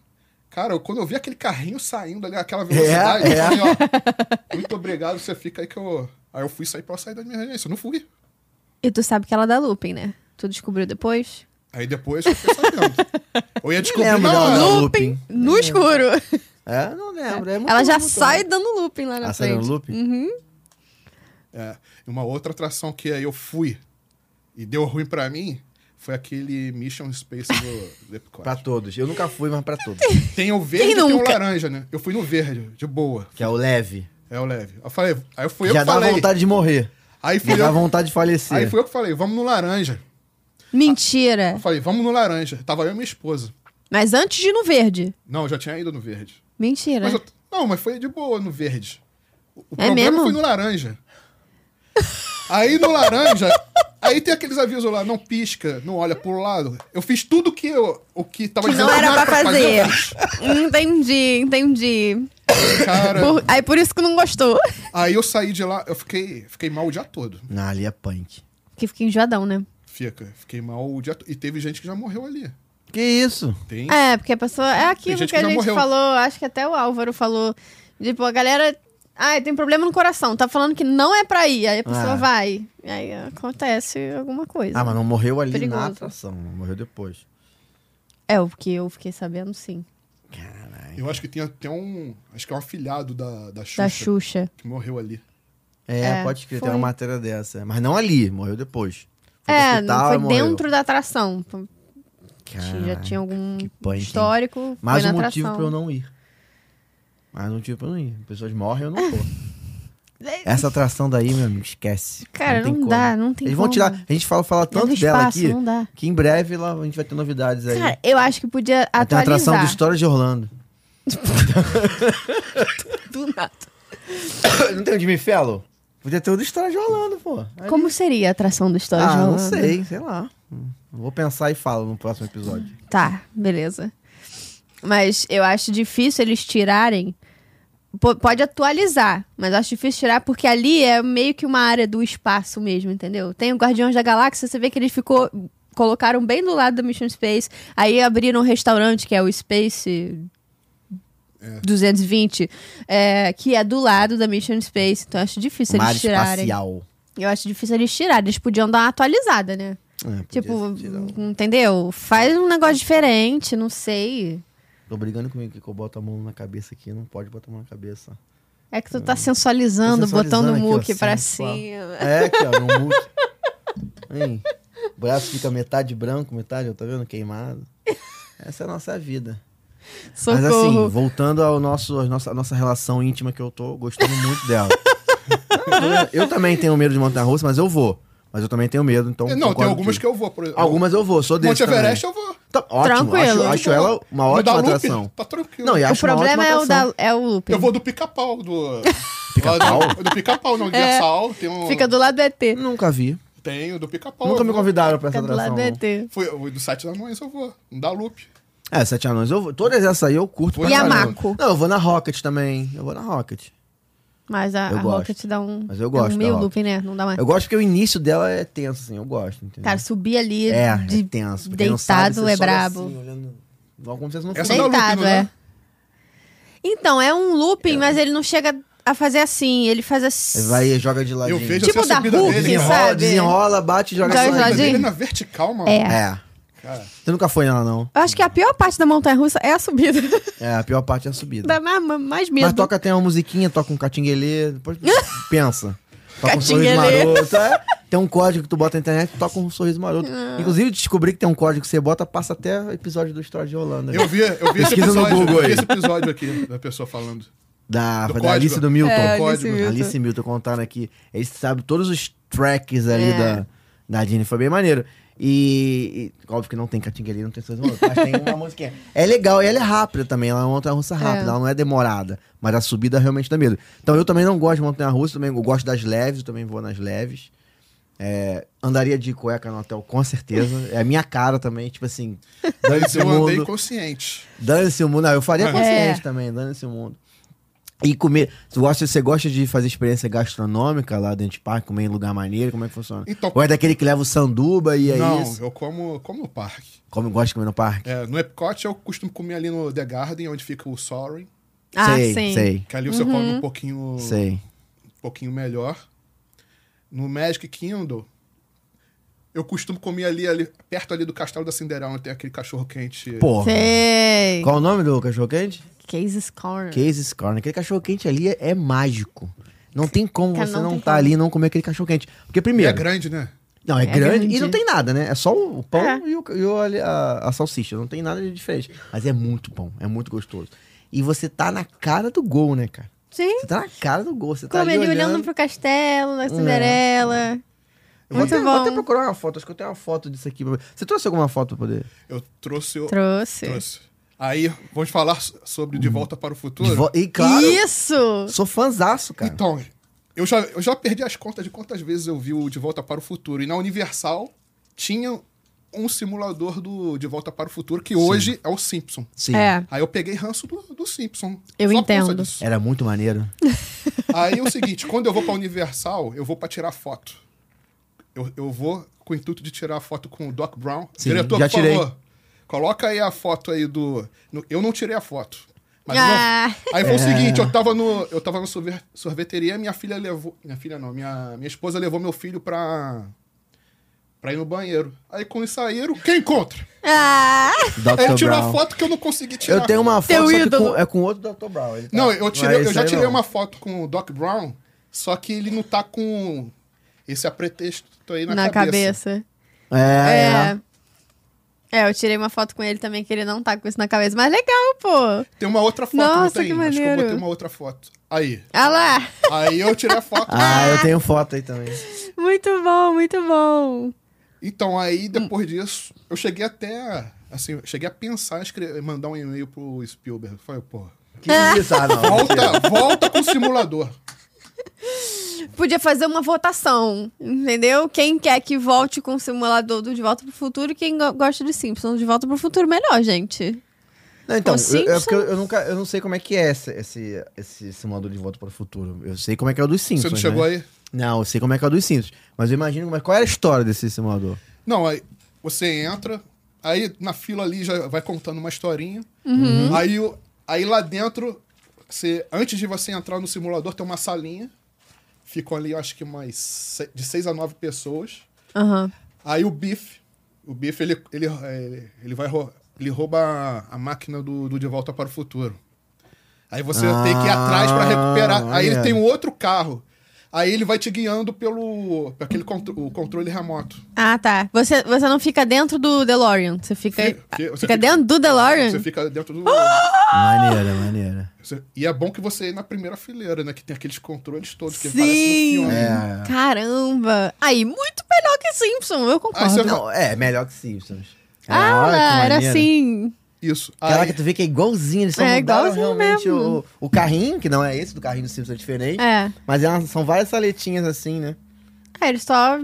S4: Cara, eu- quando eu vi aquele carrinho saindo daquela velocidade,
S2: É,
S4: eu falei, ó, muito obrigado, você fica aí que eu. Aí eu fui sair pra eu sair da minha residência. Eu não fui.
S1: E tu sabe que ela dá looping, né? Tu descobriu depois?
S4: Aí depois eu fiquei sabendo. Eu ia descobrir
S2: lembro
S4: na
S2: dela,
S4: hora.
S2: não. Dá
S1: looping
S2: Ah, looping.
S1: no escuro.
S2: É, não lembro.
S1: ela já sai dando looping lá na
S2: Ah, sai
S1: frente.
S2: dando looping?
S1: Uhum.
S4: É, e uma outra atração que aí eu fui e deu ruim pra mim foi aquele Mission Space do, do Epcot.
S2: Pra todos. Eu nunca fui, mas pra todos.
S4: Tem o verde e
S1: Quem
S4: tem o
S1: nunca?
S4: laranja, né? Eu fui no verde, de boa.
S2: Que é o leve.
S4: É o leve. Eu falei, aí fui eu
S2: já
S4: que
S2: dá
S4: falei.
S2: vontade de morrer.
S4: Aí
S2: Já
S4: fui
S2: dá
S4: eu,
S2: vontade de falecer.
S4: aí fui eu que falei, vamos no laranja.
S1: Mentira.
S4: Eu falei, vamos no laranja. Tava eu e minha esposa.
S1: Mas antes de ir no verde.
S4: Não, eu já tinha ido no verde.
S1: Mentira.
S4: Mas eu- não, mas foi de boa no verde. O, o
S1: É
S4: problema
S1: mesmo?
S4: foi no laranja. Aí no laranja, aí tem aqueles avisos lá, não pisca, não olha pro lado. Eu fiz tudo que eu, o que tava
S1: Que
S4: dizendo
S1: não
S4: que
S1: era pra fazer.
S4: eu fiz.
S1: entendi, entendi.
S4: Cara,
S1: Por- aí por isso que não gostou.
S4: aí eu saí de lá, eu fiquei, fiquei mal o dia todo.
S2: Não, ali é punk.
S1: Que fica enjoadão, né?
S4: Fica, fiquei mal o dia todo. E teve gente que já morreu ali.
S2: Que isso?
S4: Tem
S1: É, porque a pessoa. É aquilo
S4: gente
S1: que,
S4: que
S1: a
S4: já
S1: gente
S4: morreu.
S1: falou, acho que até o Álvaro falou. Tipo, a galera. Ai, tem problema no coração. Tá falando que não é pra ir. Aí a pessoa
S2: Ah.
S1: vai. Aí acontece alguma coisa.
S2: Ah, mas não morreu ali na
S1: Perigoso.
S2: atração. Morreu depois.
S1: É, o que eu fiquei sabendo, sim.
S4: Eu acho que tem até um. Acho que é um afilhado da, da Xuxa
S1: Da Xuxa.
S4: que morreu ali.
S2: É,
S1: É,
S2: pode escrever.
S1: foi.
S2: Tem uma matéria dessa. Mas não ali. Morreu depois. Foi pro
S1: é,
S2: hospital,
S1: não foi
S2: morreu.
S1: dentro da atração.
S2: Caraca,
S1: já tinha algum
S2: que punk, hein?
S1: histórico.
S2: Mais
S1: foi
S2: um
S1: na
S2: motivo
S1: atração.
S2: pra eu não ir. Mais um motivo pra eu não ir. Pessoas morrem, eu não vou. Essa atração daí, meu amigo, esquece.
S1: É, Cara,
S2: tem
S1: não
S2: como.
S1: dá, não tem
S2: Eles
S1: como.
S2: vão tirar. A gente fala, fala
S1: Não
S2: tanto
S1: tem
S2: dela
S1: espaço,
S2: aqui
S1: não dá.
S2: que em breve lá a gente vai ter novidades aí.
S1: Cara, eu acho que podia
S2: Tem uma atração do
S1: atualizar.
S2: História de Orlando.
S1: Do nada.
S2: Não tem o Jimmy Fellow? Podia ter o do História um de Orlando, pô. Aí-
S1: Como seria a atração do História
S2: ah,
S1: de
S2: não
S1: Orlando?
S2: sei, sei lá. Hum, Vou pensar e falo no próximo episódio.
S1: Tá, beleza. Mas eu acho difícil eles tirarem. Po- pode atualizar, mas acho difícil tirar porque ali é meio que uma área do espaço mesmo, entendeu? Tem o Guardiões da Galáxia, você vê que eles ficou colocaram bem do lado da Mission Space, aí abriram um restaurante que é o Space 220, é, que é do lado da Mission Space, então eu acho difícil
S2: Mar
S1: eles tirarem.
S2: espacial.
S1: Eu acho difícil eles tirarem, eles podiam dar uma atualizada, né?
S2: É, podia
S1: Tipo,
S2: ter tirado.
S1: entendeu? Faz um negócio diferente, não sei.
S2: Tô brigando comigo que eu boto a mão na cabeça aqui. Não pode botar a mão na cabeça.
S1: É que tu tá sensualizando,
S2: Tô sensualizando
S1: botando o
S2: aqui, ó,
S1: muque pra
S2: sensual.
S1: cima.
S2: É, aqui, ó, meu muque. Hein? O braço fica metade branco, metade, ó, tá vendo? Queimado. Essa é a nossa vida. Mas assim,
S1: Socorro.
S2: voltando ao nosso, à nossa, à nossa relação íntima que eu tô, gostando muito dela. eu também tenho medo de montanha russa, mas eu vou. Mas eu também tenho medo, então.
S4: Não, tem
S2: concordo
S4: algumas
S2: contigo.
S4: que eu vou. Por... exemplo.
S2: Algumas eu vou, sou desse.
S4: Monte
S2: também.
S4: Everest é eu vou.
S2: Tá ótimo,
S1: Tranquilo.
S2: acho, acho ela uma
S4: No
S2: ótima
S4: da Loop,
S2: atração.
S4: Tá tranquilo.
S2: Não, e
S1: o
S2: acho uma
S1: problema
S2: ótima
S1: é o,
S2: atração.
S1: da, é o looping.
S4: Eu vou do pica-pau. Do...
S2: Pica-pau?
S4: Lá do- Do pica-pau, não. Universal. Tem um...
S1: É. Fica do lado do ET.
S2: Nunca vi.
S4: Tem o do pica-pau.
S2: Nunca
S4: eu
S2: me
S4: vou.
S2: convidaram pra essa
S1: Fica do lado
S2: atração.
S1: do
S2: não.
S1: ET.
S4: Foi o do site da Anões, eu vou. Da Loop.
S2: É, Sete Anões. Eu vou- todas essas aí eu curto.
S4: E
S2: pra
S4: a
S2: caramba.
S1: Mako?
S2: Não, eu vou na Rocket também. Eu vou na Rocket.
S1: Mas a,
S2: Eu
S1: a
S2: gosto.
S1: Rocket dá um.
S2: Mas eu
S1: é
S2: gosto
S1: Um
S2: da
S1: meio
S2: Rocket.
S1: looping, né? Não dá mais.
S2: Eu gosto porque o início dela é tenso, assim. Eu gosto, entendeu?
S1: Cara, subir ali
S2: é, é
S1: de
S2: tenso. Pra quem não
S1: deitado
S2: sabe, você
S1: é
S2: sobe
S1: brabo.
S2: Assim, olhando, igual como se você não
S4: Essa
S2: fosse.
S4: não é
S1: Deitado,
S4: looping, não é?
S1: é. Então, é um looping, mas ele não chega a fazer assim. Ele faz assim.
S2: Ele Vai e joga de ladinho.
S4: Eu vejo
S1: Tipo
S4: assim, a
S1: da
S4: subida
S1: Hulk,
S4: dele.
S1: sabe?
S4: cara.
S2: Desenrola, desenrola, bate e joga
S1: Joga de
S2: de
S4: A subida
S2: ladinho.
S4: dele
S1: ladinho?
S4: é na vertical, mano.
S1: É.
S2: É.
S4: Cara,
S2: Você nunca foi né, nela, não.
S1: Eu acho que a pior parte da montanha russa é a subida.
S2: É, a pior parte é a subida.
S1: Dá mais, mais medo.
S2: Mas toca tem uma musiquinha, toca um catinguelê, depois pensa. Toca um sorriso
S1: Catinguelê.
S2: maroto. é. Tem um código que tu bota na internet, toca um sorriso maroto. Inclusive, descobri que tem um código que você bota, passa até o episódio do História de Holanda.
S4: eu vi, eu vi esse
S2: Pesquisa no
S4: episódio.
S2: Google
S4: eu vi
S2: aí.
S4: esse episódio aqui da pessoa falando.
S2: Da,
S4: Do
S2: foi da
S4: código.
S2: Alice do Milton.
S1: É,
S4: Alice
S2: Código.
S1: Milton.
S2: Alice Milton contando aqui. Ele sabe todos os tracks ali
S1: É.
S2: da, da Disney. Foi bem maneiro. E, e óbvio que não tem catinguelê, não tem sorriso maroto, mas tem uma musiquinha. É legal e ela é rápida também. Ela é uma montanha-russa rápida,
S1: É.
S2: ela não é demorada. Mas a subida realmente dá medo. Então eu também não gosto de montanha-russa, também eu gosto das leves, eu também vou nas leves. É, andaria de cueca no hotel, com certeza. É a minha cara também, tipo assim, dane-se o
S4: Eu andei
S2: mundo.
S4: consciente.
S2: Dane-se o mundo. Não, eu faria
S4: É.
S2: consciente também, dane-se o mundo. E comer. Você gosta, você gosta de fazer experiência gastronômica lá dentro de parque, comer em lugar maneiro? Como é que funciona?
S4: Então-
S2: Ou é daquele que leva o sanduba e é
S4: não,
S2: isso?
S4: eu como, como no parque.
S2: Como gosta de comer no parque?
S4: É, no Epcot eu costumo comer ali no The Garden, onde fica o Soaring.
S1: Ah,
S2: sei,
S1: sim.
S2: sei,
S4: Que ali você
S1: Uhum.
S4: come um pouquinho, um
S2: sei.
S4: pouquinho melhor. No Magic Kingdom, eu costumo comer ali, ali perto ali do Castelo da Cinderela, onde tem aquele cachorro quente.
S2: Porra.
S1: Sei. É.
S2: Qual o nome do cachorro quente?
S1: Case Corner.
S2: Case Corner. Aquele cachorro quente ali é, é mágico. Não tem como
S1: Cara,
S2: você
S1: não
S2: não
S1: tem
S2: estar tá
S1: como.
S2: ali e não comer aquele cachorro quente. Porque
S4: E é
S2: primeiro.
S4: grande, né?
S2: Não, é,
S1: É
S2: grande,
S1: grande.
S2: e não tem nada, né? É só o pão
S1: É.
S2: e, o, e o- ali- a, a salsicha. Não tem nada de diferente. Mas é muito bom, é muito gostoso. E você tá na cara do gol, né, cara?
S1: Sim.
S2: Você tá na cara do gol. Você tá
S1: Como
S2: ali
S1: ele
S2: olhando. É.
S1: olhando pro castelo, na Cinderela.
S2: Eu vou,
S1: Muito
S2: até, vou até
S1: bom.
S2: procurar uma foto. Acho que eu tenho uma foto disso aqui. pra- Você trouxe alguma foto pra poder?
S4: Eu trouxe o.
S1: Trouxe.
S4: trouxe. Aí, vamos falar so- sobre De Volta para o Futuro?
S2: De vo- E claro,
S1: Isso!
S2: sou fanzaço, cara.
S4: Então, eu já, eu já perdi as contas de quantas vezes eu vi o De Volta para o Futuro. E na Universal tinha um simulador do De Volta para o Futuro, que hoje é o Simpson.
S2: Sim.
S1: É.
S4: Aí eu peguei ranço do, do Simpson.
S1: Eu
S4: Só por causa
S1: entendo.
S4: disso.
S2: Era muito maneiro.
S4: Aí é o seguinte, quando eu vou pra Universal, eu vou pra tirar foto. Eu, eu vou com o intuito de tirar foto com o Doc Brown.
S2: Sim,
S4: Diretor,
S2: já
S4: por
S2: tirei.
S4: favor, coloca aí a foto aí do... no- eu não tirei a foto. Mas
S1: Ah.
S4: não-
S2: É.
S4: Aí foi o seguinte, eu tava no eu tava na sorve- sorveteria, minha filha levou, minha filha não, minha, minha esposa levou meu filho pra pra ir no banheiro. Aí quando eles saíram, quem encontra?
S1: Ah!
S2: Dr.
S4: Ele tirou a
S2: Brown.
S4: foto que eu não consegui tirar.
S2: Eu tenho uma foto,
S1: Teu
S2: só que
S1: ídolo.
S2: com, é com outro Dr. Brown. ele tá-
S4: Não, eu, tirei-
S2: Não é
S4: eu já
S2: esse aí,
S4: tirei
S2: não.
S4: uma foto com o Doc Brown, só que ele não tá com esse apretexto aí na,
S1: Na, cabeça.
S2: É, é.
S1: É. É, eu tirei uma foto com ele também, que ele não tá com isso na cabeça. Mas legal, pô!
S4: Tem uma outra foto,
S1: Nossa,
S4: não tem?
S1: que
S4: Acho que eu
S1: maneiro.
S4: botei uma outra foto. Aí.
S1: Ah lá!
S4: Aí eu tirei a foto.
S2: Ah, eu tenho foto aí também.
S1: Muito bom, muito bom!
S4: Então, aí
S2: Hum.
S4: depois disso, eu cheguei até. Assim, eu cheguei a pensar em escrever- mandar um e-mail pro Spielberg. Eu Falei, pô.
S2: Que isso, ah, não.
S4: Volta, volta pro simulador.
S1: podia fazer uma votação, entendeu? Quem quer que volte com o simulador do De Volta pro Futuro e quem go- gosta de Simpsons de Volta pro Futuro, melhor, gente.
S2: Não, então,
S1: Os
S2: eu, é
S1: Simpsons-
S2: porque eu, eu nunca, eu não sei como é que é esse, esse, esse simulador de volta para o futuro. Eu sei como é que é o dos Simpsons.
S4: Você não chegou
S2: né?
S4: aí?
S2: Não, eu sei como é que é o dos Simpsons. Mas eu imagino como é- qual era a história desse simulador.
S4: Não, aí você entra, aí na fila ali já vai contando uma historinha. Aí, o- aí lá dentro, você, antes de você entrar no simulador, tem uma salinha. Ficam ali, eu acho que mais se- de seis a nove pessoas.
S1: Aham.
S4: Aí o Biff, o Biff, ele, ele, é, ele vai rou- ele rouba a, a máquina do, do De Volta para o Futuro. Aí você
S2: Ah,
S4: tem que ir atrás para recuperar. Aí ele
S2: maneiro.
S4: tem um outro carro. Aí ele vai te guiando pelo por aquele contro- o controle remoto.
S1: Ah, tá. Você, você não fica dentro do DeLorean, você fica,
S4: Fi- fi- você
S1: fica, dentro do DeLorean?
S4: Então, Você fica dentro do.
S1: Ah!
S2: Maneira, maneira.
S4: Você- E é bom que você ir na primeira fileira, né? Que tem aqueles controles todos que
S1: Sim.
S4: aparecem no filme.
S2: É. Ah,
S1: Caramba! Aí, muito melhor que Simpson, eu
S4: Aí
S1: concordo.
S4: você-
S2: Não, é, melhor que Simpsons. É,
S1: Ah,
S2: Olha, que
S1: era
S2: maneiro.
S1: assim.
S4: Isso. Aí-
S2: Caraca, tu vê que é igualzinho, eles só
S1: É,
S2: mudaram
S1: igualzinho
S2: realmente
S1: mesmo.
S2: O, o carrinho, que não é esse, do carrinho do Simpsons é diferente.
S1: É.
S2: Mas é uma- são várias saletinhas assim, né?
S1: Ah, ele só.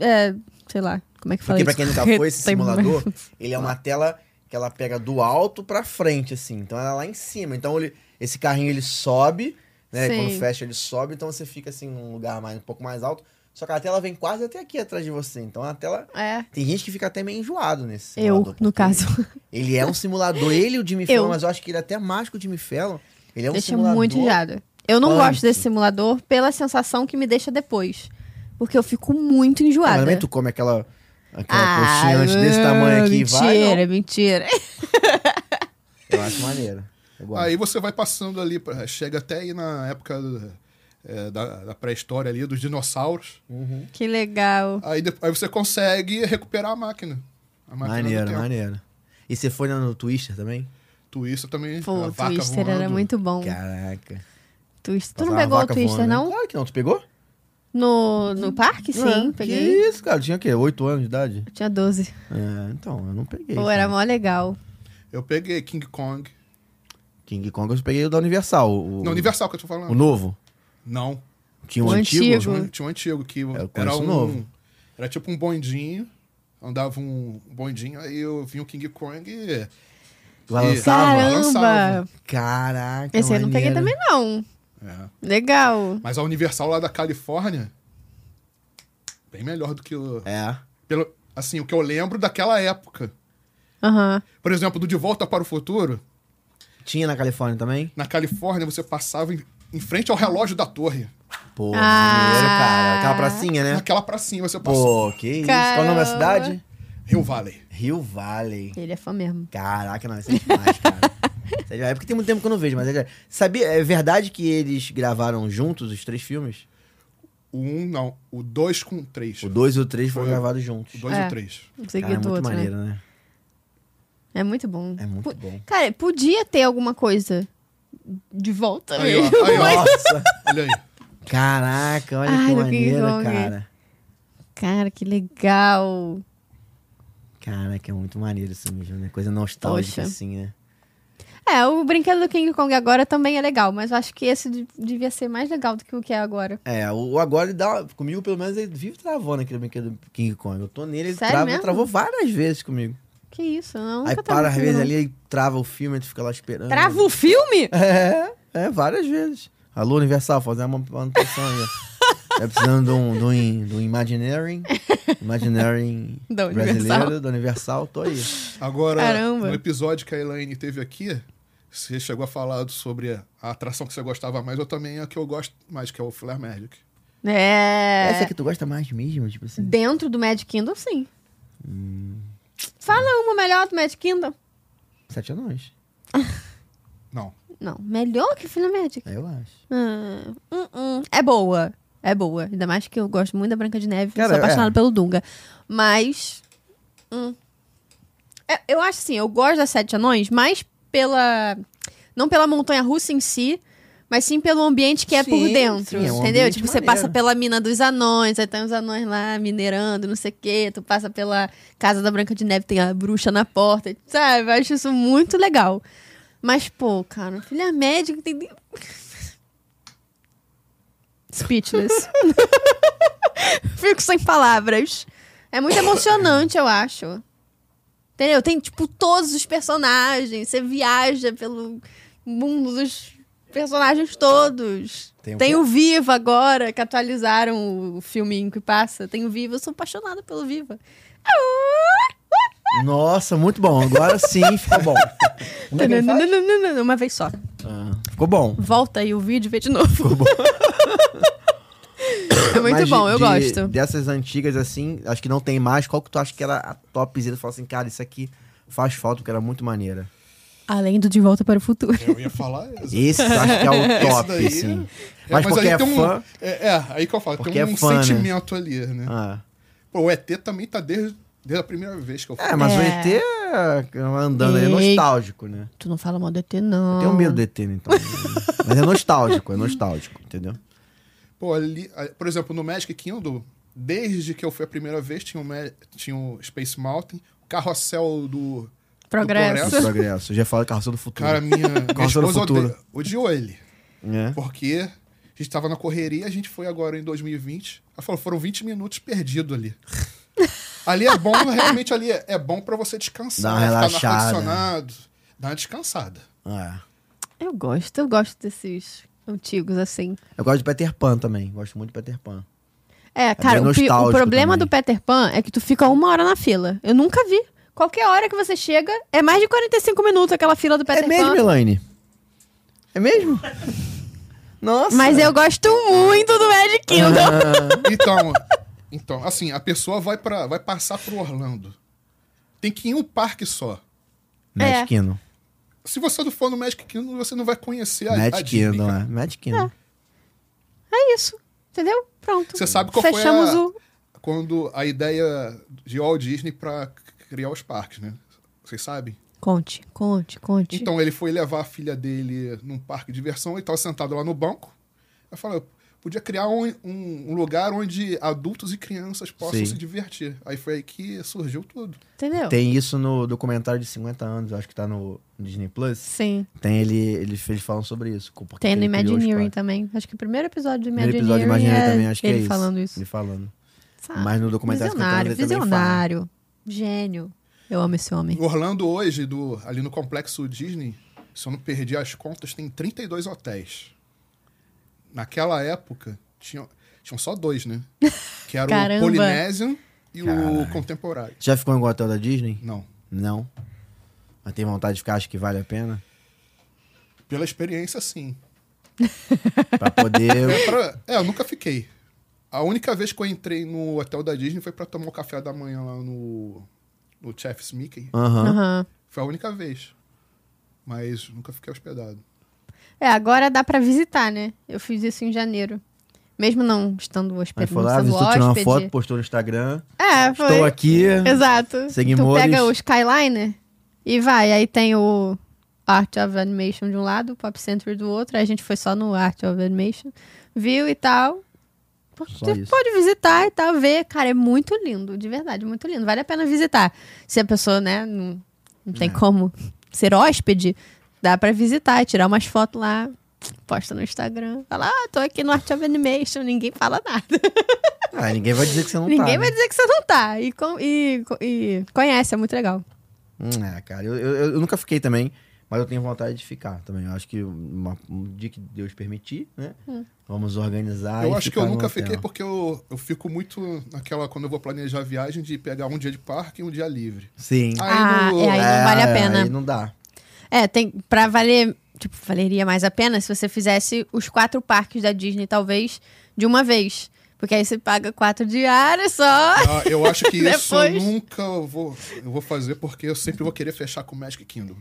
S1: É, sei lá, como é que fala
S2: Porque pra
S1: isso?
S2: quem nunca foi, esse
S1: Tem-
S2: simulador, ele é uma tela que ela pega do alto pra frente, assim. Então ela é lá em cima. Então ele- esse carrinho ele sobe, né?
S1: Sim.
S2: Quando fecha, ele sobe, então você fica assim num lugar mais, um pouco mais alto. Só que a tela vem quase até aqui atrás de você. Então a tela.
S1: É.
S2: Tem gente que fica até meio enjoado nesse simulador.
S1: Eu,
S2: porque
S1: no caso.
S2: Ele é um simulador, ele e o Jimmy
S1: Eu.
S2: Fallon, mas eu acho que ele é até mais que o Jimmy Fallon. Ele é um
S1: deixa
S2: simulador.
S1: muito enjoado. Eu não
S2: Punk.
S1: gosto desse simulador pela sensação que me deixa depois. Porque eu fico muito
S2: Não, mas
S1: enjoada.
S2: também tu come aquela, aquela
S1: Ah,
S2: coxinha antes desse tamanho aqui e
S1: mentira,
S2: vai. não.
S1: Mentira, é mentira.
S2: Eu acho maneiro. Eu gosto.
S4: Aí você vai passando ali, pra- chega até aí na época eh, da, da pré-história ali, dos dinossauros.
S2: Uhum.
S1: Que legal.
S4: Aí, de- aí você consegue recuperar a máquina. A máquina
S2: Maneiro,
S4: do tempo.
S2: maneiro. E você foi no Twister também?
S4: Twister também.
S1: Pô,
S4: a
S1: o
S4: vaca
S1: Twister
S4: voando.
S1: era muito bom.
S2: Caraca.
S1: Twister. Tu não
S2: Passava
S1: pegou o
S2: vaca
S1: Twister,
S2: voando, né?
S1: não?
S2: Claro que não. Tu pegou?
S1: No, no parque, sim.
S2: É,
S1: peguei.
S2: Que isso, cara? Tinha o quê? 8 anos de idade?
S1: Eu tinha 12.
S2: É, então, eu não peguei.
S1: Pô,
S2: cara.
S1: era mó legal.
S4: Eu peguei King Kong.
S2: King Kong eu peguei o da Universal. O,
S4: Não, Universal que eu tô falando.
S2: O novo.
S4: Não.
S2: Tinha um
S1: O
S2: antigo.
S1: antigo.
S4: Tinha um, tinha um antigo que
S2: É, eu
S4: era
S2: conheço
S4: um.
S2: o novo.
S4: Era tipo um bondinho. Andava um bondinho, aí eu vi o King Kong e.
S2: Lançava.
S4: Lançava,
S1: Caramba!
S4: lançava.
S2: Caraca.
S1: Esse aí eu não peguei
S2: maneiro.
S1: também, não.
S4: É.
S1: Legal.
S4: Mas a Universal lá da Califórnia. Bem melhor do que o.
S2: É.
S4: Pelo, assim, o que eu lembro daquela época.
S1: Aham.
S4: Por exemplo, do De Volta para o Futuro,
S2: Tinha na Califórnia também?
S4: na Califórnia você passava em, em frente ao relógio da torre.
S2: Pô,
S1: Ah.
S2: maneiro, cara. Aquela pracinha, né?
S4: Naquela pracinha você passou.
S2: Pô, que isso. Qual o nome
S1: Caramba.
S2: da cidade?
S4: Rio Valley.
S2: Rio Valley.
S1: Ele é fã mesmo.
S2: Caraca, não, isso é demais, cara. Isso é demais. É porque tem muito tempo que eu não vejo, mas é demais. Sabia, é verdade que eles gravaram juntos os três filmes?
S4: O 1, um, não. O 2 com o 3.
S2: O dois e o três foram
S4: Foi.
S2: gravados juntos.
S4: O 2 e
S1: É.
S4: o 3.
S1: Um
S2: Cara, é
S1: seguido do
S2: muito
S1: outro, né?
S2: maneiro, né?
S1: É muito bom.
S2: É muito
S1: Pu-
S2: bom.
S1: Cara, podia ter alguma coisa de volta
S4: Aí, ó.
S1: mesmo.
S4: Aí, ó.
S2: Nossa!
S4: Olha aí.
S2: Caraca, olha
S1: Ai,
S2: que
S1: do King
S2: maneiro,
S1: Kong.
S2: cara.
S1: Cara, que legal.
S2: Caraca, é muito maneiro isso mesmo, né? Coisa
S1: Poxa.
S2: nostálgica, assim, né?
S1: É, o brinquedo do King Kong agora também é legal, mas eu acho que esse de- devia ser mais legal do que o que é agora.
S2: É, o o agora ele dá. Comigo, pelo menos, ele vive travando aquele brinquedo do King Kong. Eu tô nele, ele
S1: Sério
S2: trava,
S1: mesmo?
S2: travou várias vezes comigo.
S1: Que isso, eu nunca
S2: Aí
S1: tava
S2: para às
S1: vendo,
S2: vezes
S1: não.
S2: ali, ele trava o filme, tu fica lá esperando.
S1: Trava o filme?
S2: É, é, várias vezes. Alô, Universal, fazer uma manutenção aí. ó. Tá precisando de um, de um, in- de um Imagineering. Imagineering
S1: Da Universal.
S2: brasileiro, da Universal, tô aí.
S4: Agora,
S1: Caramba.
S4: no episódio que a Elaine teve aqui, você chegou a falar sobre a atração que você gostava mais, eu também a que eu gosto mais, que é o Flare Magic.
S1: É.
S2: Essa que tu gosta mais mesmo, tipo assim. Hum,
S1: Dentro do Magic Kingdom, sim. Fala uma melhor do Magic Kingdom.
S2: Sete anões.
S4: Não.
S1: Não, melhor que Filho Magic.
S2: É, eu acho.
S1: Hum, hum, hum. É boa. É boa. Ainda mais que eu gosto muito da Branca de Neve.
S2: Cara,
S1: sou apaixonada
S2: é.
S1: pelo Dunga. Mas. hum. É, eu acho assim, eu gosto das Sete Anões, mais pela. Não pela montanha russa em si, mas sim pelo ambiente que é por
S2: Sim,
S1: dentro.
S2: sim, é um
S1: entendeu?
S2: ambiente
S1: Tipo, você
S2: maneiro.
S1: passa pela mina dos anões, aí tem os anões lá minerando, não sei o quê. Tu passa pela casa da Branca de Neve, tem a bruxa na porta, sabe? Eu acho isso muito legal. é Mas, pô, cara, filha médica tem. Speechless. Fico sem palavras. É muito emocionante, eu acho. Entendeu? Tem, tipo, todos os personagens. Você viaja pelo mundo dos personagens todos.
S2: Tá. Tem
S1: Tem,
S2: o
S1: o Viva agora, que atualizaram o filminho que passa. Tem o Viva. Eu sou apaixonada pelo Viva.
S2: Nossa, muito bom. Agora sim ficou bom. Como é que ele faz?
S1: Uma vez só.
S2: Ah, ficou bom.
S1: Volta aí o vídeo e vê de novo. é muito
S2: Mas de-
S1: bom, eu
S2: de-
S1: gosto.
S2: Dessas antigas, assim, acho que não tem mais. Qual que tu acha que era a topzera? Tu fala assim, cara, isso aqui faz falta, porque era muito maneira.
S1: Além do De Volta para o Futuro.
S4: Eu ia falar isso.
S2: Esse eu acho que é o
S4: Esse
S2: top,
S4: daí-
S2: assim.
S4: É,
S2: Mas, porque é
S4: tem um-
S2: fã...
S4: É, é, aí que eu falo,
S2: Porque
S4: tem
S2: é
S4: um
S2: fã, né?
S4: sentimento ali, né?
S2: Ah.
S4: Pô, o ET também tá desde, desde a primeira vez que eu
S2: É,
S4: falo.
S2: mas o
S1: É.
S2: ET é andando, ele é
S1: Ei.
S2: nostálgico, né?
S1: Tu não fala mal do ET, não.
S2: Eu tenho medo do ET, né, então. mas é nostálgico, é nostálgico, entendeu?
S4: Pô, ali, a- por exemplo, no Magic Kingdom, desde que eu fui a primeira vez, tinha o, Ma- tinha o Space Mountain, o carrossel do...
S1: Progresso.
S2: O progresso. Eu já falo carroça é do futuro.
S4: Cara, minha, minha
S2: Carrossel do
S4: esposa
S2: Futuro.
S4: odeia- odiou ele.
S2: né?
S4: Porque a gente tava na correria, a gente foi agora em 2020. Ela falou, foram 20 minutos perdidos ali. ali é bom, realmente ali é, é bom pra você
S2: Dá
S4: descansar.
S2: uma
S4: Ficar no
S2: relaxada. né?
S4: ar-condicionado, dar uma descansada.
S2: Ah, é.
S1: Eu gosto, eu gosto desses antigos, assim.
S2: Eu gosto de Peter Pan também. Gosto muito de Peter Pan.
S1: É, cara,
S2: bem
S1: o, pi- o
S2: nostálgico
S1: problema
S2: também.
S1: do Peter Pan é que tu fica uma hora na fila. Eu nunca vi. Qualquer hora que você chega, é mais de 45 minutos aquela fila do Peter
S2: é mesmo,
S1: Pan.
S2: Elaine? É mesmo? Nossa. Ah,
S1: Mas eu gosto muito do Magic Kingdom.
S4: Então, então assim, a pessoa vai, pra, vai passar pro Orlando. Tem que ir em um parque só.
S2: Magic
S1: É.
S2: Kingdom.
S4: Se você não for no Magic Kingdom, você não vai conhecer a, a
S2: Magic
S4: Disney.
S2: Kingdom,
S4: cara.
S2: é. Magic Kingdom.
S1: É isso. Entendeu? Pronto.
S4: Você sabe qual
S1: Fechamos
S4: foi a,
S1: o.
S4: quando a ideia de Walt Disney pra c- criar os parques, né? Vocês sabem?
S1: Conte, conte, conte.
S4: Então ele foi levar a filha dele num parque de diversão e estava sentado lá no banco. Eu falei, podia criar um, um- um lugar onde adultos e crianças possam
S2: Sim.
S4: se divertir. Aí foi aí que surgiu tudo.
S1: Entendeu?
S2: Tem isso no documentário de 50 anos, acho que tá no Disney Plus.
S1: Sim.
S2: Tem ele, ele fez falam sobre isso. porque
S1: Tem no
S2: ele criou os
S1: Imagineering
S2: parques.
S1: também. Acho que o primeiro episódio do
S2: Primeiro
S1: Imagineering,
S2: episódio de Imagineering
S1: é
S2: também, acho que
S1: ele
S2: é isso.
S1: falando isso.
S2: Ele falando.
S1: Sabe?
S2: Mas no documentário de 50 anos
S1: Visionário,
S2: ele também fala.
S1: visionário. Gênio. Eu amo esse homem.
S4: O Orlando hoje, do- ali no complexo Disney, se eu não perdi as contas, tem 32 hotéis. Naquela época, tinham, tinham só dois, né? Que era
S1: Caramba.
S4: o Polynesian e o
S2: Caralho.
S4: Contemporary.
S2: Já ficou em algum hotel da Disney?
S4: Não.
S2: Não. Mas tem vontade de ficar, acho que vale a pena.
S4: Pela experiência, sim.
S2: Pra poder.
S4: É, pra- é, eu nunca fiquei. A única vez que eu entrei no hotel da Disney foi pra tomar o café da manhã lá no, no Chef's Mickey.
S2: Aham.
S1: Aham.
S4: Foi a única vez. Mas nunca fiquei hospedado.
S1: É, agora dá pra visitar, né? Eu fiz isso em janeiro. Mesmo não estando
S2: Aí "Ah,
S1: hospedado,
S2: foi lá,
S1: sendo
S2: visitou, tirou uma
S1: hóspede.
S2: foto, postou no Instagram.
S1: É, foi.
S2: Ah, Estou aqui.
S1: Exato.
S2: Seguimores.
S1: Tu pega o Skyliner e vai. Aí tem o Art of Animation de um lado, o Pop Center do outro. Aí a gente foi só no Art of Animation. Viu e tal. Pô,
S2: Só
S1: Você
S2: isso.
S1: pode visitar e tal, ver. Cara, é muito lindo, de verdade, muito lindo. Vale a pena visitar. Se a pessoa, né, não, não
S2: É.
S1: tem como ser hóspede, dá pra visitar, tirar umas fotos lá, posta no Instagram. Fala, ah, tô aqui no Art of Animation, ninguém fala nada.
S2: Ah, ninguém vai dizer que você não tá.
S1: Ninguém
S2: né?
S1: vai dizer que você não tá. E, com- e- e conhece, é muito legal.
S2: Hum, É, cara, eu, eu- eu nunca fiquei também, mas eu tenho vontade de ficar também. Eu acho que uma- um dia que Deus permitir, né?
S1: Hum.
S2: Vamos organizar.
S4: eu
S2: e
S4: acho que
S2: ficar
S4: eu
S2: no
S4: nunca
S2: hotel.
S4: fiquei porque eu, eu fico muito naquela, quando eu vou planejar a viagem, de pegar um dia de parque e um dia livre.
S2: Sim.
S4: Aí
S1: Ah,
S4: no-
S1: é, aí não vale a
S2: É,
S1: pena.
S2: Aí não dá.
S1: É, tem pra valer, tipo, valeria mais a pena se você fizesse os quatro parques da Disney, talvez, de uma vez. Porque aí você paga quatro diárias só.
S4: Ah, eu acho que isso eu
S1: Depois.
S4: nunca vou, eu vou fazer porque eu sempre vou querer fechar com o Magic Kingdom.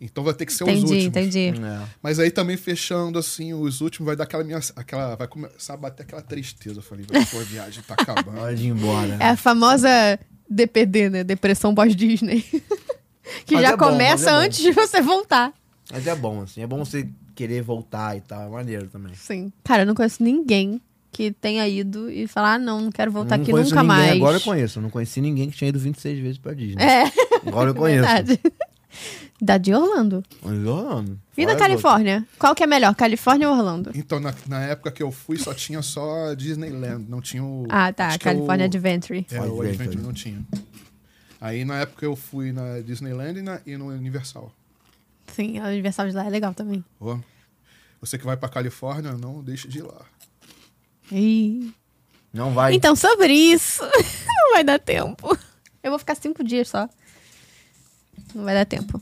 S4: Então vai ter que ser os
S1: entendi,
S4: últimos.
S1: entendi.
S2: É.
S4: Mas aí também fechando assim, os últimos vai dar aquela minha. Aquela, vai começar a bater aquela tristeza. Eu falei, "Vai, pô, a viagem tá acabando.
S2: Hora de ir embora.
S1: É a famosa DPD, né? Depressão pós-Disney. que
S2: Mas
S1: já
S2: é bom,
S1: começa
S2: mas é bom.
S1: antes de você voltar.
S2: Mas é bom, assim. É bom você querer voltar e tal. É maneiro também.
S1: Sim. Cara, eu não conheço ninguém que tenha ido e falar, ah, não, não quero voltar
S2: Não
S1: aqui
S2: conheço
S1: nunca
S2: ninguém.
S1: mais.
S2: Agora eu conheço. Eu não conheci ninguém que tinha ido 26 vezes pra Disney.
S1: É,
S2: Agora eu conheço.
S1: verdade. Da de Orlando.
S2: Orlando.
S1: E
S2: Fora
S1: da
S2: do-
S1: Califórnia? Qual que é melhor, Califórnia ou Orlando?
S4: Então, na, na época que eu fui, só tinha só Disneyland, não tinha o.
S1: Ah, tá.
S4: acho que é
S1: California
S4: o-
S1: Adventure.
S4: É, o
S2: Adventure.
S4: Adventure não tinha. Aí na época eu fui na Disneyland e, na- e no Universal.
S1: Sim, o aniversário de lá é legal também.
S4: Ó, Você que vai pra Califórnia, não deixe de ir lá.
S1: Ih.
S2: Não vai.
S1: Então, sobre isso, não vai dar tempo. Eu vou ficar cinco dias só. Não vai dar tempo.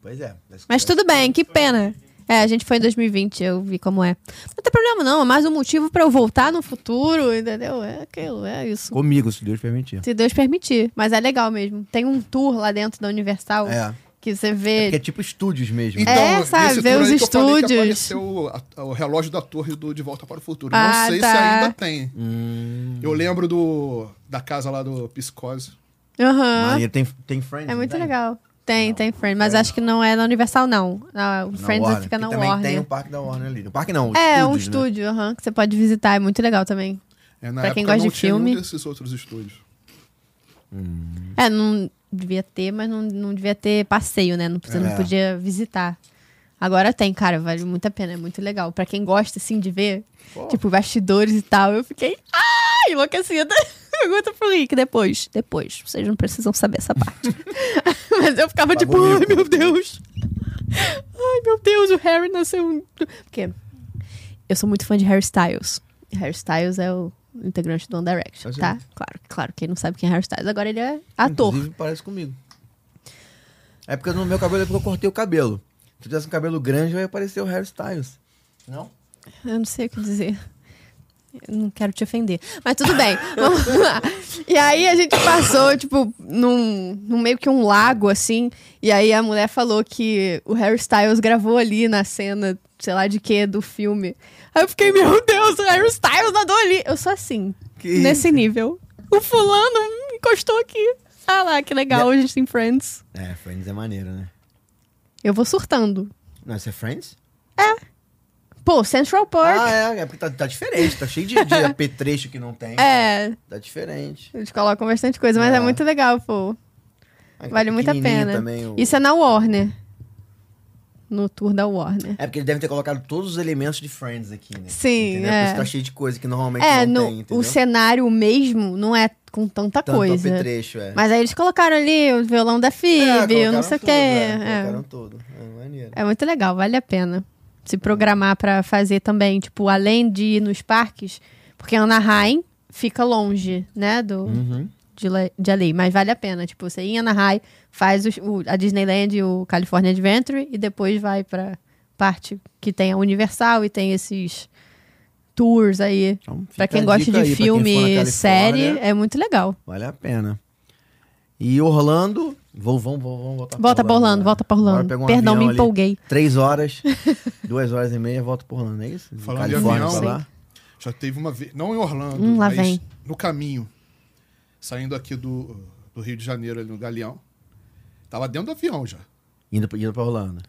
S2: Pois é.
S1: Mas tudo bem, que pena. É, a gente foi em 2020, eu vi como é. Não tem problema, não. É mais um motivo pra eu voltar no futuro, entendeu? É aquilo, é isso.
S2: Comigo, se Deus permitir.
S1: Se Deus permitir. Mas é legal mesmo. Tem um tour lá dentro da Universal
S2: É.
S1: que você
S2: Porque é
S1: vê.
S2: tipo estúdios mesmo.
S4: Então,
S1: Então, É,
S4: nesse
S1: sabe,
S4: tour
S1: ver
S4: aí
S1: os
S4: que eu falei que
S1: estúdios.
S4: apareceu a- o relógio da torre do De Volta para o Futuro.
S1: Ah,
S4: não sei se
S1: tá. Hum.
S4: ainda tem.
S2: Hum,
S4: Eu lembro do da casa lá do Piscose.
S1: Aham.
S2: Maneiro, tem, tem Friends.
S1: É
S2: não
S1: muito
S2: tem?
S1: legal. Tem, tem Friends, mas acho que não é na Universal, não. Na, o
S2: Na
S1: Friends
S2: Warner,
S1: fica
S2: que
S1: na
S2: também
S1: Warner.
S2: tem o parque da Warner ali. No parque não, o
S1: É, um
S2: estúdios, né?
S1: estúdio, aham, que você pode visitar. É muito legal também.
S4: É, na
S1: Pra quem
S4: época
S1: gosta
S4: não
S1: de
S4: tinha
S1: filme.
S4: nenhum desses outros estúdios.
S1: É, não devia ter, mas não, não devia ter passeio, né? Não, você não
S2: É.
S1: podia visitar. Agora tem, cara, vale muito a pena, é muito legal. Pra quem gosta, assim, de ver, tipo, bastidores e tal, eu fiquei, ah, enlouquecida. Pergunta pro Rick depois, depois. Vocês não precisam saber essa parte. mas eu ficava tipo,
S2: Bagulho.
S1: ai, meu Deus. Ai, meu Deus, o Harry nasceu... um- Porque eu sou muito fã de Harry Styles. Harry Styles é o integrante do One Direction,
S2: Eu sei.
S1: tá? Claro, claro, quem não sabe quem é Harry Styles, agora ele é ator.
S2: Inclusive, parece comigo. É porque no meu cabelo é porque eu cortei o cabelo. Se eu tivesse um cabelo grande, vai aparecer o Harry Styles. Não?
S1: Eu não sei o que dizer. Eu não quero te ofender. Mas tudo bem. Vamos lá. E aí a gente passou, tipo, num, num meio que um lago, assim. E aí a mulher falou que o Harry Styles gravou ali na cena, sei lá de quê, do filme. Aí eu fiquei, meu Deus, o Harry Styles nadou ali. Eu sou assim.
S2: Que
S1: nesse nível. O fulano me encostou aqui. Ah lá, que legal, a gente tem Friends.
S2: É, Friends é maneiro, né?
S1: Eu vou surtando.
S2: Não, isso é Friends?
S1: Pô, Central
S2: Ah,
S1: Park.
S2: é. É porque tá, tá diferente. Tá cheio de, de apetrecho que não tem.
S1: é,
S2: Tá diferente.
S1: Eles colocam bastante coisa, mas é,
S2: É.
S1: muito legal, pô.
S2: Ah,
S1: Vale muito a
S2: pequenininho
S1: pena.
S2: Também, o-
S1: Isso é na Warner. No tour da Warner.
S2: É porque eles devem ter colocado todos os elementos de Friends aqui, né?
S1: Sim,
S2: Entendeu?
S1: é.
S2: Por isso tá cheio de coisa que normalmente
S1: É,
S2: não
S1: no,
S2: tem, entendeu?
S1: o cenário mesmo não é com tanta
S2: Tanto
S1: coisa.
S2: apetrecho, é.
S1: Mas aí eles colocaram ali o violão da FIB, eu
S2: colocaram
S1: não sei o
S2: tudo,
S1: quê.
S2: É,
S1: É.
S2: Colocaram tudo. É maneiro.
S1: É muito legal, vale a pena. Se programar pra fazer também, tipo, além de ir nos parques, porque Anaheim fica longe, né, do,
S2: Uhum.
S1: de, le- de ali, mas vale a pena. Tipo, você ir em Anaheim, faz os- o- a Disneyland e o California Adventure e depois vai pra parte que tem a Universal e tem esses tours aí.
S2: Então, fica
S1: Pra quem
S2: a
S1: gosta
S2: dica
S1: de
S2: aí, pra quem for na
S1: filme
S2: Califórnia, Tá
S1: série, é muito legal.
S2: Vale a pena. E Orlando, vou, vamos, vamos, vamos voltar
S1: Volta pra Orlando,
S2: né?
S1: volta pra
S2: Bora
S1: Orlando.
S2: pegar um
S1: Perdão,
S2: avião
S1: me
S2: ali.
S1: empolguei.
S2: Três horas, duas horas e meia, volta pra Orlando, é isso? De
S4: Falando de
S2: Califórnia
S4: avião,
S2: pra lá.
S4: Já teve uma vez, não em Orlando,
S1: Hum, lá
S4: mas
S1: vem.
S4: no caminho, saindo aqui do, do Rio de Janeiro, ali no Galeão. Tava dentro do avião já.
S2: Indo, pra- indo pra Orlando.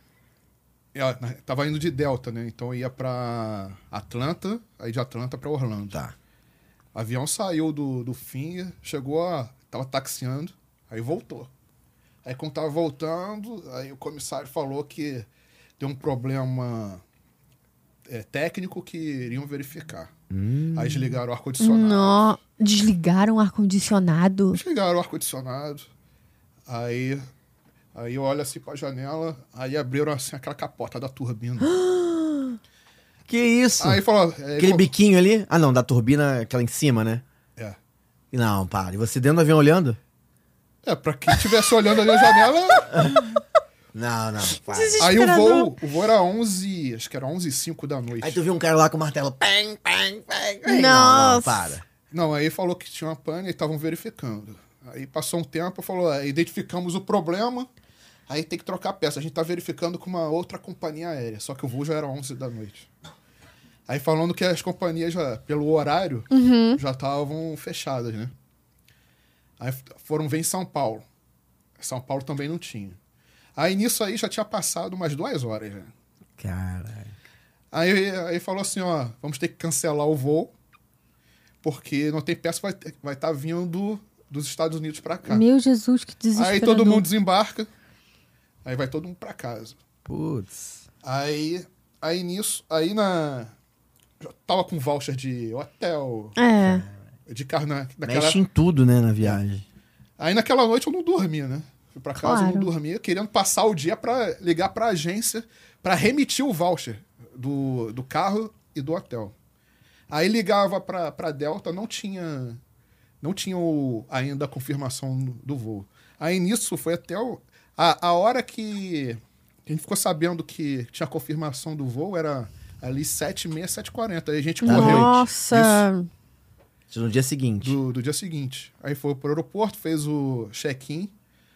S4: Eu, né, tava indo de Delta, né? Então eu ia pra Atlanta, aí de Atlanta pra Orlando.
S2: Tá.
S4: O avião saiu do, do Finger, chegou a. tava taxiando, aí voltou. Aí quando tava voltando, aí o comissário falou que deu um problema é, técnico que iriam verificar. Aí desligaram o ar-condicionado.
S1: Nó, desligaram o ar-condicionado.
S4: Desligaram o ar-condicionado. Aí. Aí eu olho assim pra janela, aí abriram assim aquela capota da turbina.
S2: Que isso?
S4: Aí falou. é,
S2: Aquele
S4: co-
S2: biquinho ali? Ah, não, da turbina, aquela em cima, né?
S4: É.
S2: Não, para. E você dentro do avião olhando?
S4: É, pra quem estivesse olhando ali na janela.
S2: Não, não, para.
S4: aí o
S1: Desesperador.
S4: voo, o voo era 11, acho que era 11 e 5 da noite.
S2: Aí tu viu um cara lá com o martelo. Pem, pem, pem, pem. Não, não,
S1: Nossa.
S2: para.
S4: Não, aí falou que tinha uma pane e estavam verificando. Aí passou um tempo, falou, é, identificamos o problema, aí tem que trocar a peça. A gente tá verificando com uma outra companhia aérea, só que o voo já era 11 da noite. Aí falando que as companhias, já, pelo horário, já estavam fechadas, né? Aí f- foram ver em São Paulo. São Paulo também não tinha. Aí nisso aí já tinha passado umas duas horas, né?
S2: Caralho.
S4: Aí, aí falou assim, ó, vamos ter que cancelar o voo, porque não tem peça, vai estar vai tá vindo dos Estados Unidos pra cá.
S1: Meu Jesus, que desesperador.
S4: aí todo mundo desembarca, Aí vai todo mundo pra casa.
S2: Putz.
S4: Aí, aí nisso, aí na. Já tava com voucher de hotel,
S1: É.
S4: de carro na, naquela.
S2: Mexe em tudo, né, na viagem.
S4: Aí naquela noite eu não dormi, né? Fui pra casa, eu não
S1: Claro.
S4: dormi, querendo passar o dia pra ligar pra agência pra remitir o voucher do, do carro e do hotel. Aí ligava pra, pra Delta, não tinha não tinha o- ainda a confirmação do voo. Aí nisso foi até o, a, a hora que a gente ficou sabendo que tinha a confirmação do voo, era ali 7h30, 7h40. Aí a gente correu
S1: Nossa.
S2: Isso no dia seguinte.
S4: do, do dia seguinte. Aí foi pro aeroporto, fez o check-in.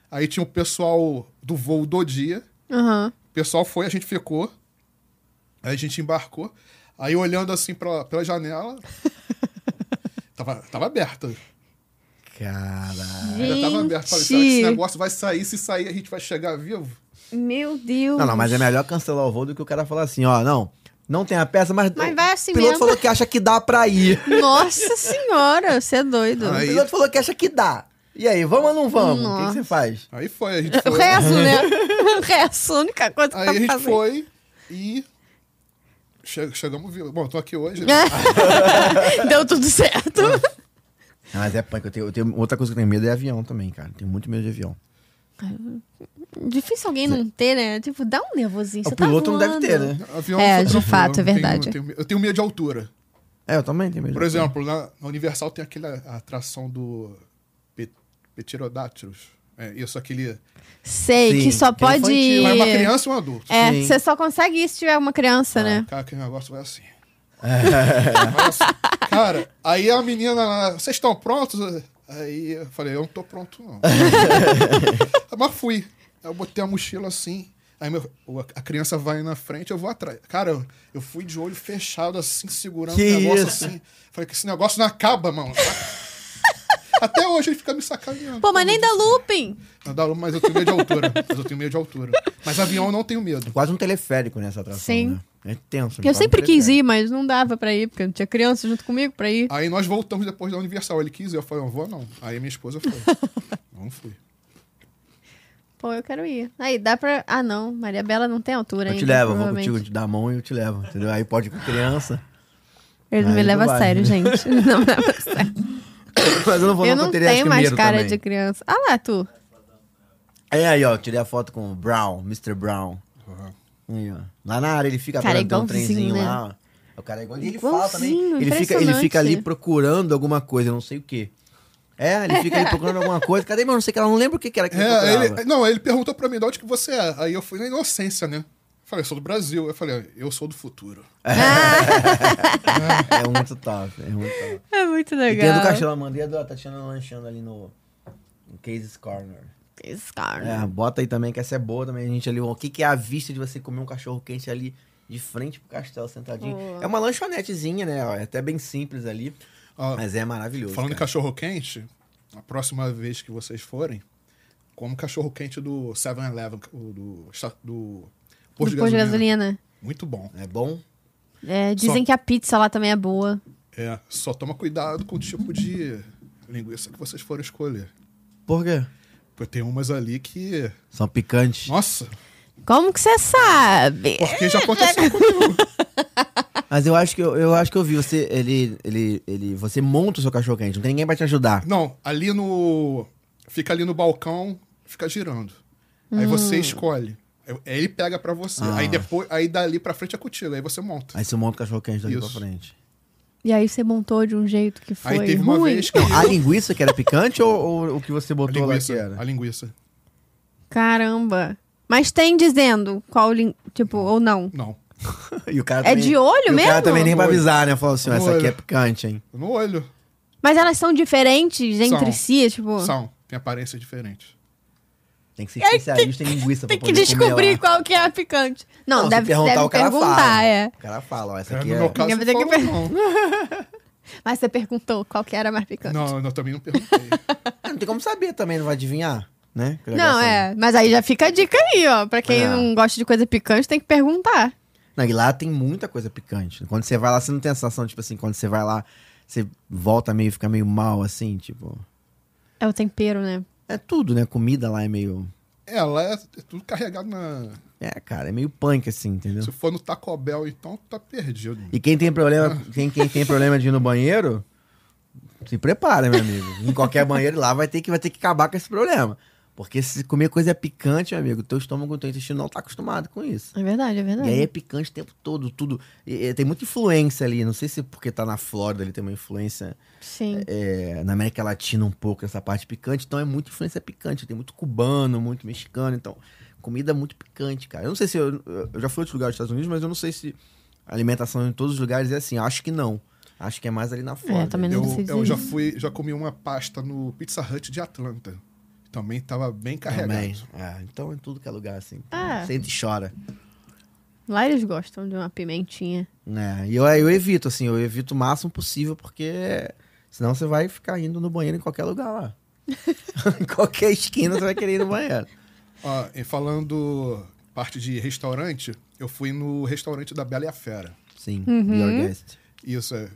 S4: Aí tinha o pessoal do voo do dia.
S1: Aham.
S4: O pessoal foi, a gente ficou. Aí a gente embarcou. Aí olhando assim pela, pela janela. tava, tava aberta.
S2: Caralho.
S4: Ainda tava
S2: né,
S4: aberta. Falei, será que esse
S1: Gente.
S4: negócio vai sair? Se sair, a gente vai chegar vivo?
S1: Meu Deus.
S2: Não, não, mas é melhor cancelar o voo do que o cara falar assim, ó, não, não tem a peça, mas,
S1: Mas vai assim
S2: o piloto
S1: mesmo.
S2: falou que acha que dá pra ir.
S1: Nossa senhora, você é doido.
S2: O
S4: Aí-
S2: piloto falou que acha que dá. E aí, vamos ou não vamos? O que que,
S1: Nossa.
S2: você faz?
S4: Aí foi, a gente
S1: Eu
S4: foi.
S1: rezo, né? Eu rezo, a única coisa que
S4: Aí
S1: tá
S4: a gente
S1: fazendo.
S4: foi e. che- Chegamos vivo. Bom, tô aqui hoje. né?
S1: Deu tudo certo.
S2: Ah, Mas é pânico, eu tenho, eu tenho- outra coisa que eu tenho medo é avião também, cara. Tenho muito medo de avião.
S1: Difícil alguém não ter, né? Tipo, dá um nervosinho.
S2: o
S1: você tá
S2: piloto não deve
S1: voando.
S2: ter, né?
S4: Avião
S1: É,
S4: foi
S1: de
S4: tranquilo,
S1: fato, é
S4: eu não tenho-
S1: verdade.
S4: eu tenho- eu tenho medo de altura.
S2: É, eu também tenho medo.
S4: Por
S2: de
S4: exemplo, na, na Universal tem aquela atração do Pe- Pterodactylus. É, isso, aquele.
S1: Sei,
S2: Sim,
S1: que só
S2: que é
S1: pode.
S2: infantil.
S4: Mas uma criança ou um adulto.
S1: É,
S2: Sim. Ah.
S1: você só consegue ir se tiver uma criança,
S4: Cara,
S1: né?
S4: Ah, Cara, aquele negócio vai assim.
S2: É.
S4: Vai assim. Cara, aí a menina lá, vocês estão prontos? Aí eu falei, eu não tô pronto, não. Mas fui. Eu botei a mochila assim. Aí meu- o- a criança vai na frente, eu vou atrás. Cara, eu, eu fui de olho fechado, assim, segurando
S2: Que
S4: o negócio
S2: isso?
S4: assim. Falei que esse negócio não acaba, mano. Até hoje ele fica me sacaneando.
S1: Pô, mas nem dá looping.
S4: Não dá, mas eu tenho medo de altura. Mas eu tenho medo de altura. Mas avião eu não tenho medo.
S2: Quase um teleférico nessa atração.
S1: Sim.
S2: né? É tenso.
S1: Porque eu sempre quis ir, mas não dava pra ir, porque não tinha criança junto comigo pra ir.
S4: Aí nós voltamos depois da Universal. Ele quis, eu falei, não vou não. Aí minha esposa foi. Não fui.
S1: Pô, eu quero ir. Aí, dá pra. Ah, não. Maria Bela não tem altura
S2: Eu
S1: ainda.
S2: te levo, eu vou
S1: né, provavelmente.
S2: contigo, eu te dá a mão e eu te levo, entendeu? Aí pode ir com criança.
S1: Ele não
S2: Aí
S1: me
S2: tu
S1: leva a
S2: vai.
S1: sério, gente. Ele Não me leva a sério.
S2: Mas eu não vou
S1: eu
S2: não,
S1: não
S2: que eu teria
S1: tenho mais
S2: primeiro
S1: cara
S2: também.
S1: de criança. Ah lá, tu.
S2: É aí, ó, eu tirei a foto com o Brown, Mr. Brown.
S4: Uhum.
S2: Aí, ó. Lá na área ele fica
S1: Cara, é
S2: atrás tem um
S1: igualzinho,
S2: trenzinho
S1: né?
S2: lá. ó. O cara é igual. E ele fala também.
S1: Igualzinho,
S2: Ele fica, ele fica ali
S1: impressionante.
S2: procurando alguma coisa, eu não sei o quê. É, ele fica ali procurando alguma coisa. Cadê meu? Não sei o que ela não lembra o que que era que ele
S4: É,
S2: procurava.
S4: ele, não, ele perguntou pra mim de onde que você é. Aí eu fui na inocência, né? Falei, sou do Brasil. Eu falei, eu sou do futuro.
S2: É muito top, é muito top.
S1: É muito
S2: E tem a do
S1: legal.
S2: cachorro, mandei a da Tatiana lanchando ali no, no Cases Corner.
S1: Esse cara.
S2: É, bota aí também, que essa é boa também, a gente ali. O que, que é a vista de você comer um cachorro quente ali de frente pro castelo, sentadinho?
S1: Boa.
S2: É uma lanchonetezinha, né? ó, É até bem simples ali,
S4: Ó,
S2: mas é maravilhoso.
S4: falando em
S2: cara.
S4: cachorro quente, a próxima vez que vocês forem, como cachorro quente do 7-Eleven, o do, esta- do posto
S1: Depois
S4: de
S1: de
S4: gasolina.
S1: gasolina.
S4: Muito bom.
S2: É bom?
S1: É, dizem
S4: Só-
S1: que a pizza lá também é boa.
S4: É, só toma cuidado com o tipo de linguiça que vocês forem escolher.
S2: Por quê?
S4: Porque tem umas ali que.
S2: São picantes.
S4: Nossa!
S1: Como que você sabe?
S4: Porque já aconteceu comigo.
S2: Mas eu acho que eu, eu acho que eu vi. Você, ele, ele, ele, você monta o seu cachorro quente, não tem ninguém pra te ajudar.
S4: Não, ali no. Fica ali no balcão, fica girando. Aí você escolhe. Aí ele pega pra você. Aí
S2: Ah.
S4: depois, aí dali pra frente é contigo. Aí você monta.
S2: Aí você monta o cachorro quente daqui pra
S4: Isso.
S2: frente.
S1: E aí você montou de um jeito que foi
S4: Aí teve uma
S1: ruim.
S4: vez que.
S2: A linguiça que era picante ou, ou o que você
S4: A
S2: botou lá que
S4: linguiça,
S2: era?
S4: a linguiça.
S1: Caramba. Mas tem dizendo qual, lin- tipo, ou não.
S4: Não.
S2: E o cara
S1: É de olho
S2: e O cara
S1: mesmo?
S2: também nem vai avisar, né? Falou assim, ó,
S4: No
S2: essa aqui é
S4: olho.
S2: picante, hein?
S4: No olho.
S1: Mas elas são diferentes entre
S4: São.
S1: si, tipo...
S4: São. Tem aparência diferente.
S2: Tem que ser especialista em linguiça
S1: Tem
S2: pra
S1: que
S2: poder comer
S1: descobrir
S2: lá.
S1: qual que é a picante. Não,
S2: se
S1: deve,
S2: perguntar,
S1: deve
S2: o cara
S1: perguntar,
S2: fala.
S1: é.
S2: O cara fala, ó, essa
S4: No
S2: aqui é...
S4: meu caso,
S1: Ninguém vai ter que
S4: não falou,
S1: Mas você perguntou qual que era a mais picante.
S4: não. não, eu também não perguntei.
S2: Ah, não tem como saber também, não vai adivinhar, né? Que negócio
S1: Não, é. Mas aí já fica a dica aí, ó. Pra quem
S2: É.
S1: não gosta de coisa picante, tem que perguntar.
S2: Não, e lá tem muita coisa picante. Quando você vai lá, você não tem a sensação, tipo assim, quando você vai lá, você volta meio, fica meio mal, assim, tipo...
S1: É o tempero, né?
S2: É tudo, né? Comida lá é meio...
S4: Ela é, é tudo carregado na.
S2: É, cara, é meio punk assim, entendeu?
S4: Se for no Taco Bell, então tu tá perdido.
S2: E quem tem problema, quem, quem tem problema de ir no banheiro, se prepara, meu amigo. Em qualquer banheiro lá vai ter que vai ter que acabar com esse problema. Porque se comer coisa picante, meu amigo, teu estômago, teu intestino não tá acostumado com isso.
S1: É verdade, é
S2: E
S1: verdade.
S2: aí é picante o tempo todo, tudo. E, e tem muita influência ali. Não sei se porque tá na Flórida ali tem uma influência
S1: Sim.
S2: é, na América Latina um pouco essa parte picante, então é muita influência picante. Tem muito cubano, muito mexicano, então comida muito picante, cara. Eu não sei se eu, eu já fui a outros lugares dos Estados Unidos, mas eu não sei se a alimentação em todos os lugares é assim. Acho que não. Acho que é mais ali na Flórida.
S1: também
S4: Eu,
S1: não sei dizer
S4: eu já
S1: isso.
S4: fui, já comi uma pasta no Pizza Hut de Atlanta. Também tava bem carregado.
S2: Também. É, então é tudo que é lugar assim.
S1: É.
S2: Sente e chora.
S1: Lá eles gostam de uma pimentinha.
S2: né e eu, eu evito, assim, eu evito o máximo possível, porque senão você vai ficar indo no banheiro em qualquer lugar lá. em qualquer esquina você vai querer ir no banheiro.
S4: Ó, e falando parte de restaurante, eu fui no restaurante da Bela e a Fera.
S2: Sim,
S1: Uhum.
S2: your guest.
S4: Isso é.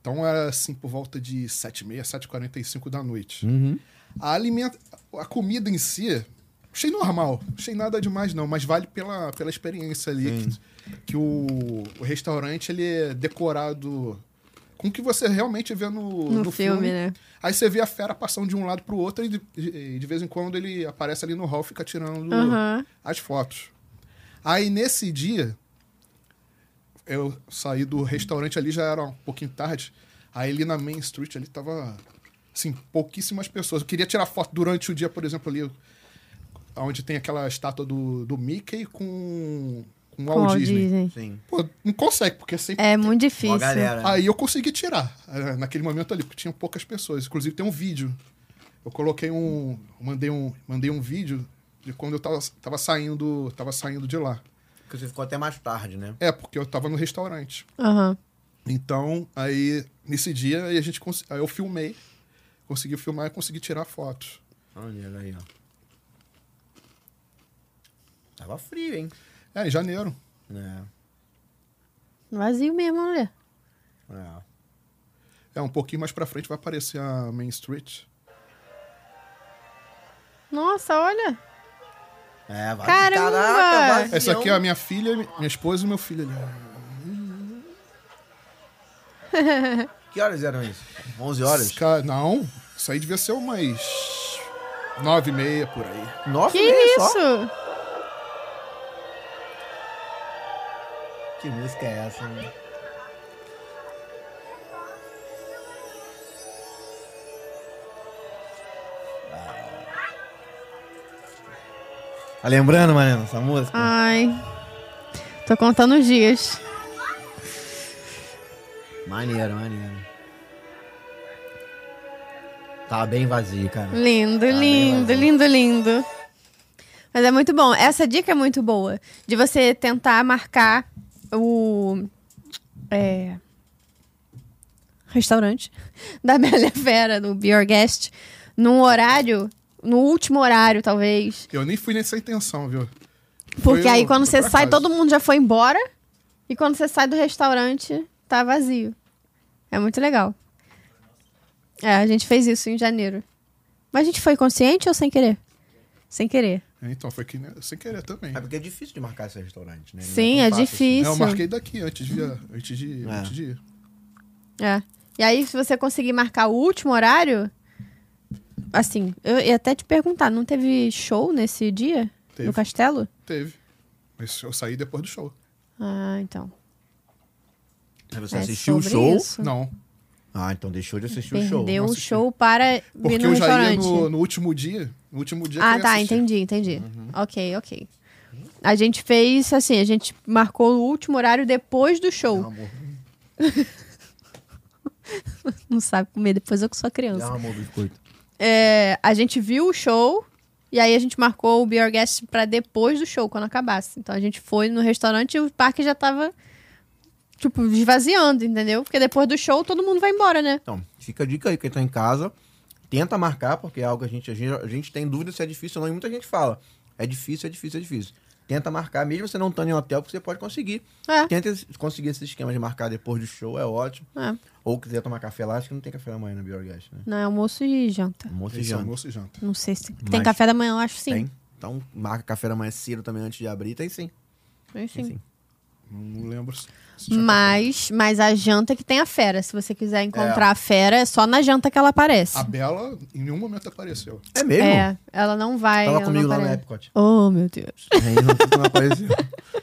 S4: Então era assim por volta de 7h30, 7h45 da noite.
S2: Uhum.
S4: A, alimenta... a comida em si, achei normal. Achei nada demais, não. Mas vale pela, pela experiência ali. Que, que o, o restaurante ele é decorado com o que você realmente vê no,
S1: No, filme, né?
S4: Aí você vê a fera passando de um lado pro outro e de, e de vez em quando ele aparece ali no hall e fica tirando
S1: Aham.
S4: as fotos. Aí nesse dia, eu saí do restaurante ali, já era um pouquinho tarde. Aí ali na Main Street ali tava, assim, pouquíssimas pessoas. Eu queria tirar foto durante o dia, por exemplo, ali, onde tem aquela estátua do, do Mickey com, com o
S1: Com
S4: Walt Disney.
S2: Sim.
S4: Pô, não consegue, porque sempre
S1: É muito
S2: Mó
S1: difícil.
S2: galera. né?
S4: Aí eu consegui tirar, eh, naquele momento ali, porque tinha poucas pessoas. Inclusive tem um vídeo. Eu coloquei um. Mandei um, mandei um vídeo de quando eu tava, tava saindo. Tava saindo de lá.
S2: Porque você ficou até mais tarde, né?
S4: É, porque eu tava no restaurante.
S1: Aham.
S4: Então, aí, nesse dia, aí a gente cons- aí eu filmei. Consegui filmar e consegui tirar fotos.
S2: Olha ele aí, ó. Tava frio, hein?
S4: É, em janeiro.
S2: É,
S1: Vazio mesmo, né? olha.
S2: é.
S4: É, um pouquinho mais pra frente vai aparecer a Main Street.
S1: Nossa, olha.
S2: É, vai. tá
S1: Caramba!
S2: Caraca,
S4: Essa aqui é a minha filha, minha esposa e meu filho ali.
S2: Que horas eram isso? 11 horas?
S4: Cara, não, isso aí devia ser umas nove e meia por aí.
S2: Nossa,
S1: Que
S2: olha só.
S1: isso?
S2: Que música é essa, né? Tá lembrando, Mariana, essa música?
S1: Ai. Tô contando os dias. Ah.
S2: Maneiro, maneiro. Tá bem vazio,
S1: Hum.
S2: cara.
S1: Lindo, lindo,
S2: vazio.
S1: lindo, lindo. Mas é muito bom. Essa dica é muito boa. De você tentar marcar o. é, restaurante da Bela e a Fera, do Be Your Guest, num horário, no último horário, talvez.
S4: Eu nem fui nessa intenção, viu?
S1: Porque
S4: Foi um
S1: aí
S4: o-
S1: quando
S4: foi
S1: você
S4: pra
S1: sai,
S4: casa.
S1: todo mundo já foi embora. E quando você sai do restaurante, tá vazio. É muito legal. É, a gente fez isso em janeiro. Mas a gente foi consciente ou sem querer? Sem querer.
S4: Então, foi que, nem- sem querer também.
S2: É porque é difícil de marcar esse restaurante, né? Não
S1: Sim,
S2: tão
S1: é
S2: fácil assim.
S4: É, eu
S1: difícil.
S4: marquei daqui antes de, antes de,
S2: É.
S4: antes de ir.
S1: É. E aí, se você conseguir marcar o último horário. Assim, eu ia até te perguntar, não teve show nesse dia?
S4: Teve.
S1: No castelo?
S4: Teve. Mas eu saí depois do show.
S1: Ah, então.
S2: Aí Você
S1: É
S2: assistiu o
S1: sobre
S2: show?
S1: isso.
S4: Não.
S2: Ah, então deixou de assistir o show.
S1: Perdeu
S4: não
S1: o
S4: assisti.
S1: show para vir
S4: Porque
S1: no
S4: eu já ia
S1: restaurante.
S4: no, no último dia. No último dia que
S1: Ah,
S4: eu ia
S1: tá,
S4: assistir.
S1: entendi, entendi. Ok, ok. A gente fez assim, a gente marcou o último horário depois do show.
S2: Dá
S1: Não,
S2: uma mordida,
S1: sabe comer depois eu que sou
S2: dá
S1: criança.
S2: uma mordida, coito.
S1: É, a gente viu o show e aí a gente marcou o Be Our Guest pra depois do show, quando acabasse. Então a gente foi no restaurante e o parque já tava, tipo, esvaziando, entendeu? Porque depois do show todo mundo vai embora, né?
S2: Então, fica a dica aí, quem tá em casa, tenta marcar, porque é algo que a gente, a gente, a gente tem dúvida se é difícil ou não, e muita gente fala, é difícil, é difícil, é difícil. Tenta marcar, mesmo você não estando em hotel, porque você pode conseguir.
S1: É.
S2: Tenta esse- conseguir esse esquema de marcar depois do show, é ótimo.
S1: É.
S2: Ou quiser tomar café lá, acho que não tem café da manhã na Biorgas, né?
S1: Não é almoço e janta.
S2: Almoço e
S4: Esse
S2: janta.
S4: almoço e janta.
S1: Não sei se tem,
S2: Mas-
S1: tem café da manhã, eu acho sim.
S2: Tem? Então, marca café da manhã cedo também antes de abrir, tem sim.
S1: Enfim.
S2: Enfim.
S4: Não lembro. se-
S2: tá
S4: se já-
S1: Mas, mas a janta é que tem a fera. Se você quiser encontrar a fera, é só na janta que ela aparece.
S4: A Bela em nenhum momento apareceu.
S2: É Ah, mesmo?
S1: É, ela não vai.
S2: Tava
S1: ela
S2: comigo
S1: não
S2: lá no
S1: aparece.
S2: Epcot.
S1: Oh, meu Deus.
S2: Aí não, não apareceu.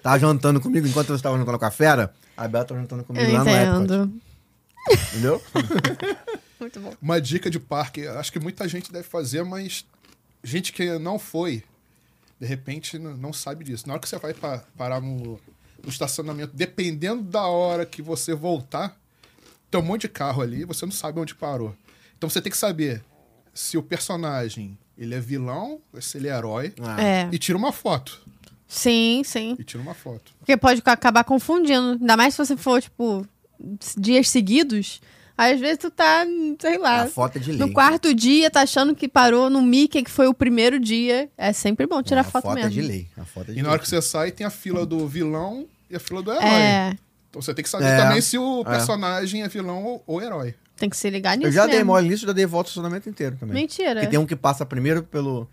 S2: Tava jantando comigo enquanto você tava jantando com a fera. A Bela tava jantando comigo
S1: Eu
S2: lá tipo. no Epcot.
S1: entendo.
S2: Entendeu?
S1: Muito bom.
S4: Uma dica de parque, acho que muita gente deve fazer, mas gente que não foi, de repente n- não sabe disso. Na hora que você vai pa- parar no, no estacionamento, dependendo da hora que você voltar, tem um monte de carro ali, você não sabe onde parou. Então você tem que saber se o personagem ele é vilão, se ele é herói,
S2: Ah,
S1: É.
S4: e tira uma foto.
S1: Sim, sim.
S4: E tira uma foto.
S1: Porque pode acabar confundindo. Ainda mais se você for, tipo, dias seguidos. Às vezes tu tá, sei lá.
S2: A foto é de lei.
S1: No quarto dia, tá achando que parou no Mickey, que foi o primeiro dia. É sempre bom tirar
S2: a
S1: foto,
S2: foto
S1: mesmo.
S2: é de lei. A foto é de
S4: E na
S2: lei.
S4: hora que você sai, tem a fila do vilão e a fila do herói.
S1: É,
S4: Então você tem que saber
S2: É.
S4: também se o
S2: É.
S4: personagem é vilão ou, ou herói.
S1: tem que se ligar nisso.
S2: Eu já dei
S1: mesmo.
S2: mole nisso, já dei volta ao estacionamento inteiro também.
S1: Mentira.
S2: Porque tem um que passa primeiro pelo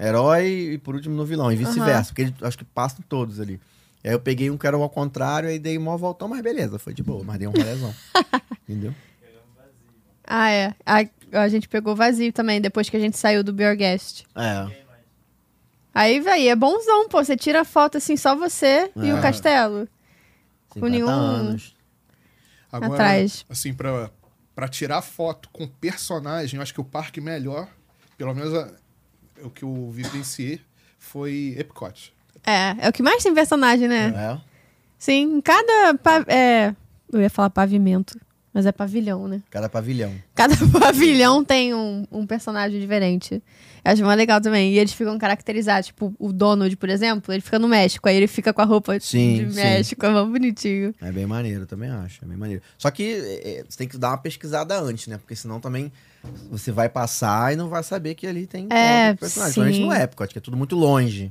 S2: herói e por último no vilão, e vice-versa. Porque eles- acho que passam todos ali. Aí eu peguei um que era o ao contrário, aí dei mó voltão, mas beleza, foi de boa, mas dei um rolezão. Entendeu?
S1: Ah, é. A, a gente pegou vazio também, depois que a gente saiu do Beer Guest.
S2: É.
S1: Aí, véi, é bonzão, pô. Você tira a foto assim, só você e o
S2: É.
S1: castelo.
S2: 50
S1: nenhum-
S2: anos.
S4: Agora,
S1: Atrás.
S4: assim, pra, pra tirar foto com personagem, eu acho que o parque melhor, pelo menos a- o que eu vivenciei, foi Epcot.
S1: É, é o que mais tem personagem, né?
S2: É.
S1: Sim, em cada. pa- É, eu ia falar pavimento, mas é pavilhão, né?
S2: Cada pavilhão.
S1: Cada pavilhão tem um, um personagem diferente. Eu acho mais legal também. E eles ficam caracterizados. Tipo, o Donald, por exemplo, ele fica no México. Aí ele fica com a roupa
S2: Sim,
S1: de
S2: sim.
S1: México. É mó bonitinho.
S2: É bem maneiro, também acho. É bem maneiro. Só que é, é, você tem que dar uma pesquisada antes, né? Porque senão também você vai passar e não vai saber que ali tem
S1: É,
S2: outro personagem.
S1: sim.
S2: Principalmente no Epcot, que é tudo muito longe.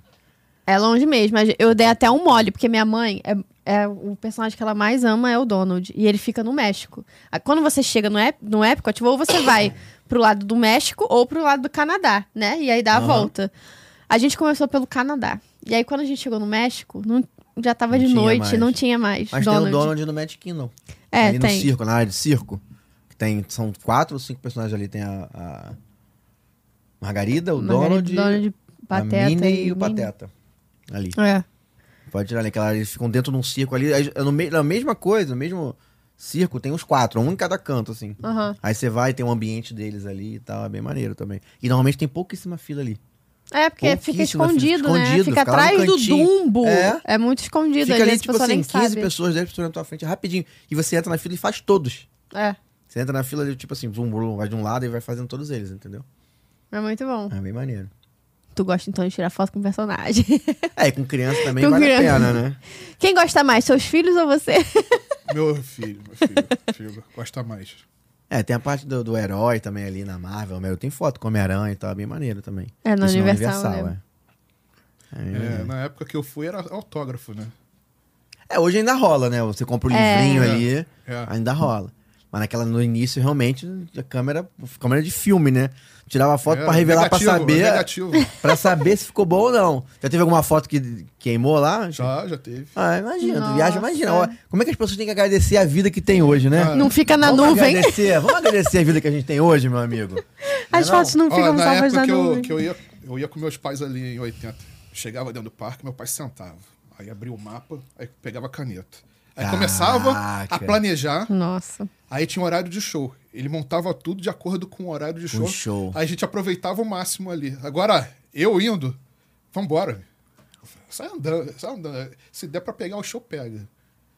S1: É longe mesmo. mas Eu
S2: Tá.
S1: dei até um mole, porque minha mãe... É, é o personagem que ela mais ama é o Donald. E ele fica no México. Ah, Quando você chega no, Ep, no Epcot, ou você vai pro lado do México ou pro lado do Canadá, né? E aí dá a
S2: Aham.
S1: volta. A gente começou pelo Canadá. E aí quando a gente chegou no México, não- já tava
S2: Não
S1: de
S2: tinha
S1: noite,
S2: mais.
S1: não tinha mais
S2: Mas
S1: Donald.
S2: tem o Donald no Magic Kingdom.
S1: É,
S2: ali
S1: tem.
S2: no circo, na área de circo. Que tem, são quatro ou cinco personagens ali. Tem a, a Margarida, o
S1: Margarida,
S2: Donald,
S1: é, Donald, Pateta
S2: a Minnie e,
S1: Minnie.
S2: o Pateta. Ali.
S1: É.
S2: Pode tirar ali. Aquela, eles ficam dentro de um circo ali. Aí, no me- na mesma coisa, no mesmo circo, tem os quatro. Um em cada canto, assim.
S1: Aham.
S2: Aí você vai, tem um ambiente deles ali e tal. É bem maneiro também. E normalmente tem pouquíssima fila ali.
S1: É, porque fica
S2: Pouquíssima, fica
S1: escondido, né?
S2: escondido,
S1: fica
S2: fica lá no
S1: atrás do
S2: cantinho.
S1: Dumbo. É,
S2: É.
S1: muito escondido.
S2: Fica
S1: às
S2: ali,
S1: vezes a
S2: tipo
S1: pessoa
S2: assim,
S1: nem
S2: 15
S1: sabe.
S2: pessoas, 10 pessoas na tua frente, é rapidinho. E você entra na fila e faz todos.
S1: É,
S2: Você entra na fila ali, tipo assim, zum, brum, vai de um lado e vai fazendo todos eles, entendeu?
S1: é muito bom.
S2: É bem maneiro.
S1: Tu gosta então de tirar foto com personagem.
S2: É, e com criança também
S1: Com
S2: vale
S1: criança.
S2: a pena, né?
S1: Quem gosta mais, seus filhos ou você?
S4: Meu filho, meu filho, filho, gosta mais.
S2: É, tem a parte do, do herói também ali na Marvel, né? Eu tenho foto com Homem-Aranha e tal, é bem maneiro também.
S1: É, no
S2: Isso
S1: Universal, né?
S2: é. É, bem
S4: É,
S2: maneiro.
S4: na época que eu fui era autógrafo, né?
S2: É, hoje ainda rola, né? Você compra o
S1: É.
S2: livrinho
S4: É.
S2: ali,
S4: É.
S2: ainda rola. Mas naquela, no início, realmente, a câmera, câmera de filme, né? Tirava foto
S4: Era
S2: pra revelar, pra
S4: É, negativo,
S2: saber, é.
S4: Negativo.
S2: pra saber se ficou bom ou não. Já teve alguma foto que queimou lá?
S4: Já, já teve.
S2: Ah, imagina,
S1: Nossa.
S2: tu viaja, imagina. Ó, Como é que as pessoas têm que agradecer a vida que tem hoje, né?
S4: Cara,
S1: Não fica na
S2: vamos
S1: nuvem.
S2: Agradecer, vamos agradecer a vida que a gente tem hoje, meu amigo.
S1: As
S2: Não é
S1: fotos não
S4: Ó,
S1: ficam
S4: na
S1: salvas
S4: época
S1: na
S4: que eu,
S1: nuvem.
S4: que eu ia, eu ia com meus pais ali em 80. Chegava dentro do parque, meu pai sentava. Aí abria o mapa, aí pegava a caneta. Aí
S2: Caraca.
S4: começava a planejar,
S1: Nossa. é
S4: aí tinha um horário de show. Ele montava tudo de acordo com o horário de show.
S2: o Um show.
S4: Aí a gente aproveitava o máximo ali. Agora, eu indo, vambora. Sai andando, sai andando. Se der pra pegar o show, pega.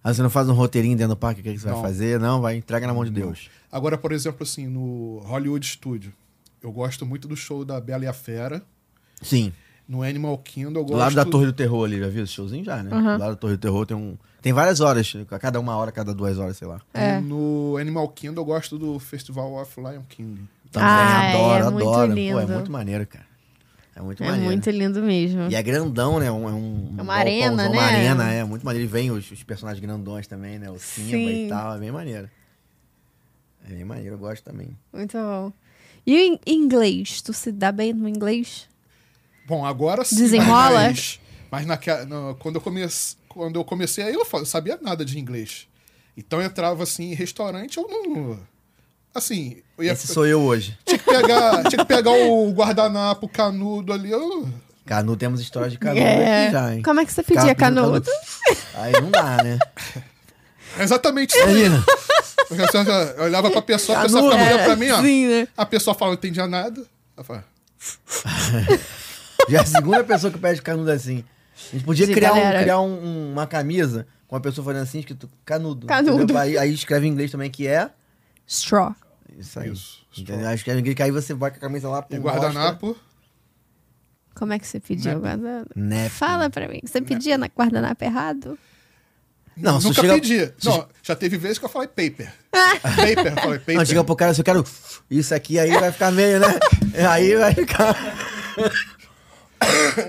S2: Aí você não faz um roteirinho dentro do parque, o que, que você
S4: Não.
S2: vai fazer? Não, vai, entrega na mão de Deus.
S4: Agora, por exemplo, assim, no Hollywood Studio, eu gosto muito do show da Bela e a Fera.
S2: Sim.
S4: No Animal Kingdom,
S2: Do
S4: eu gosto...
S2: lado da Torre do Terror ali, já viu esse showzinho já, né?
S1: Aham.
S2: Do lado da Torre do Terror tem um. Tem várias horas, a cada uma hora, a cada duas horas, sei lá.
S1: É.
S4: No Animal Kingdom eu gosto do Festival of Lion King.
S2: Também
S1: Ah, é
S2: adoro,
S1: muito
S2: adoro. Pô, é
S1: lindo.
S2: muito maneiro, cara. É muito
S1: É
S2: maneiro.
S1: muito lindo mesmo.
S2: E é grandão, né? Um- é um,
S1: É uma
S2: um
S1: arena,
S2: galpãozão,
S1: né?
S2: Uma arena, é muito maneiro. E vem os, os personagens grandões também, né? O Simba
S1: Sim.
S2: e tal, é bem maneiro. É bem maneiro, eu gosto também.
S1: Muito bom. E em inglês? Tu se dá bem no inglês?
S4: Bom, agora sim.
S1: Desenrola?
S4: Mas, mas naquela, no- quando, eu comece, quando eu comecei aí, eu fa- eu sabia nada de inglês. Então eu entrava assim em restaurante, eu não. Assim, eu ia
S2: Esse sou eu hoje.
S4: tinha, que pegar, tinha que pegar o guardanapo, o canudo ali. Eu,
S2: Canu, temos história de Canu
S1: É.
S2: aqui já, hein?
S1: Como é que você pedia canudo?
S2: Aí não dá, né?
S4: exatamente isso.
S2: Imagina.
S4: Eu, já- já- eu olhava pra pessoa, a pessoa
S2: Canudo.
S4: ficava olhando
S1: É,
S4: pra mim, ó.
S1: Sim, né?
S4: A pessoa fala, não entendia nada. Ela fala,
S2: Já é a segunda pessoa que pede canudo assim. A gente podia
S1: Sim,
S2: criar, um-
S1: galera.
S2: criar um- um- uma camisa com a pessoa fazendo assim, escrito canudo.
S1: Canudo.
S2: entendeu? Aí, aí escreve em inglês também, que é.
S1: Straw.
S2: Isso aí.
S4: Isso.
S2: Entendeu? Aí escreve em inglês, que aí você vai com a camisa lá
S4: e
S2: pro.
S4: guardanapo.
S1: Como é que você pediu guardanapo?
S2: Né?
S1: Fala pra mim. Você pedia na guardanapo errado?
S2: Não, se
S4: nunca
S2: chega-
S4: pedi.
S2: se-
S4: Não, já teve vezes que eu falei paper. paper, eu falei paper.
S2: Não, chega pro cara, se eu quero isso aqui, aí vai ficar meio, né? Aí vai ficar.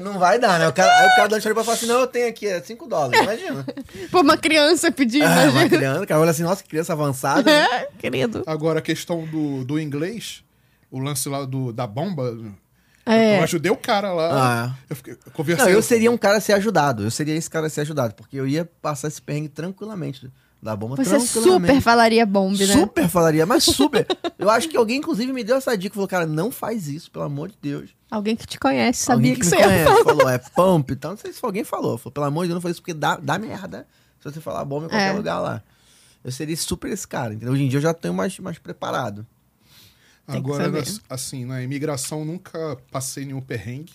S2: Não vai dar, né? O cara, aí o cara dá um pra falar assim: não, eu tenho aqui 5 dólares, imagina.
S1: Pô, uma criança pediu,
S2: Ah, uma
S1: É. imagina. É.
S2: criança, o cara olha assim: nossa, que criança avançada. né?
S1: Querido.
S4: Agora, a questão do, do inglês, o lance lá do, da bomba,
S1: É.
S4: eu ajudei o cara lá.
S2: Ah, é.
S4: Eu, fiquei, eu
S2: Não,
S4: conversei.
S2: eu seria um cara a ser ajudado. Eu seria esse cara a ser ajudado. Porque eu ia passar esse perrengue tranquilamente. Da bomba
S1: Você super
S2: tranquilamente.
S1: falaria bombe, né?
S2: Super falaria, mas super. eu acho que alguém, inclusive, me deu essa dica. Falou, cara, não faz isso, pelo amor de Deus.
S1: Alguém que te conhece sabia
S2: alguém
S1: que,
S2: me
S1: você ia
S2: conhece
S1: falar.
S2: falou, é pump e tal. Não sei se alguém falou. Falou, pelo amor de Deus, não faz isso porque dá, dá merda se você falar bomba em qualquer
S1: É.
S2: lugar lá. Eu seria super esse cara, entendeu? Hoje em dia eu já tenho mais, mais preparado.
S1: Tem que
S4: Agora,
S1: saber.
S4: assim, na imigração nunca passei nenhum perrengue.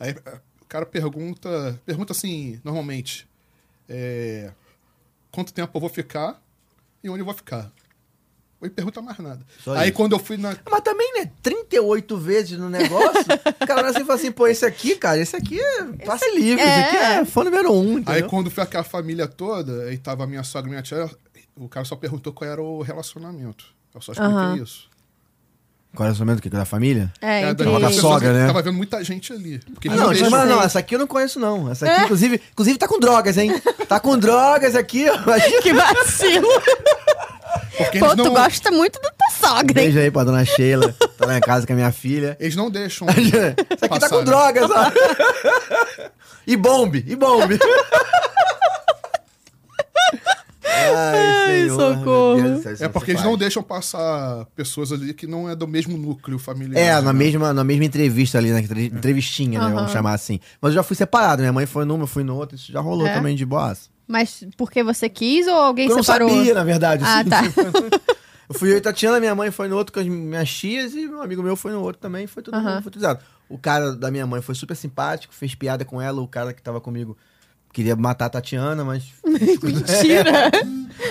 S4: Aí eh, o cara pergunta, pergunta assim, normalmente, eh, quanto tempo eu vou ficar e onde eu vou ficar. Não pergunta mais nada.
S2: Só
S4: Aí
S2: isso.
S4: quando eu fui na.
S2: Mas também, né? 38 vezes no negócio. o cara, você fala assim, pô, esse aqui, cara, esse aqui é passe livre. Esse aqui é fã número um, entendeu?
S4: Aí quando foi aquela família toda, aí tava minha sogra e minha tia, o cara só perguntou qual era o relacionamento. Eu só expliquei
S1: Aham.
S4: isso.
S2: Qual é o momento que da família?
S1: É,
S4: Era
S1: entre...
S4: daquela
S2: Da
S4: pessoa
S2: sogra,
S4: que
S2: né?
S4: Tava vendo muita gente ali. Porque
S2: Ah,
S4: eles
S2: não,
S4: deixam-
S2: mas não, essa aqui eu não conheço, não. Essa
S1: É.
S2: aqui, inclusive, inclusive, tá com drogas, hein? Tá com drogas aqui, ó.
S1: Que vacilo.
S4: porque
S1: Pô,
S4: eles,
S1: tu
S4: não,
S1: gosta muito da tua sogra, hein?
S2: Beijo aí pra dona Sheila, tá lá em casa com a minha filha.
S4: eles não deixam.
S2: Essa aqui tá
S4: passar,
S2: com
S4: né?
S2: drogas, ó. E bombe, e bombe. Ai, senhor,
S1: socorro.
S2: meu Deus do céu, isso
S4: É
S2: não
S4: porque
S2: se
S4: eles não
S2: faz.
S4: deixam passar pessoas ali que não é do mesmo núcleo familiar.
S2: É, na
S4: né?
S2: mesma, na mesma entrevista ali, na entre- entrevistinha, né? Vamos chamar assim. Mas eu já fui separado, minha mãe foi numa, eu fui noutra, isso já rolou
S1: É?
S2: também de boassa.
S1: Mas porque você quis ou alguém
S2: Porque eu não
S1: separou?
S2: sabia, na verdade.
S1: Ah,
S2: assim.
S1: tá.
S2: Eu fui eu e Tatiana, minha mãe foi no outro com as minhas tias e um amigo meu foi no outro também, foi tudo
S1: Aham.
S2: foi tudo dado. O cara da minha mãe foi super simpático, fez piada com ela, o cara que tava comigo queria matar a Tatiana, mas
S1: Mentira.
S2: É.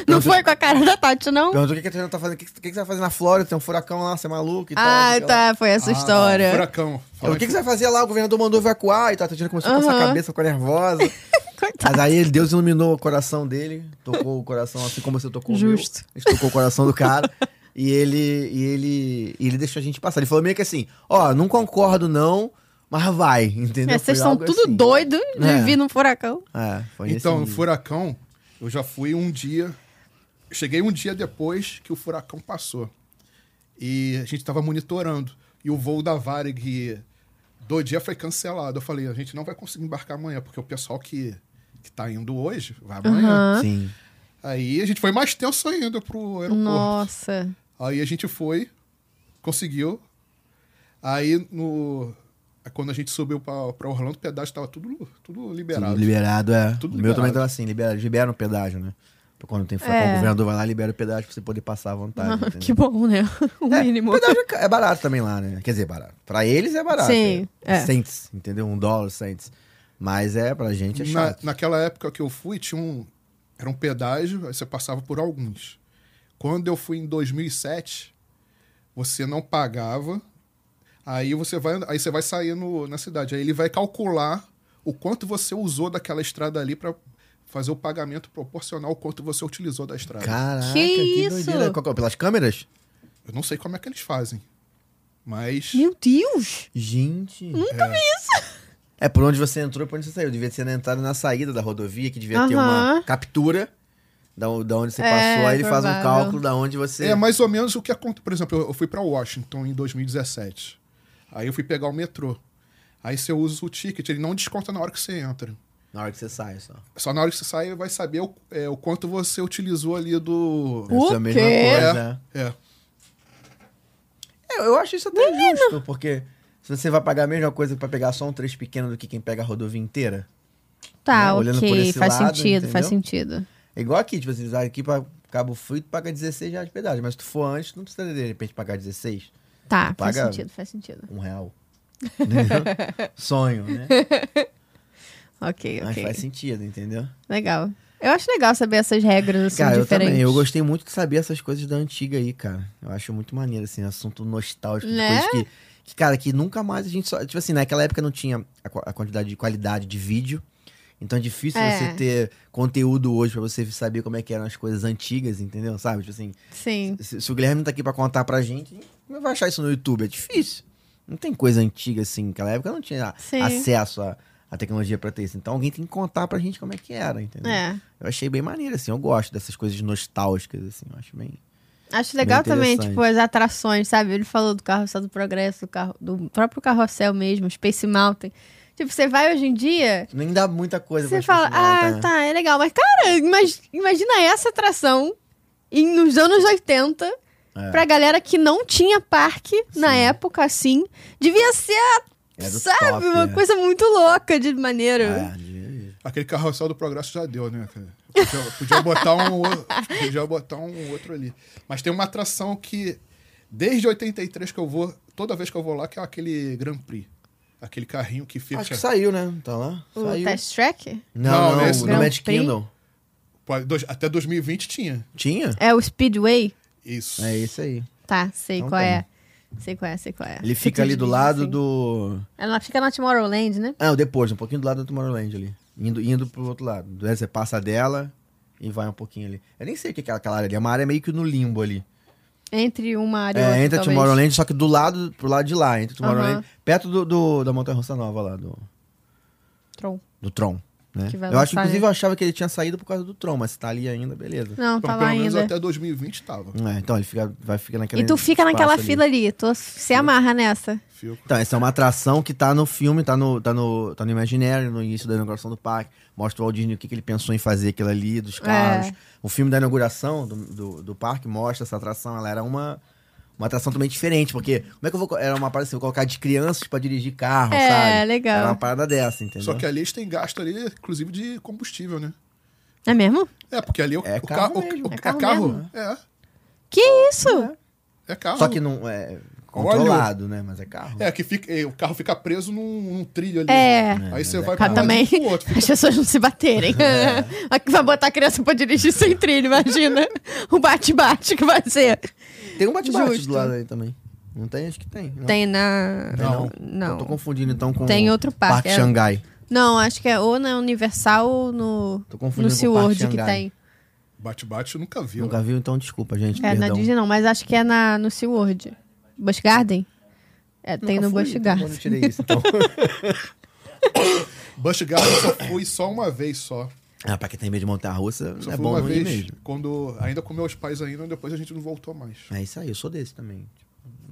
S1: não foi com a cara da Tati, não?
S2: perguntou o que que a Tatiana tá fazendo, o que, que- o que que você vai fazer na Flórida, tem um furacão lá, você é maluco e tal. não
S1: Ah,
S2: sei o que lá.
S1: tá. Foi essa
S4: Ah,
S1: história.
S4: Furacão.
S2: Ela, o
S4: Fala
S2: que, que
S4: que-
S2: você vai fazer lá? O governador mandou evacuar e tal, a Tatiana começou a coçar
S1: Aham.
S2: a cabeça, ficou nervosa.
S1: Coitado.
S2: Mas aí Deus iluminou o coração dele, tocou o coração assim como você tocou
S1: Justo.
S2: o meu. A gente tocou o coração do cara. e ele e ele e ele deixou a gente passar. Ele falou meio que assim: "Ó, não concordo não, mas vai", entendeu?
S1: É, vocês
S2: Foi
S1: são
S2: algo
S1: tudo
S2: assim.
S1: doido de
S2: É.
S1: vir num furacão.
S2: É, foi nesse
S4: Então, no
S2: nível.
S4: furacão, eu já fui um dia. Cheguei um dia depois que o furacão passou. E a gente tava monitorando. E o voo da Varig do dia foi cancelado. Eu falei, a gente não vai conseguir embarcar amanhã, porque o pessoal que, que tá indo hoje vai amanhã.
S1: Aham.
S2: Sim. um
S4: Aí a gente foi mais tenso ainda pro aeroporto.
S1: Nossa.
S4: Aí a gente foi, conseguiu. Aí no quando a gente subiu pra pra Orlando, o pedágio tava tudo tudo liberado.
S2: Tudo liberado é.
S4: Tudo
S2: o meu também
S4: liberado.
S2: tava assim, liberado, libera o pedágio, né? Pra Quando tem furacão,
S1: É.
S2: o governador vai lá, e libera o pedágio pra você poder passar à vontade.
S1: Ah,
S2: entendeu?
S1: que bom, né? O
S2: É,
S1: mínimo.
S2: pedágio é ca- é barato também lá, né? Quer dizer, barato. Pra eles é barato.
S1: Sim,
S2: É.
S1: é.
S2: Cents, entendeu? Um dólar, cents. Mas é, pra gente é
S4: Na,
S2: chato.
S4: naquela época que eu fui, tinha um era um pedágio, aí você passava por alguns. Quando eu fui em 2007, você não pagava. Aí você vai aí você vai sair no, na cidade, aí ele vai calcular o quanto você usou daquela estrada ali pra fazer o pagamento proporcional ao quanto você utilizou da estrada.
S2: Caraca,
S1: Que isso?
S2: doideira. Qual que é? Pelas câmeras?
S4: Eu não sei como é que eles fazem. Mas.
S1: Meu Deus!
S2: Gente. Nunca vi isso. É por onde você entrou e por onde você saiu. Devia ser na entrada e na saída da rodovia, que devia ter
S1: Aham.
S2: uma captura da, o- da onde você
S1: É,
S2: passou. Aí ele faz um
S1: provável.
S2: cálculo da onde você.
S4: É mais ou menos o que acontece. Por exemplo, eu- eu fui pra Washington em 2017. Aí eu fui pegar o metrô. Aí você usa o ticket, ele não desconta na hora que você entra.
S2: Na hora que você sai só.
S4: Só na hora que você sai, ele vai saber o, é, o quanto você utilizou ali do.
S1: O
S2: Essa é a mesma
S1: quê?
S2: coisa.
S4: É.
S2: É, Eu, eu acho isso até justo, porque se você vai pagar a mesma coisa pra pegar só um trecho pequeno do que quem pega a rodovia inteira.
S1: Tá,
S2: né, olhando por
S1: ok.
S2: esse
S1: Faz
S2: lado,
S1: sentido, faz
S2: entendeu?
S1: sentido.
S2: É igual aqui, tipo assim, aqui pra Cabo Frio tu paga 16 reais de pedágio, mas se tu for antes, tu não precisa de repente pagar 16,
S1: Tá,
S2: Tu
S1: faz
S2: paga-
S1: sentido, faz sentido.
S2: um real. Entendeu? Sonho, né?
S1: Ok,
S2: Mas
S1: ok.
S2: faz sentido, entendeu?
S1: Legal. Eu acho legal saber essas regras assim,
S2: Cara, eu
S1: diferentes.
S2: também. Eu gostei muito de saber essas coisas da antiga aí, cara. Eu acho muito maneiro, assim, assunto nostálgico. de
S1: Né?
S2: Coisas que, que, cara, que nunca mais a gente só. Tipo assim, naquela época não tinha a, qua- a quantidade de qualidade de vídeo. Então é difícil
S1: É.
S2: você ter conteúdo hoje pra você saber como é que eram as coisas antigas, entendeu? Sabe? Tipo assim,
S1: Sim.
S2: se, se o Guilherme não tá aqui pra contar pra gente, como vai achar isso no YouTube? É difícil. Não tem coisa antiga assim. Naquela época não tinha
S1: Sim.
S2: acesso à, à tecnologia pra ter isso. Então alguém tem que contar pra gente como é que era, entendeu?
S1: É.
S2: Eu achei bem maneiro, assim. Eu gosto dessas coisas nostálgicas, assim. Eu acho bem.
S1: Acho legal
S2: Bem
S1: também,
S2: interessante.
S1: tipo, as atrações, sabe? Ele falou do carrossel do progresso, do, carro, do próprio carrossel mesmo, Space Mountain. Tipo, você vai hoje em dia,
S2: Nem dá muita coisa
S1: você
S2: pra né?
S1: fala,
S2: continuar,
S1: ah, tá, é legal. Mas, cara, imag- imagina essa atração em, nos anos 80,
S2: É.
S1: pra galera que não tinha parque na época, assim. Devia ser,
S2: É do
S1: sabe,
S2: top,
S1: uma
S2: é.
S1: coisa muito louca de maneiro.
S2: É, de-
S4: Aquele carrossel do progresso já deu, né, cara? Podia, podia botar um, o- podia botar um outro ali. Mas tem uma atração que, desde 83 que eu vou, toda vez que eu vou lá, que é aquele Grand Prix. Aquele carrinho que fica.
S2: Acho que saiu, né? Tá lá?
S1: O
S2: saiu.
S1: Test Track?
S2: Não,
S4: Não,
S2: não,
S4: esse
S2: no
S1: não.
S2: Magic
S1: Tem?
S2: Kingdom.
S4: Pô, dois- Até 2020 tinha.
S2: Tinha?
S1: É o Speedway?
S4: Isso.
S2: É isso aí.
S1: Tá, sei
S2: Não
S1: qual
S2: tem.
S1: é. Sei qual é, sei qual é.
S2: Ele fica ali do lado do.
S1: Ela fica na Tomorrowland, né?
S2: Ah, depois, um pouquinho do lado do Tomorrowland ali. Indo, indo pro outro lado. Daí Você passa dela e vai um pouquinho ali. Eu nem sei o que é aquela aquela área ali. É uma área meio que no limbo ali.
S1: Entre uma área e
S2: É,
S1: outra,
S2: entra
S1: talvez.
S2: Tomorrowland, só que do lado, pro lado de lá, entra Tomorrowland,
S1: Aham.
S2: perto do, do- da Montanha Russa Nova lá, do,
S1: Tron.
S2: do Tron. Né?
S1: Que vai
S2: Eu acho,
S1: lançar,
S2: inclusive, eu achava que ele tinha saído por causa do Tron, mas se tá ali ainda, beleza.
S1: Não,
S4: Então,
S1: tá lá
S4: pelo menos
S1: ainda.
S4: até 2020 tava.
S2: É, então ele fica, vai ficar naquela.
S1: E tu fica
S2: espaço
S1: naquela
S2: ali.
S1: fila ali, tu se amarra nessa.
S4: Fico.
S2: Então, essa é uma atração que tá no filme, tá no, tá no, tá no Imaginário, no início da inauguração do parque. Mostra o Walt Disney o que, que ele pensou em fazer aquilo ali, dos
S1: É.
S2: carros. O filme da inauguração do, do, do parque mostra essa atração. Ela era uma, uma atração também diferente, porque como é que eu vou. co- Era uma parada assim, eu vou colocar de crianças pra dirigir carro,
S1: É,
S2: sabe?
S1: legal.
S2: Era uma parada dessa, entendeu?
S4: Só que é ali eles têm gasto ali, inclusive, de combustível, né?
S1: É mesmo?
S4: É, porque ali o,
S2: É
S4: o
S2: carro
S4: ca- o-
S2: mesmo.
S4: o-
S1: É
S4: é
S1: carro
S4: carro.
S1: mesmo.
S4: É,
S1: Que isso?
S4: é carro.
S2: Só que não é controlado, né? Mas é carro.
S4: É, que fica, é, o carro fica preso num, num trilho ali.
S1: É.
S4: Aí você
S2: mas
S4: vai
S2: é
S4: pra
S1: Cara,
S4: um
S1: também
S4: lado e pro outro.
S1: as pessoas não se baterem. Aqui vai botar a criança pra dirigir sem trilho, imagina. O bate-bate que vai ser.
S2: Tem um bate-bate
S1: Justo.
S2: do lado aí também. Não tem? Acho que tem. Não.
S1: Tem na.
S4: Não.
S2: Eu tô
S1: Não.
S2: confundindo então com
S1: Tem outro parque,
S2: Parque
S1: é.
S2: Xangai.
S1: Não, acho que é ou na Universal ou no,
S2: Tô
S1: no
S2: confundindo com o Parque
S1: SeaWorld que
S2: Xangai.
S1: tem.
S4: Bate-bate eu nunca vi.
S2: Nunca viu, então desculpa, gente.
S1: É, na
S2: perdão.
S1: Disney não, mas acho que é na, no SeaWorld. Busch Garden? É, tem
S2: Nunca
S1: no
S2: fui,
S1: Busch
S2: então
S1: Garden.
S2: eu não tirei isso, então.
S4: Bush Garden só fui só uma vez só.
S2: ah, pra quem tem medo de montar a russa,
S4: Só
S2: é
S4: fui
S2: bom
S4: uma
S2: não ir
S4: vez.
S2: mesmo.
S4: Quando ainda com meus pais ainda, depois a gente não voltou mais.
S2: É isso aí, eu sou desse também.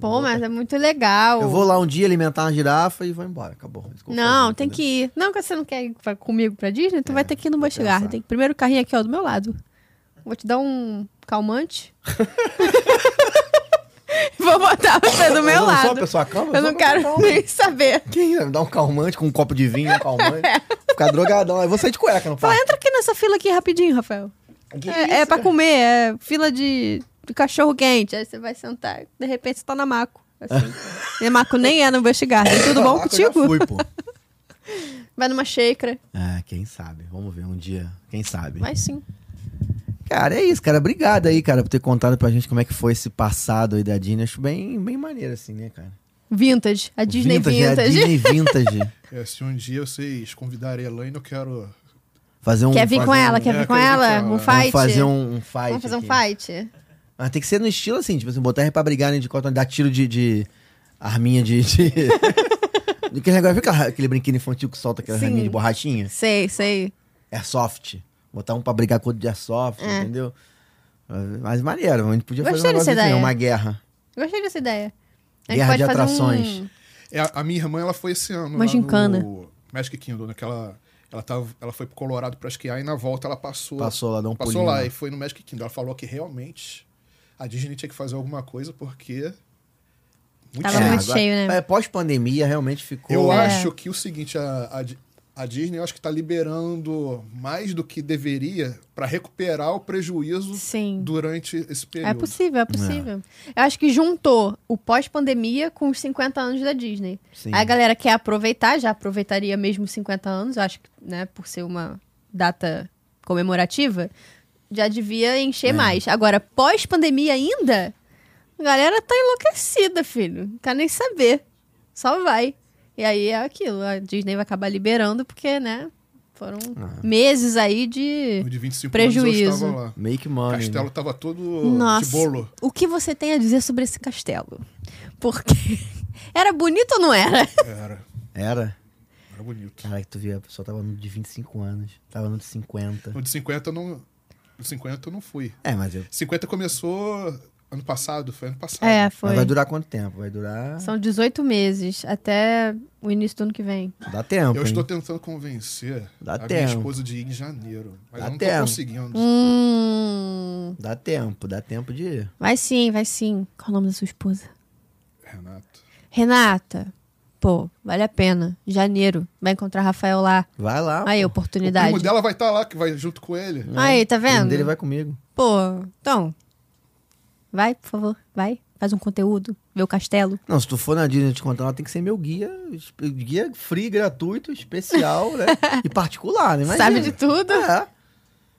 S1: Pô, mas é muito legal.
S2: Eu vou lá um dia alimentar uma girafa e vou embora, acabou. Isso que eu vou
S1: Não,
S2: fazer,
S1: tem que
S2: entendeu?
S1: ir. Não, que você não quer ir pra- comigo pra Disney, tu vai ter que ir no
S2: É, vou
S1: Busch
S2: pensar.
S1: Garden. Primeiro carrinho aqui, ó, do meu lado. Vou te dar um calmante. vou botar você do
S2: Eu
S1: meu
S2: não sou
S1: lado.
S2: uma pessoa calma,
S1: Eu
S2: sou
S1: não
S2: uma
S1: quero
S2: pessoa calma.
S1: nem saber.
S2: Quem ia me dar um calmante com um copo de vinho, um calmante?
S1: É.
S2: Ficar drogadão. Aí eu vou sair de cueca, não
S1: Fala,
S2: fala?
S1: entra aqui nessa fila aqui rapidinho, Rafael.
S2: Que
S1: é,
S2: isso,
S1: é pra
S2: cara?
S1: comer, é fila de, de cachorro quente. Aí você vai sentar, de repente você tá na Maco. Assim. e a Maco nem é no Busch Garden. Tudo bom
S2: Caraca, eu já
S1: contigo?
S2: Fui, pô.
S1: Vai numa shaker.
S2: Ah, quem sabe? Vamos ver um dia. Quem sabe?
S1: Vai sim.
S2: Cara, é isso, cara. Obrigado aí, cara, por ter contado pra gente como é que foi esse passado aí da Disney. Acho bem, bem maneiro, assim, né, cara?
S1: Vintage. A Disney
S2: né? A
S1: Vintage.
S2: Disney Vintage.
S4: É, se um dia vocês convidarem a Elaine, eu quero.
S2: Fazer um.
S1: Quer vir com
S2: fazer
S1: ela?
S2: um-
S1: Quer
S4: É,
S1: vir com
S4: quer vir com
S1: ela?
S4: ela.
S1: Um
S4: Vamos
S1: fight?
S2: Vamos fazer um, um fight.
S1: Vamos fazer um
S2: aqui.
S1: fight?
S2: Mas tem que ser no estilo assim, tipo assim, botar pra brigar, né? De quanto dar tiro de. de arminha de. de... Aquele negócio, viu aquela- aquele brinquedo infantil que solta aquela
S1: Sim.
S2: arminha de borrachinha?
S1: Sei, sei.
S2: Airsoft. Botar um pra brigar com outro de airsoft,
S1: É.
S2: entendeu? Mas maneiro, a gente podia
S1: Gostei
S2: fazer um
S1: dessa
S2: negócio assim,
S1: ideia.
S2: uma guerra.
S1: Gostei dessa ideia. A gente
S2: Guerra
S1: pode
S2: de
S1: fazer
S2: atrações.
S1: um
S4: É, a, a minha irmã, ela foi esse ano.
S1: Uma
S4: lá
S1: gincana.
S4: No Magic Kingdom, naquela... Ela, tava, ela foi pro Colorado pra esquiar e na volta ela passou...
S2: Passou lá, dá um
S4: Passou
S2: pulinho
S4: lá
S2: lá.
S4: e foi no Magic Kingdom. Ela falou que realmente a Disney tinha que fazer alguma coisa porque... Muito
S1: Tava
S4: chato.
S1: muito
S2: agora-
S1: cheio, né?
S2: É, pós-pandemia realmente ficou.
S4: Eu
S1: É.
S4: acho que o seguinte, a, a Di- a Disney eu acho que está liberando mais do que deveria para recuperar o prejuízo
S1: Sim.
S4: durante esse período.
S1: É possível, é possível. Eu acho que juntou o pós-pandemia com os 50 anos da Disney.
S2: Sim.
S1: Aí A galera quer aproveitar, já aproveitaria mesmo os 50 anos, eu acho que, né, por ser uma data comemorativa, já devia encher
S2: É.
S1: mais. Agora, pós-pandemia ainda, a galera tá enlouquecida, filho. Não quer nem saber. Só vai. E aí é aquilo, a Disney vai acabar liberando, porque, né, foram
S2: Ah.
S1: meses aí de.
S4: No de 25
S1: Prejuízo.
S4: anos eu estava lá.
S2: Make
S4: O
S2: money.
S4: castelo
S2: né?
S4: estava todo
S1: Nossa.
S4: de bolo.
S1: O que você tem a dizer sobre esse castelo? Porque era bonito ou não era?
S4: Era,
S2: Era.
S4: era bonito.
S2: Caraca, tu via, a pessoa tava no de 25 anos, tava no de 50.
S4: No de 50 eu não, no 50 eu não fui.
S2: É, mas, eu,
S4: 50 começou ano passado, foi ano passado.
S1: É, foi.
S2: mas vai durar quanto tempo? Vai durar.
S1: São 18 meses até o início do ano que vem.
S2: Dá tempo.
S4: Eu
S2: hein?
S4: estou tentando convencer
S2: Dá
S4: a minha
S2: tempo.
S4: esposa de ir em janeiro, mas
S2: Dá
S4: eu não
S2: tempo.
S4: estou conseguindo.
S1: Hum.
S2: Dá tempo, dá tempo de ir.
S1: Vai sim, vai sim. Qual o nome da sua esposa?
S4: Renato.
S1: Renata. Pô, vale a pena. Janeiro. Vai encontrar Rafael lá.
S2: Vai lá.
S1: Aí,
S4: O
S1: oportunidade.
S4: primo dela vai estar lá, que vai junto com ele.
S1: Aí, tá
S2: O primo
S1: vendo?
S2: dele vai comigo.
S1: Pô, então. Vai, por favor. Vai. Faz um conteúdo. Vê o castelo.
S2: Não, se tu for na Disney te contar, ela tem que ser meu guia, esp- guia free, gratuito, especial, né? E particular, né? Imagina.
S1: Sabe de tudo.
S2: É.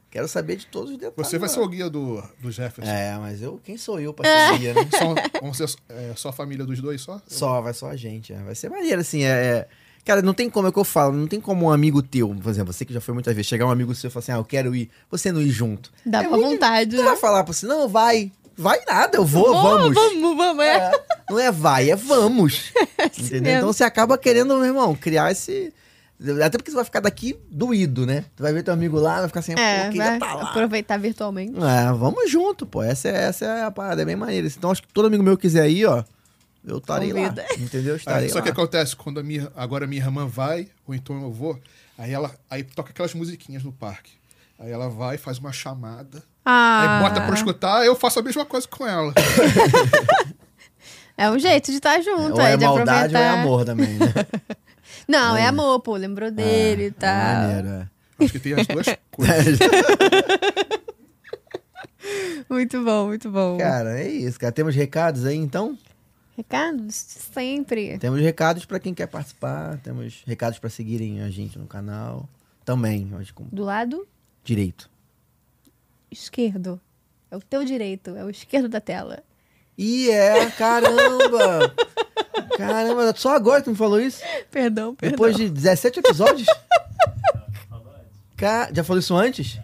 S2: Quero saber de todos os detalhes.
S4: Você vai ser
S2: o...
S4: o guia do, do Jefferson.
S2: É, mas eu, quem sou eu pra
S1: É.
S2: ser guia, né?
S4: Só, vamos ser é, só a família dos dois só?
S2: Só, vai só a gente. é. Vai ser maneiro, assim. É, é- Cara, não tem como, é o que eu falo, não tem como um amigo teu, por exemplo, você que já foi muitas vezes, chegar um amigo seu e falar assim, ah, eu quero ir, você não ir junto.
S1: Dá
S2: é
S1: pra
S2: muito-
S1: vontade.
S2: Tu vai
S1: Né?
S2: falar pra você, não, vai. Vai nada, eu vou,
S1: Boa,
S2: vamos.
S1: Vamos, vamos. É.
S2: Não é vai, é vamos. Entendeu?
S1: mesmo.
S2: Então você acaba querendo, meu irmão, criar esse. Até porque você vai ficar daqui doído, né? Tu vai ver teu amigo lá, vai ficar assim,
S1: É,
S2: pô, que
S1: vai
S2: já tá lá.
S1: aproveitar virtualmente.
S2: É, vamos junto, pô. Essa é, essa é a parada, é bem maneira. Então acho que todo amigo meu que quiser ir, ó, eu estarei lá.
S1: Convida.
S2: Entendeu? Eu
S4: Aí,
S2: Estarei
S4: É, só
S2: lá.
S4: que acontece, quando a minha, agora a minha irmã vai, ou então eu vou, aí ela aí toca aquelas musiquinhas no parque. Aí ela vai, faz uma chamada,
S1: Ah,
S4: aí bota pra escutar, eu faço a mesma coisa com ela.
S1: é um jeito de estar junto,
S2: Ou
S1: aí,
S2: é
S1: de
S2: maldade
S1: aproveitar.
S2: ou é amor também, né?
S1: Não, é amor, pô, lembrou dele e tal.
S2: Ah, É maneiro, é.
S4: Acho que tem as duas coisas.
S1: Muito bom, muito bom.
S2: Cara, é isso, cara. Temos recados aí, então?
S1: Recados sempre.
S2: Temos recados pra quem quer participar, temos recados pra seguirem a gente no canal. Também, hoje com
S1: Do lado
S2: direito.
S1: esquerdo. É o teu direito, é o esquerdo da tela.
S2: E é, caramba! caramba, só agora tu me falou isso?
S1: Perdão, perdão.
S2: Depois de 17 episódios? Ca- Já falou isso antes?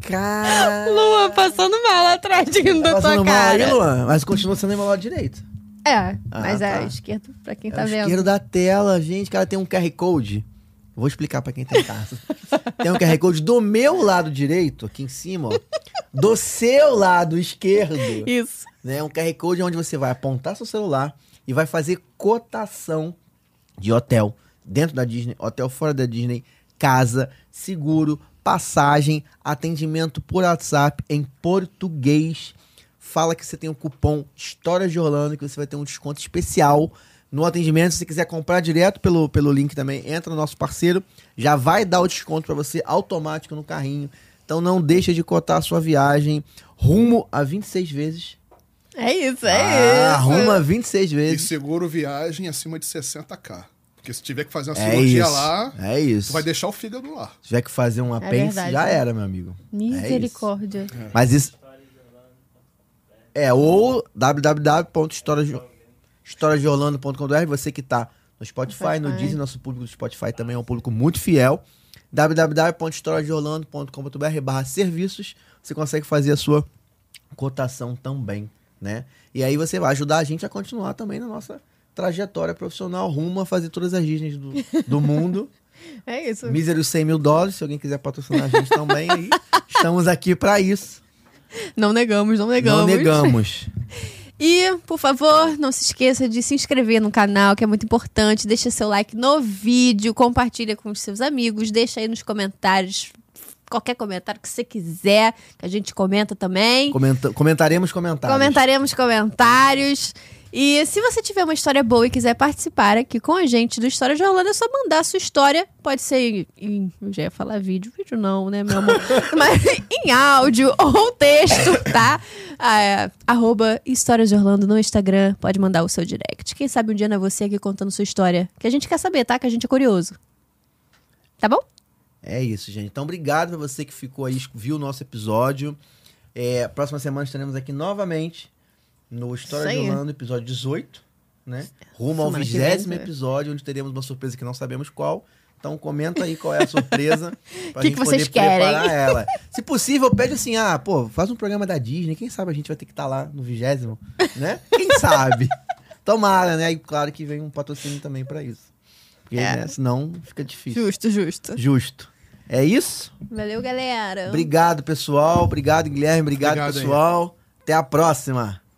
S2: Cara.
S1: Lua passando mal atrás de rindo da
S2: Tá Passando
S1: tua
S2: mal
S1: cara.
S2: aí, Luan, mas continua sendo embalado direito.
S1: É,
S2: Ah,
S1: mas é
S2: tá.
S1: esquerdo pra quem
S2: É
S1: tá
S2: o
S1: vendo.
S2: isqueiro da tela, gente. Cara, tem um QR Code. Eu Vou explicar pra quem tá em casa. tem um QR Code do meu lado direito, aqui em cima, ó. Do seu lado esquerdo.
S1: Isso.
S2: né? Um QR Code onde você vai apontar seu celular e vai fazer cotação de hotel dentro da Disney, hotel fora da Disney, casa, seguro, passagem, atendimento por WhatsApp em português. Fala que você tem o cupom Histórias de Orlando que você vai ter um desconto especial no atendimento. Se você quiser comprar direto pelo, pelo link também, entra no nosso parceiro, já vai dar o desconto para você automático no carrinho. Então não deixa de cotar a sua viagem rumo a 26 vezes
S1: É isso, é
S2: ah,
S1: isso.
S2: Arruma 26
S4: e
S2: vezes.
S4: seguro viagem acima de 60k. Porque se tiver que fazer uma
S2: é
S4: cirurgia
S2: isso.
S4: lá,
S2: é
S4: tu
S2: isso.
S4: vai deixar o fígado lá.
S2: Se tiver que fazer um apêndice,
S1: verdade,
S2: já
S1: né?
S2: era, meu amigo.
S1: Misericórdia.
S2: Mas isso. É, ou www.historiasdeorlando.com.br, você que tá no Spotify, no
S1: Spotify.
S2: Disney, nosso público do Spotify também é um público muito fiel. www.historiasdeorlando.com.br barra serviços, você consegue fazer a sua cotação também, né? E aí você vai ajudar a gente a continuar também na nossa trajetória profissional rumo a fazer todas as Disneys do, do mundo.
S1: É isso.
S2: Míseros 100 mil dólares, se alguém quiser patrocinar a gente também, aí estamos aqui pra isso.
S1: Não negamos, não negamos.
S2: Não negamos.
S1: E, por favor, não se esqueça de se inscrever no canal, que é muito importante. Deixa seu like no vídeo, compartilha com os seus amigos, deixa aí nos comentários qualquer comentário que você quiser, que a gente comenta também.
S2: Comenta- comentaremos comentários.
S1: Comentaremos comentários. E se você tiver uma história boa e quiser participar aqui com a gente do História de Orlando, é só mandar a sua história. Pode ser em. em- eu já ia falar vídeo, vídeo não, né, meu amor? Mas em áudio ou texto, tá? Ah, é, arroba História de Orlando no Instagram. Pode mandar o seu direct. Quem sabe um dia não é você aqui contando sua história. Que a gente quer saber, tá? Que a gente é curioso. Tá bom?
S2: É isso, gente. Então, obrigado pra você que ficou aí, viu o nosso episódio. É, próxima semana estaremos aqui novamente no História
S1: Isso
S2: de
S1: aí.
S2: Orlando, episódio 18, né? Rumo ao
S1: Semana que
S2: vigésimo
S1: vem, né?
S2: episódio, onde teremos uma surpresa que não sabemos qual. Então, comenta aí qual é a surpresa pra
S1: Que
S2: gente
S1: que vocês
S2: poder
S1: querem?
S2: preparar ela. Se possível, pede assim, ah, pô, faz um programa da Disney. Quem sabe a gente vai ter que estar lá no vigésimo, né? Quem sabe? Tomara, né? E claro que vem um patrocínio também pra isso. Porque,
S1: É.
S2: né, senão fica difícil.
S1: Justo, justo.
S2: Justo. É isso?
S1: Valeu, galera. Um
S2: Obrigado, pessoal. Obrigado, Guilherme. Obrigado,
S4: Obrigado aí.
S2: pessoal. Até a próxima.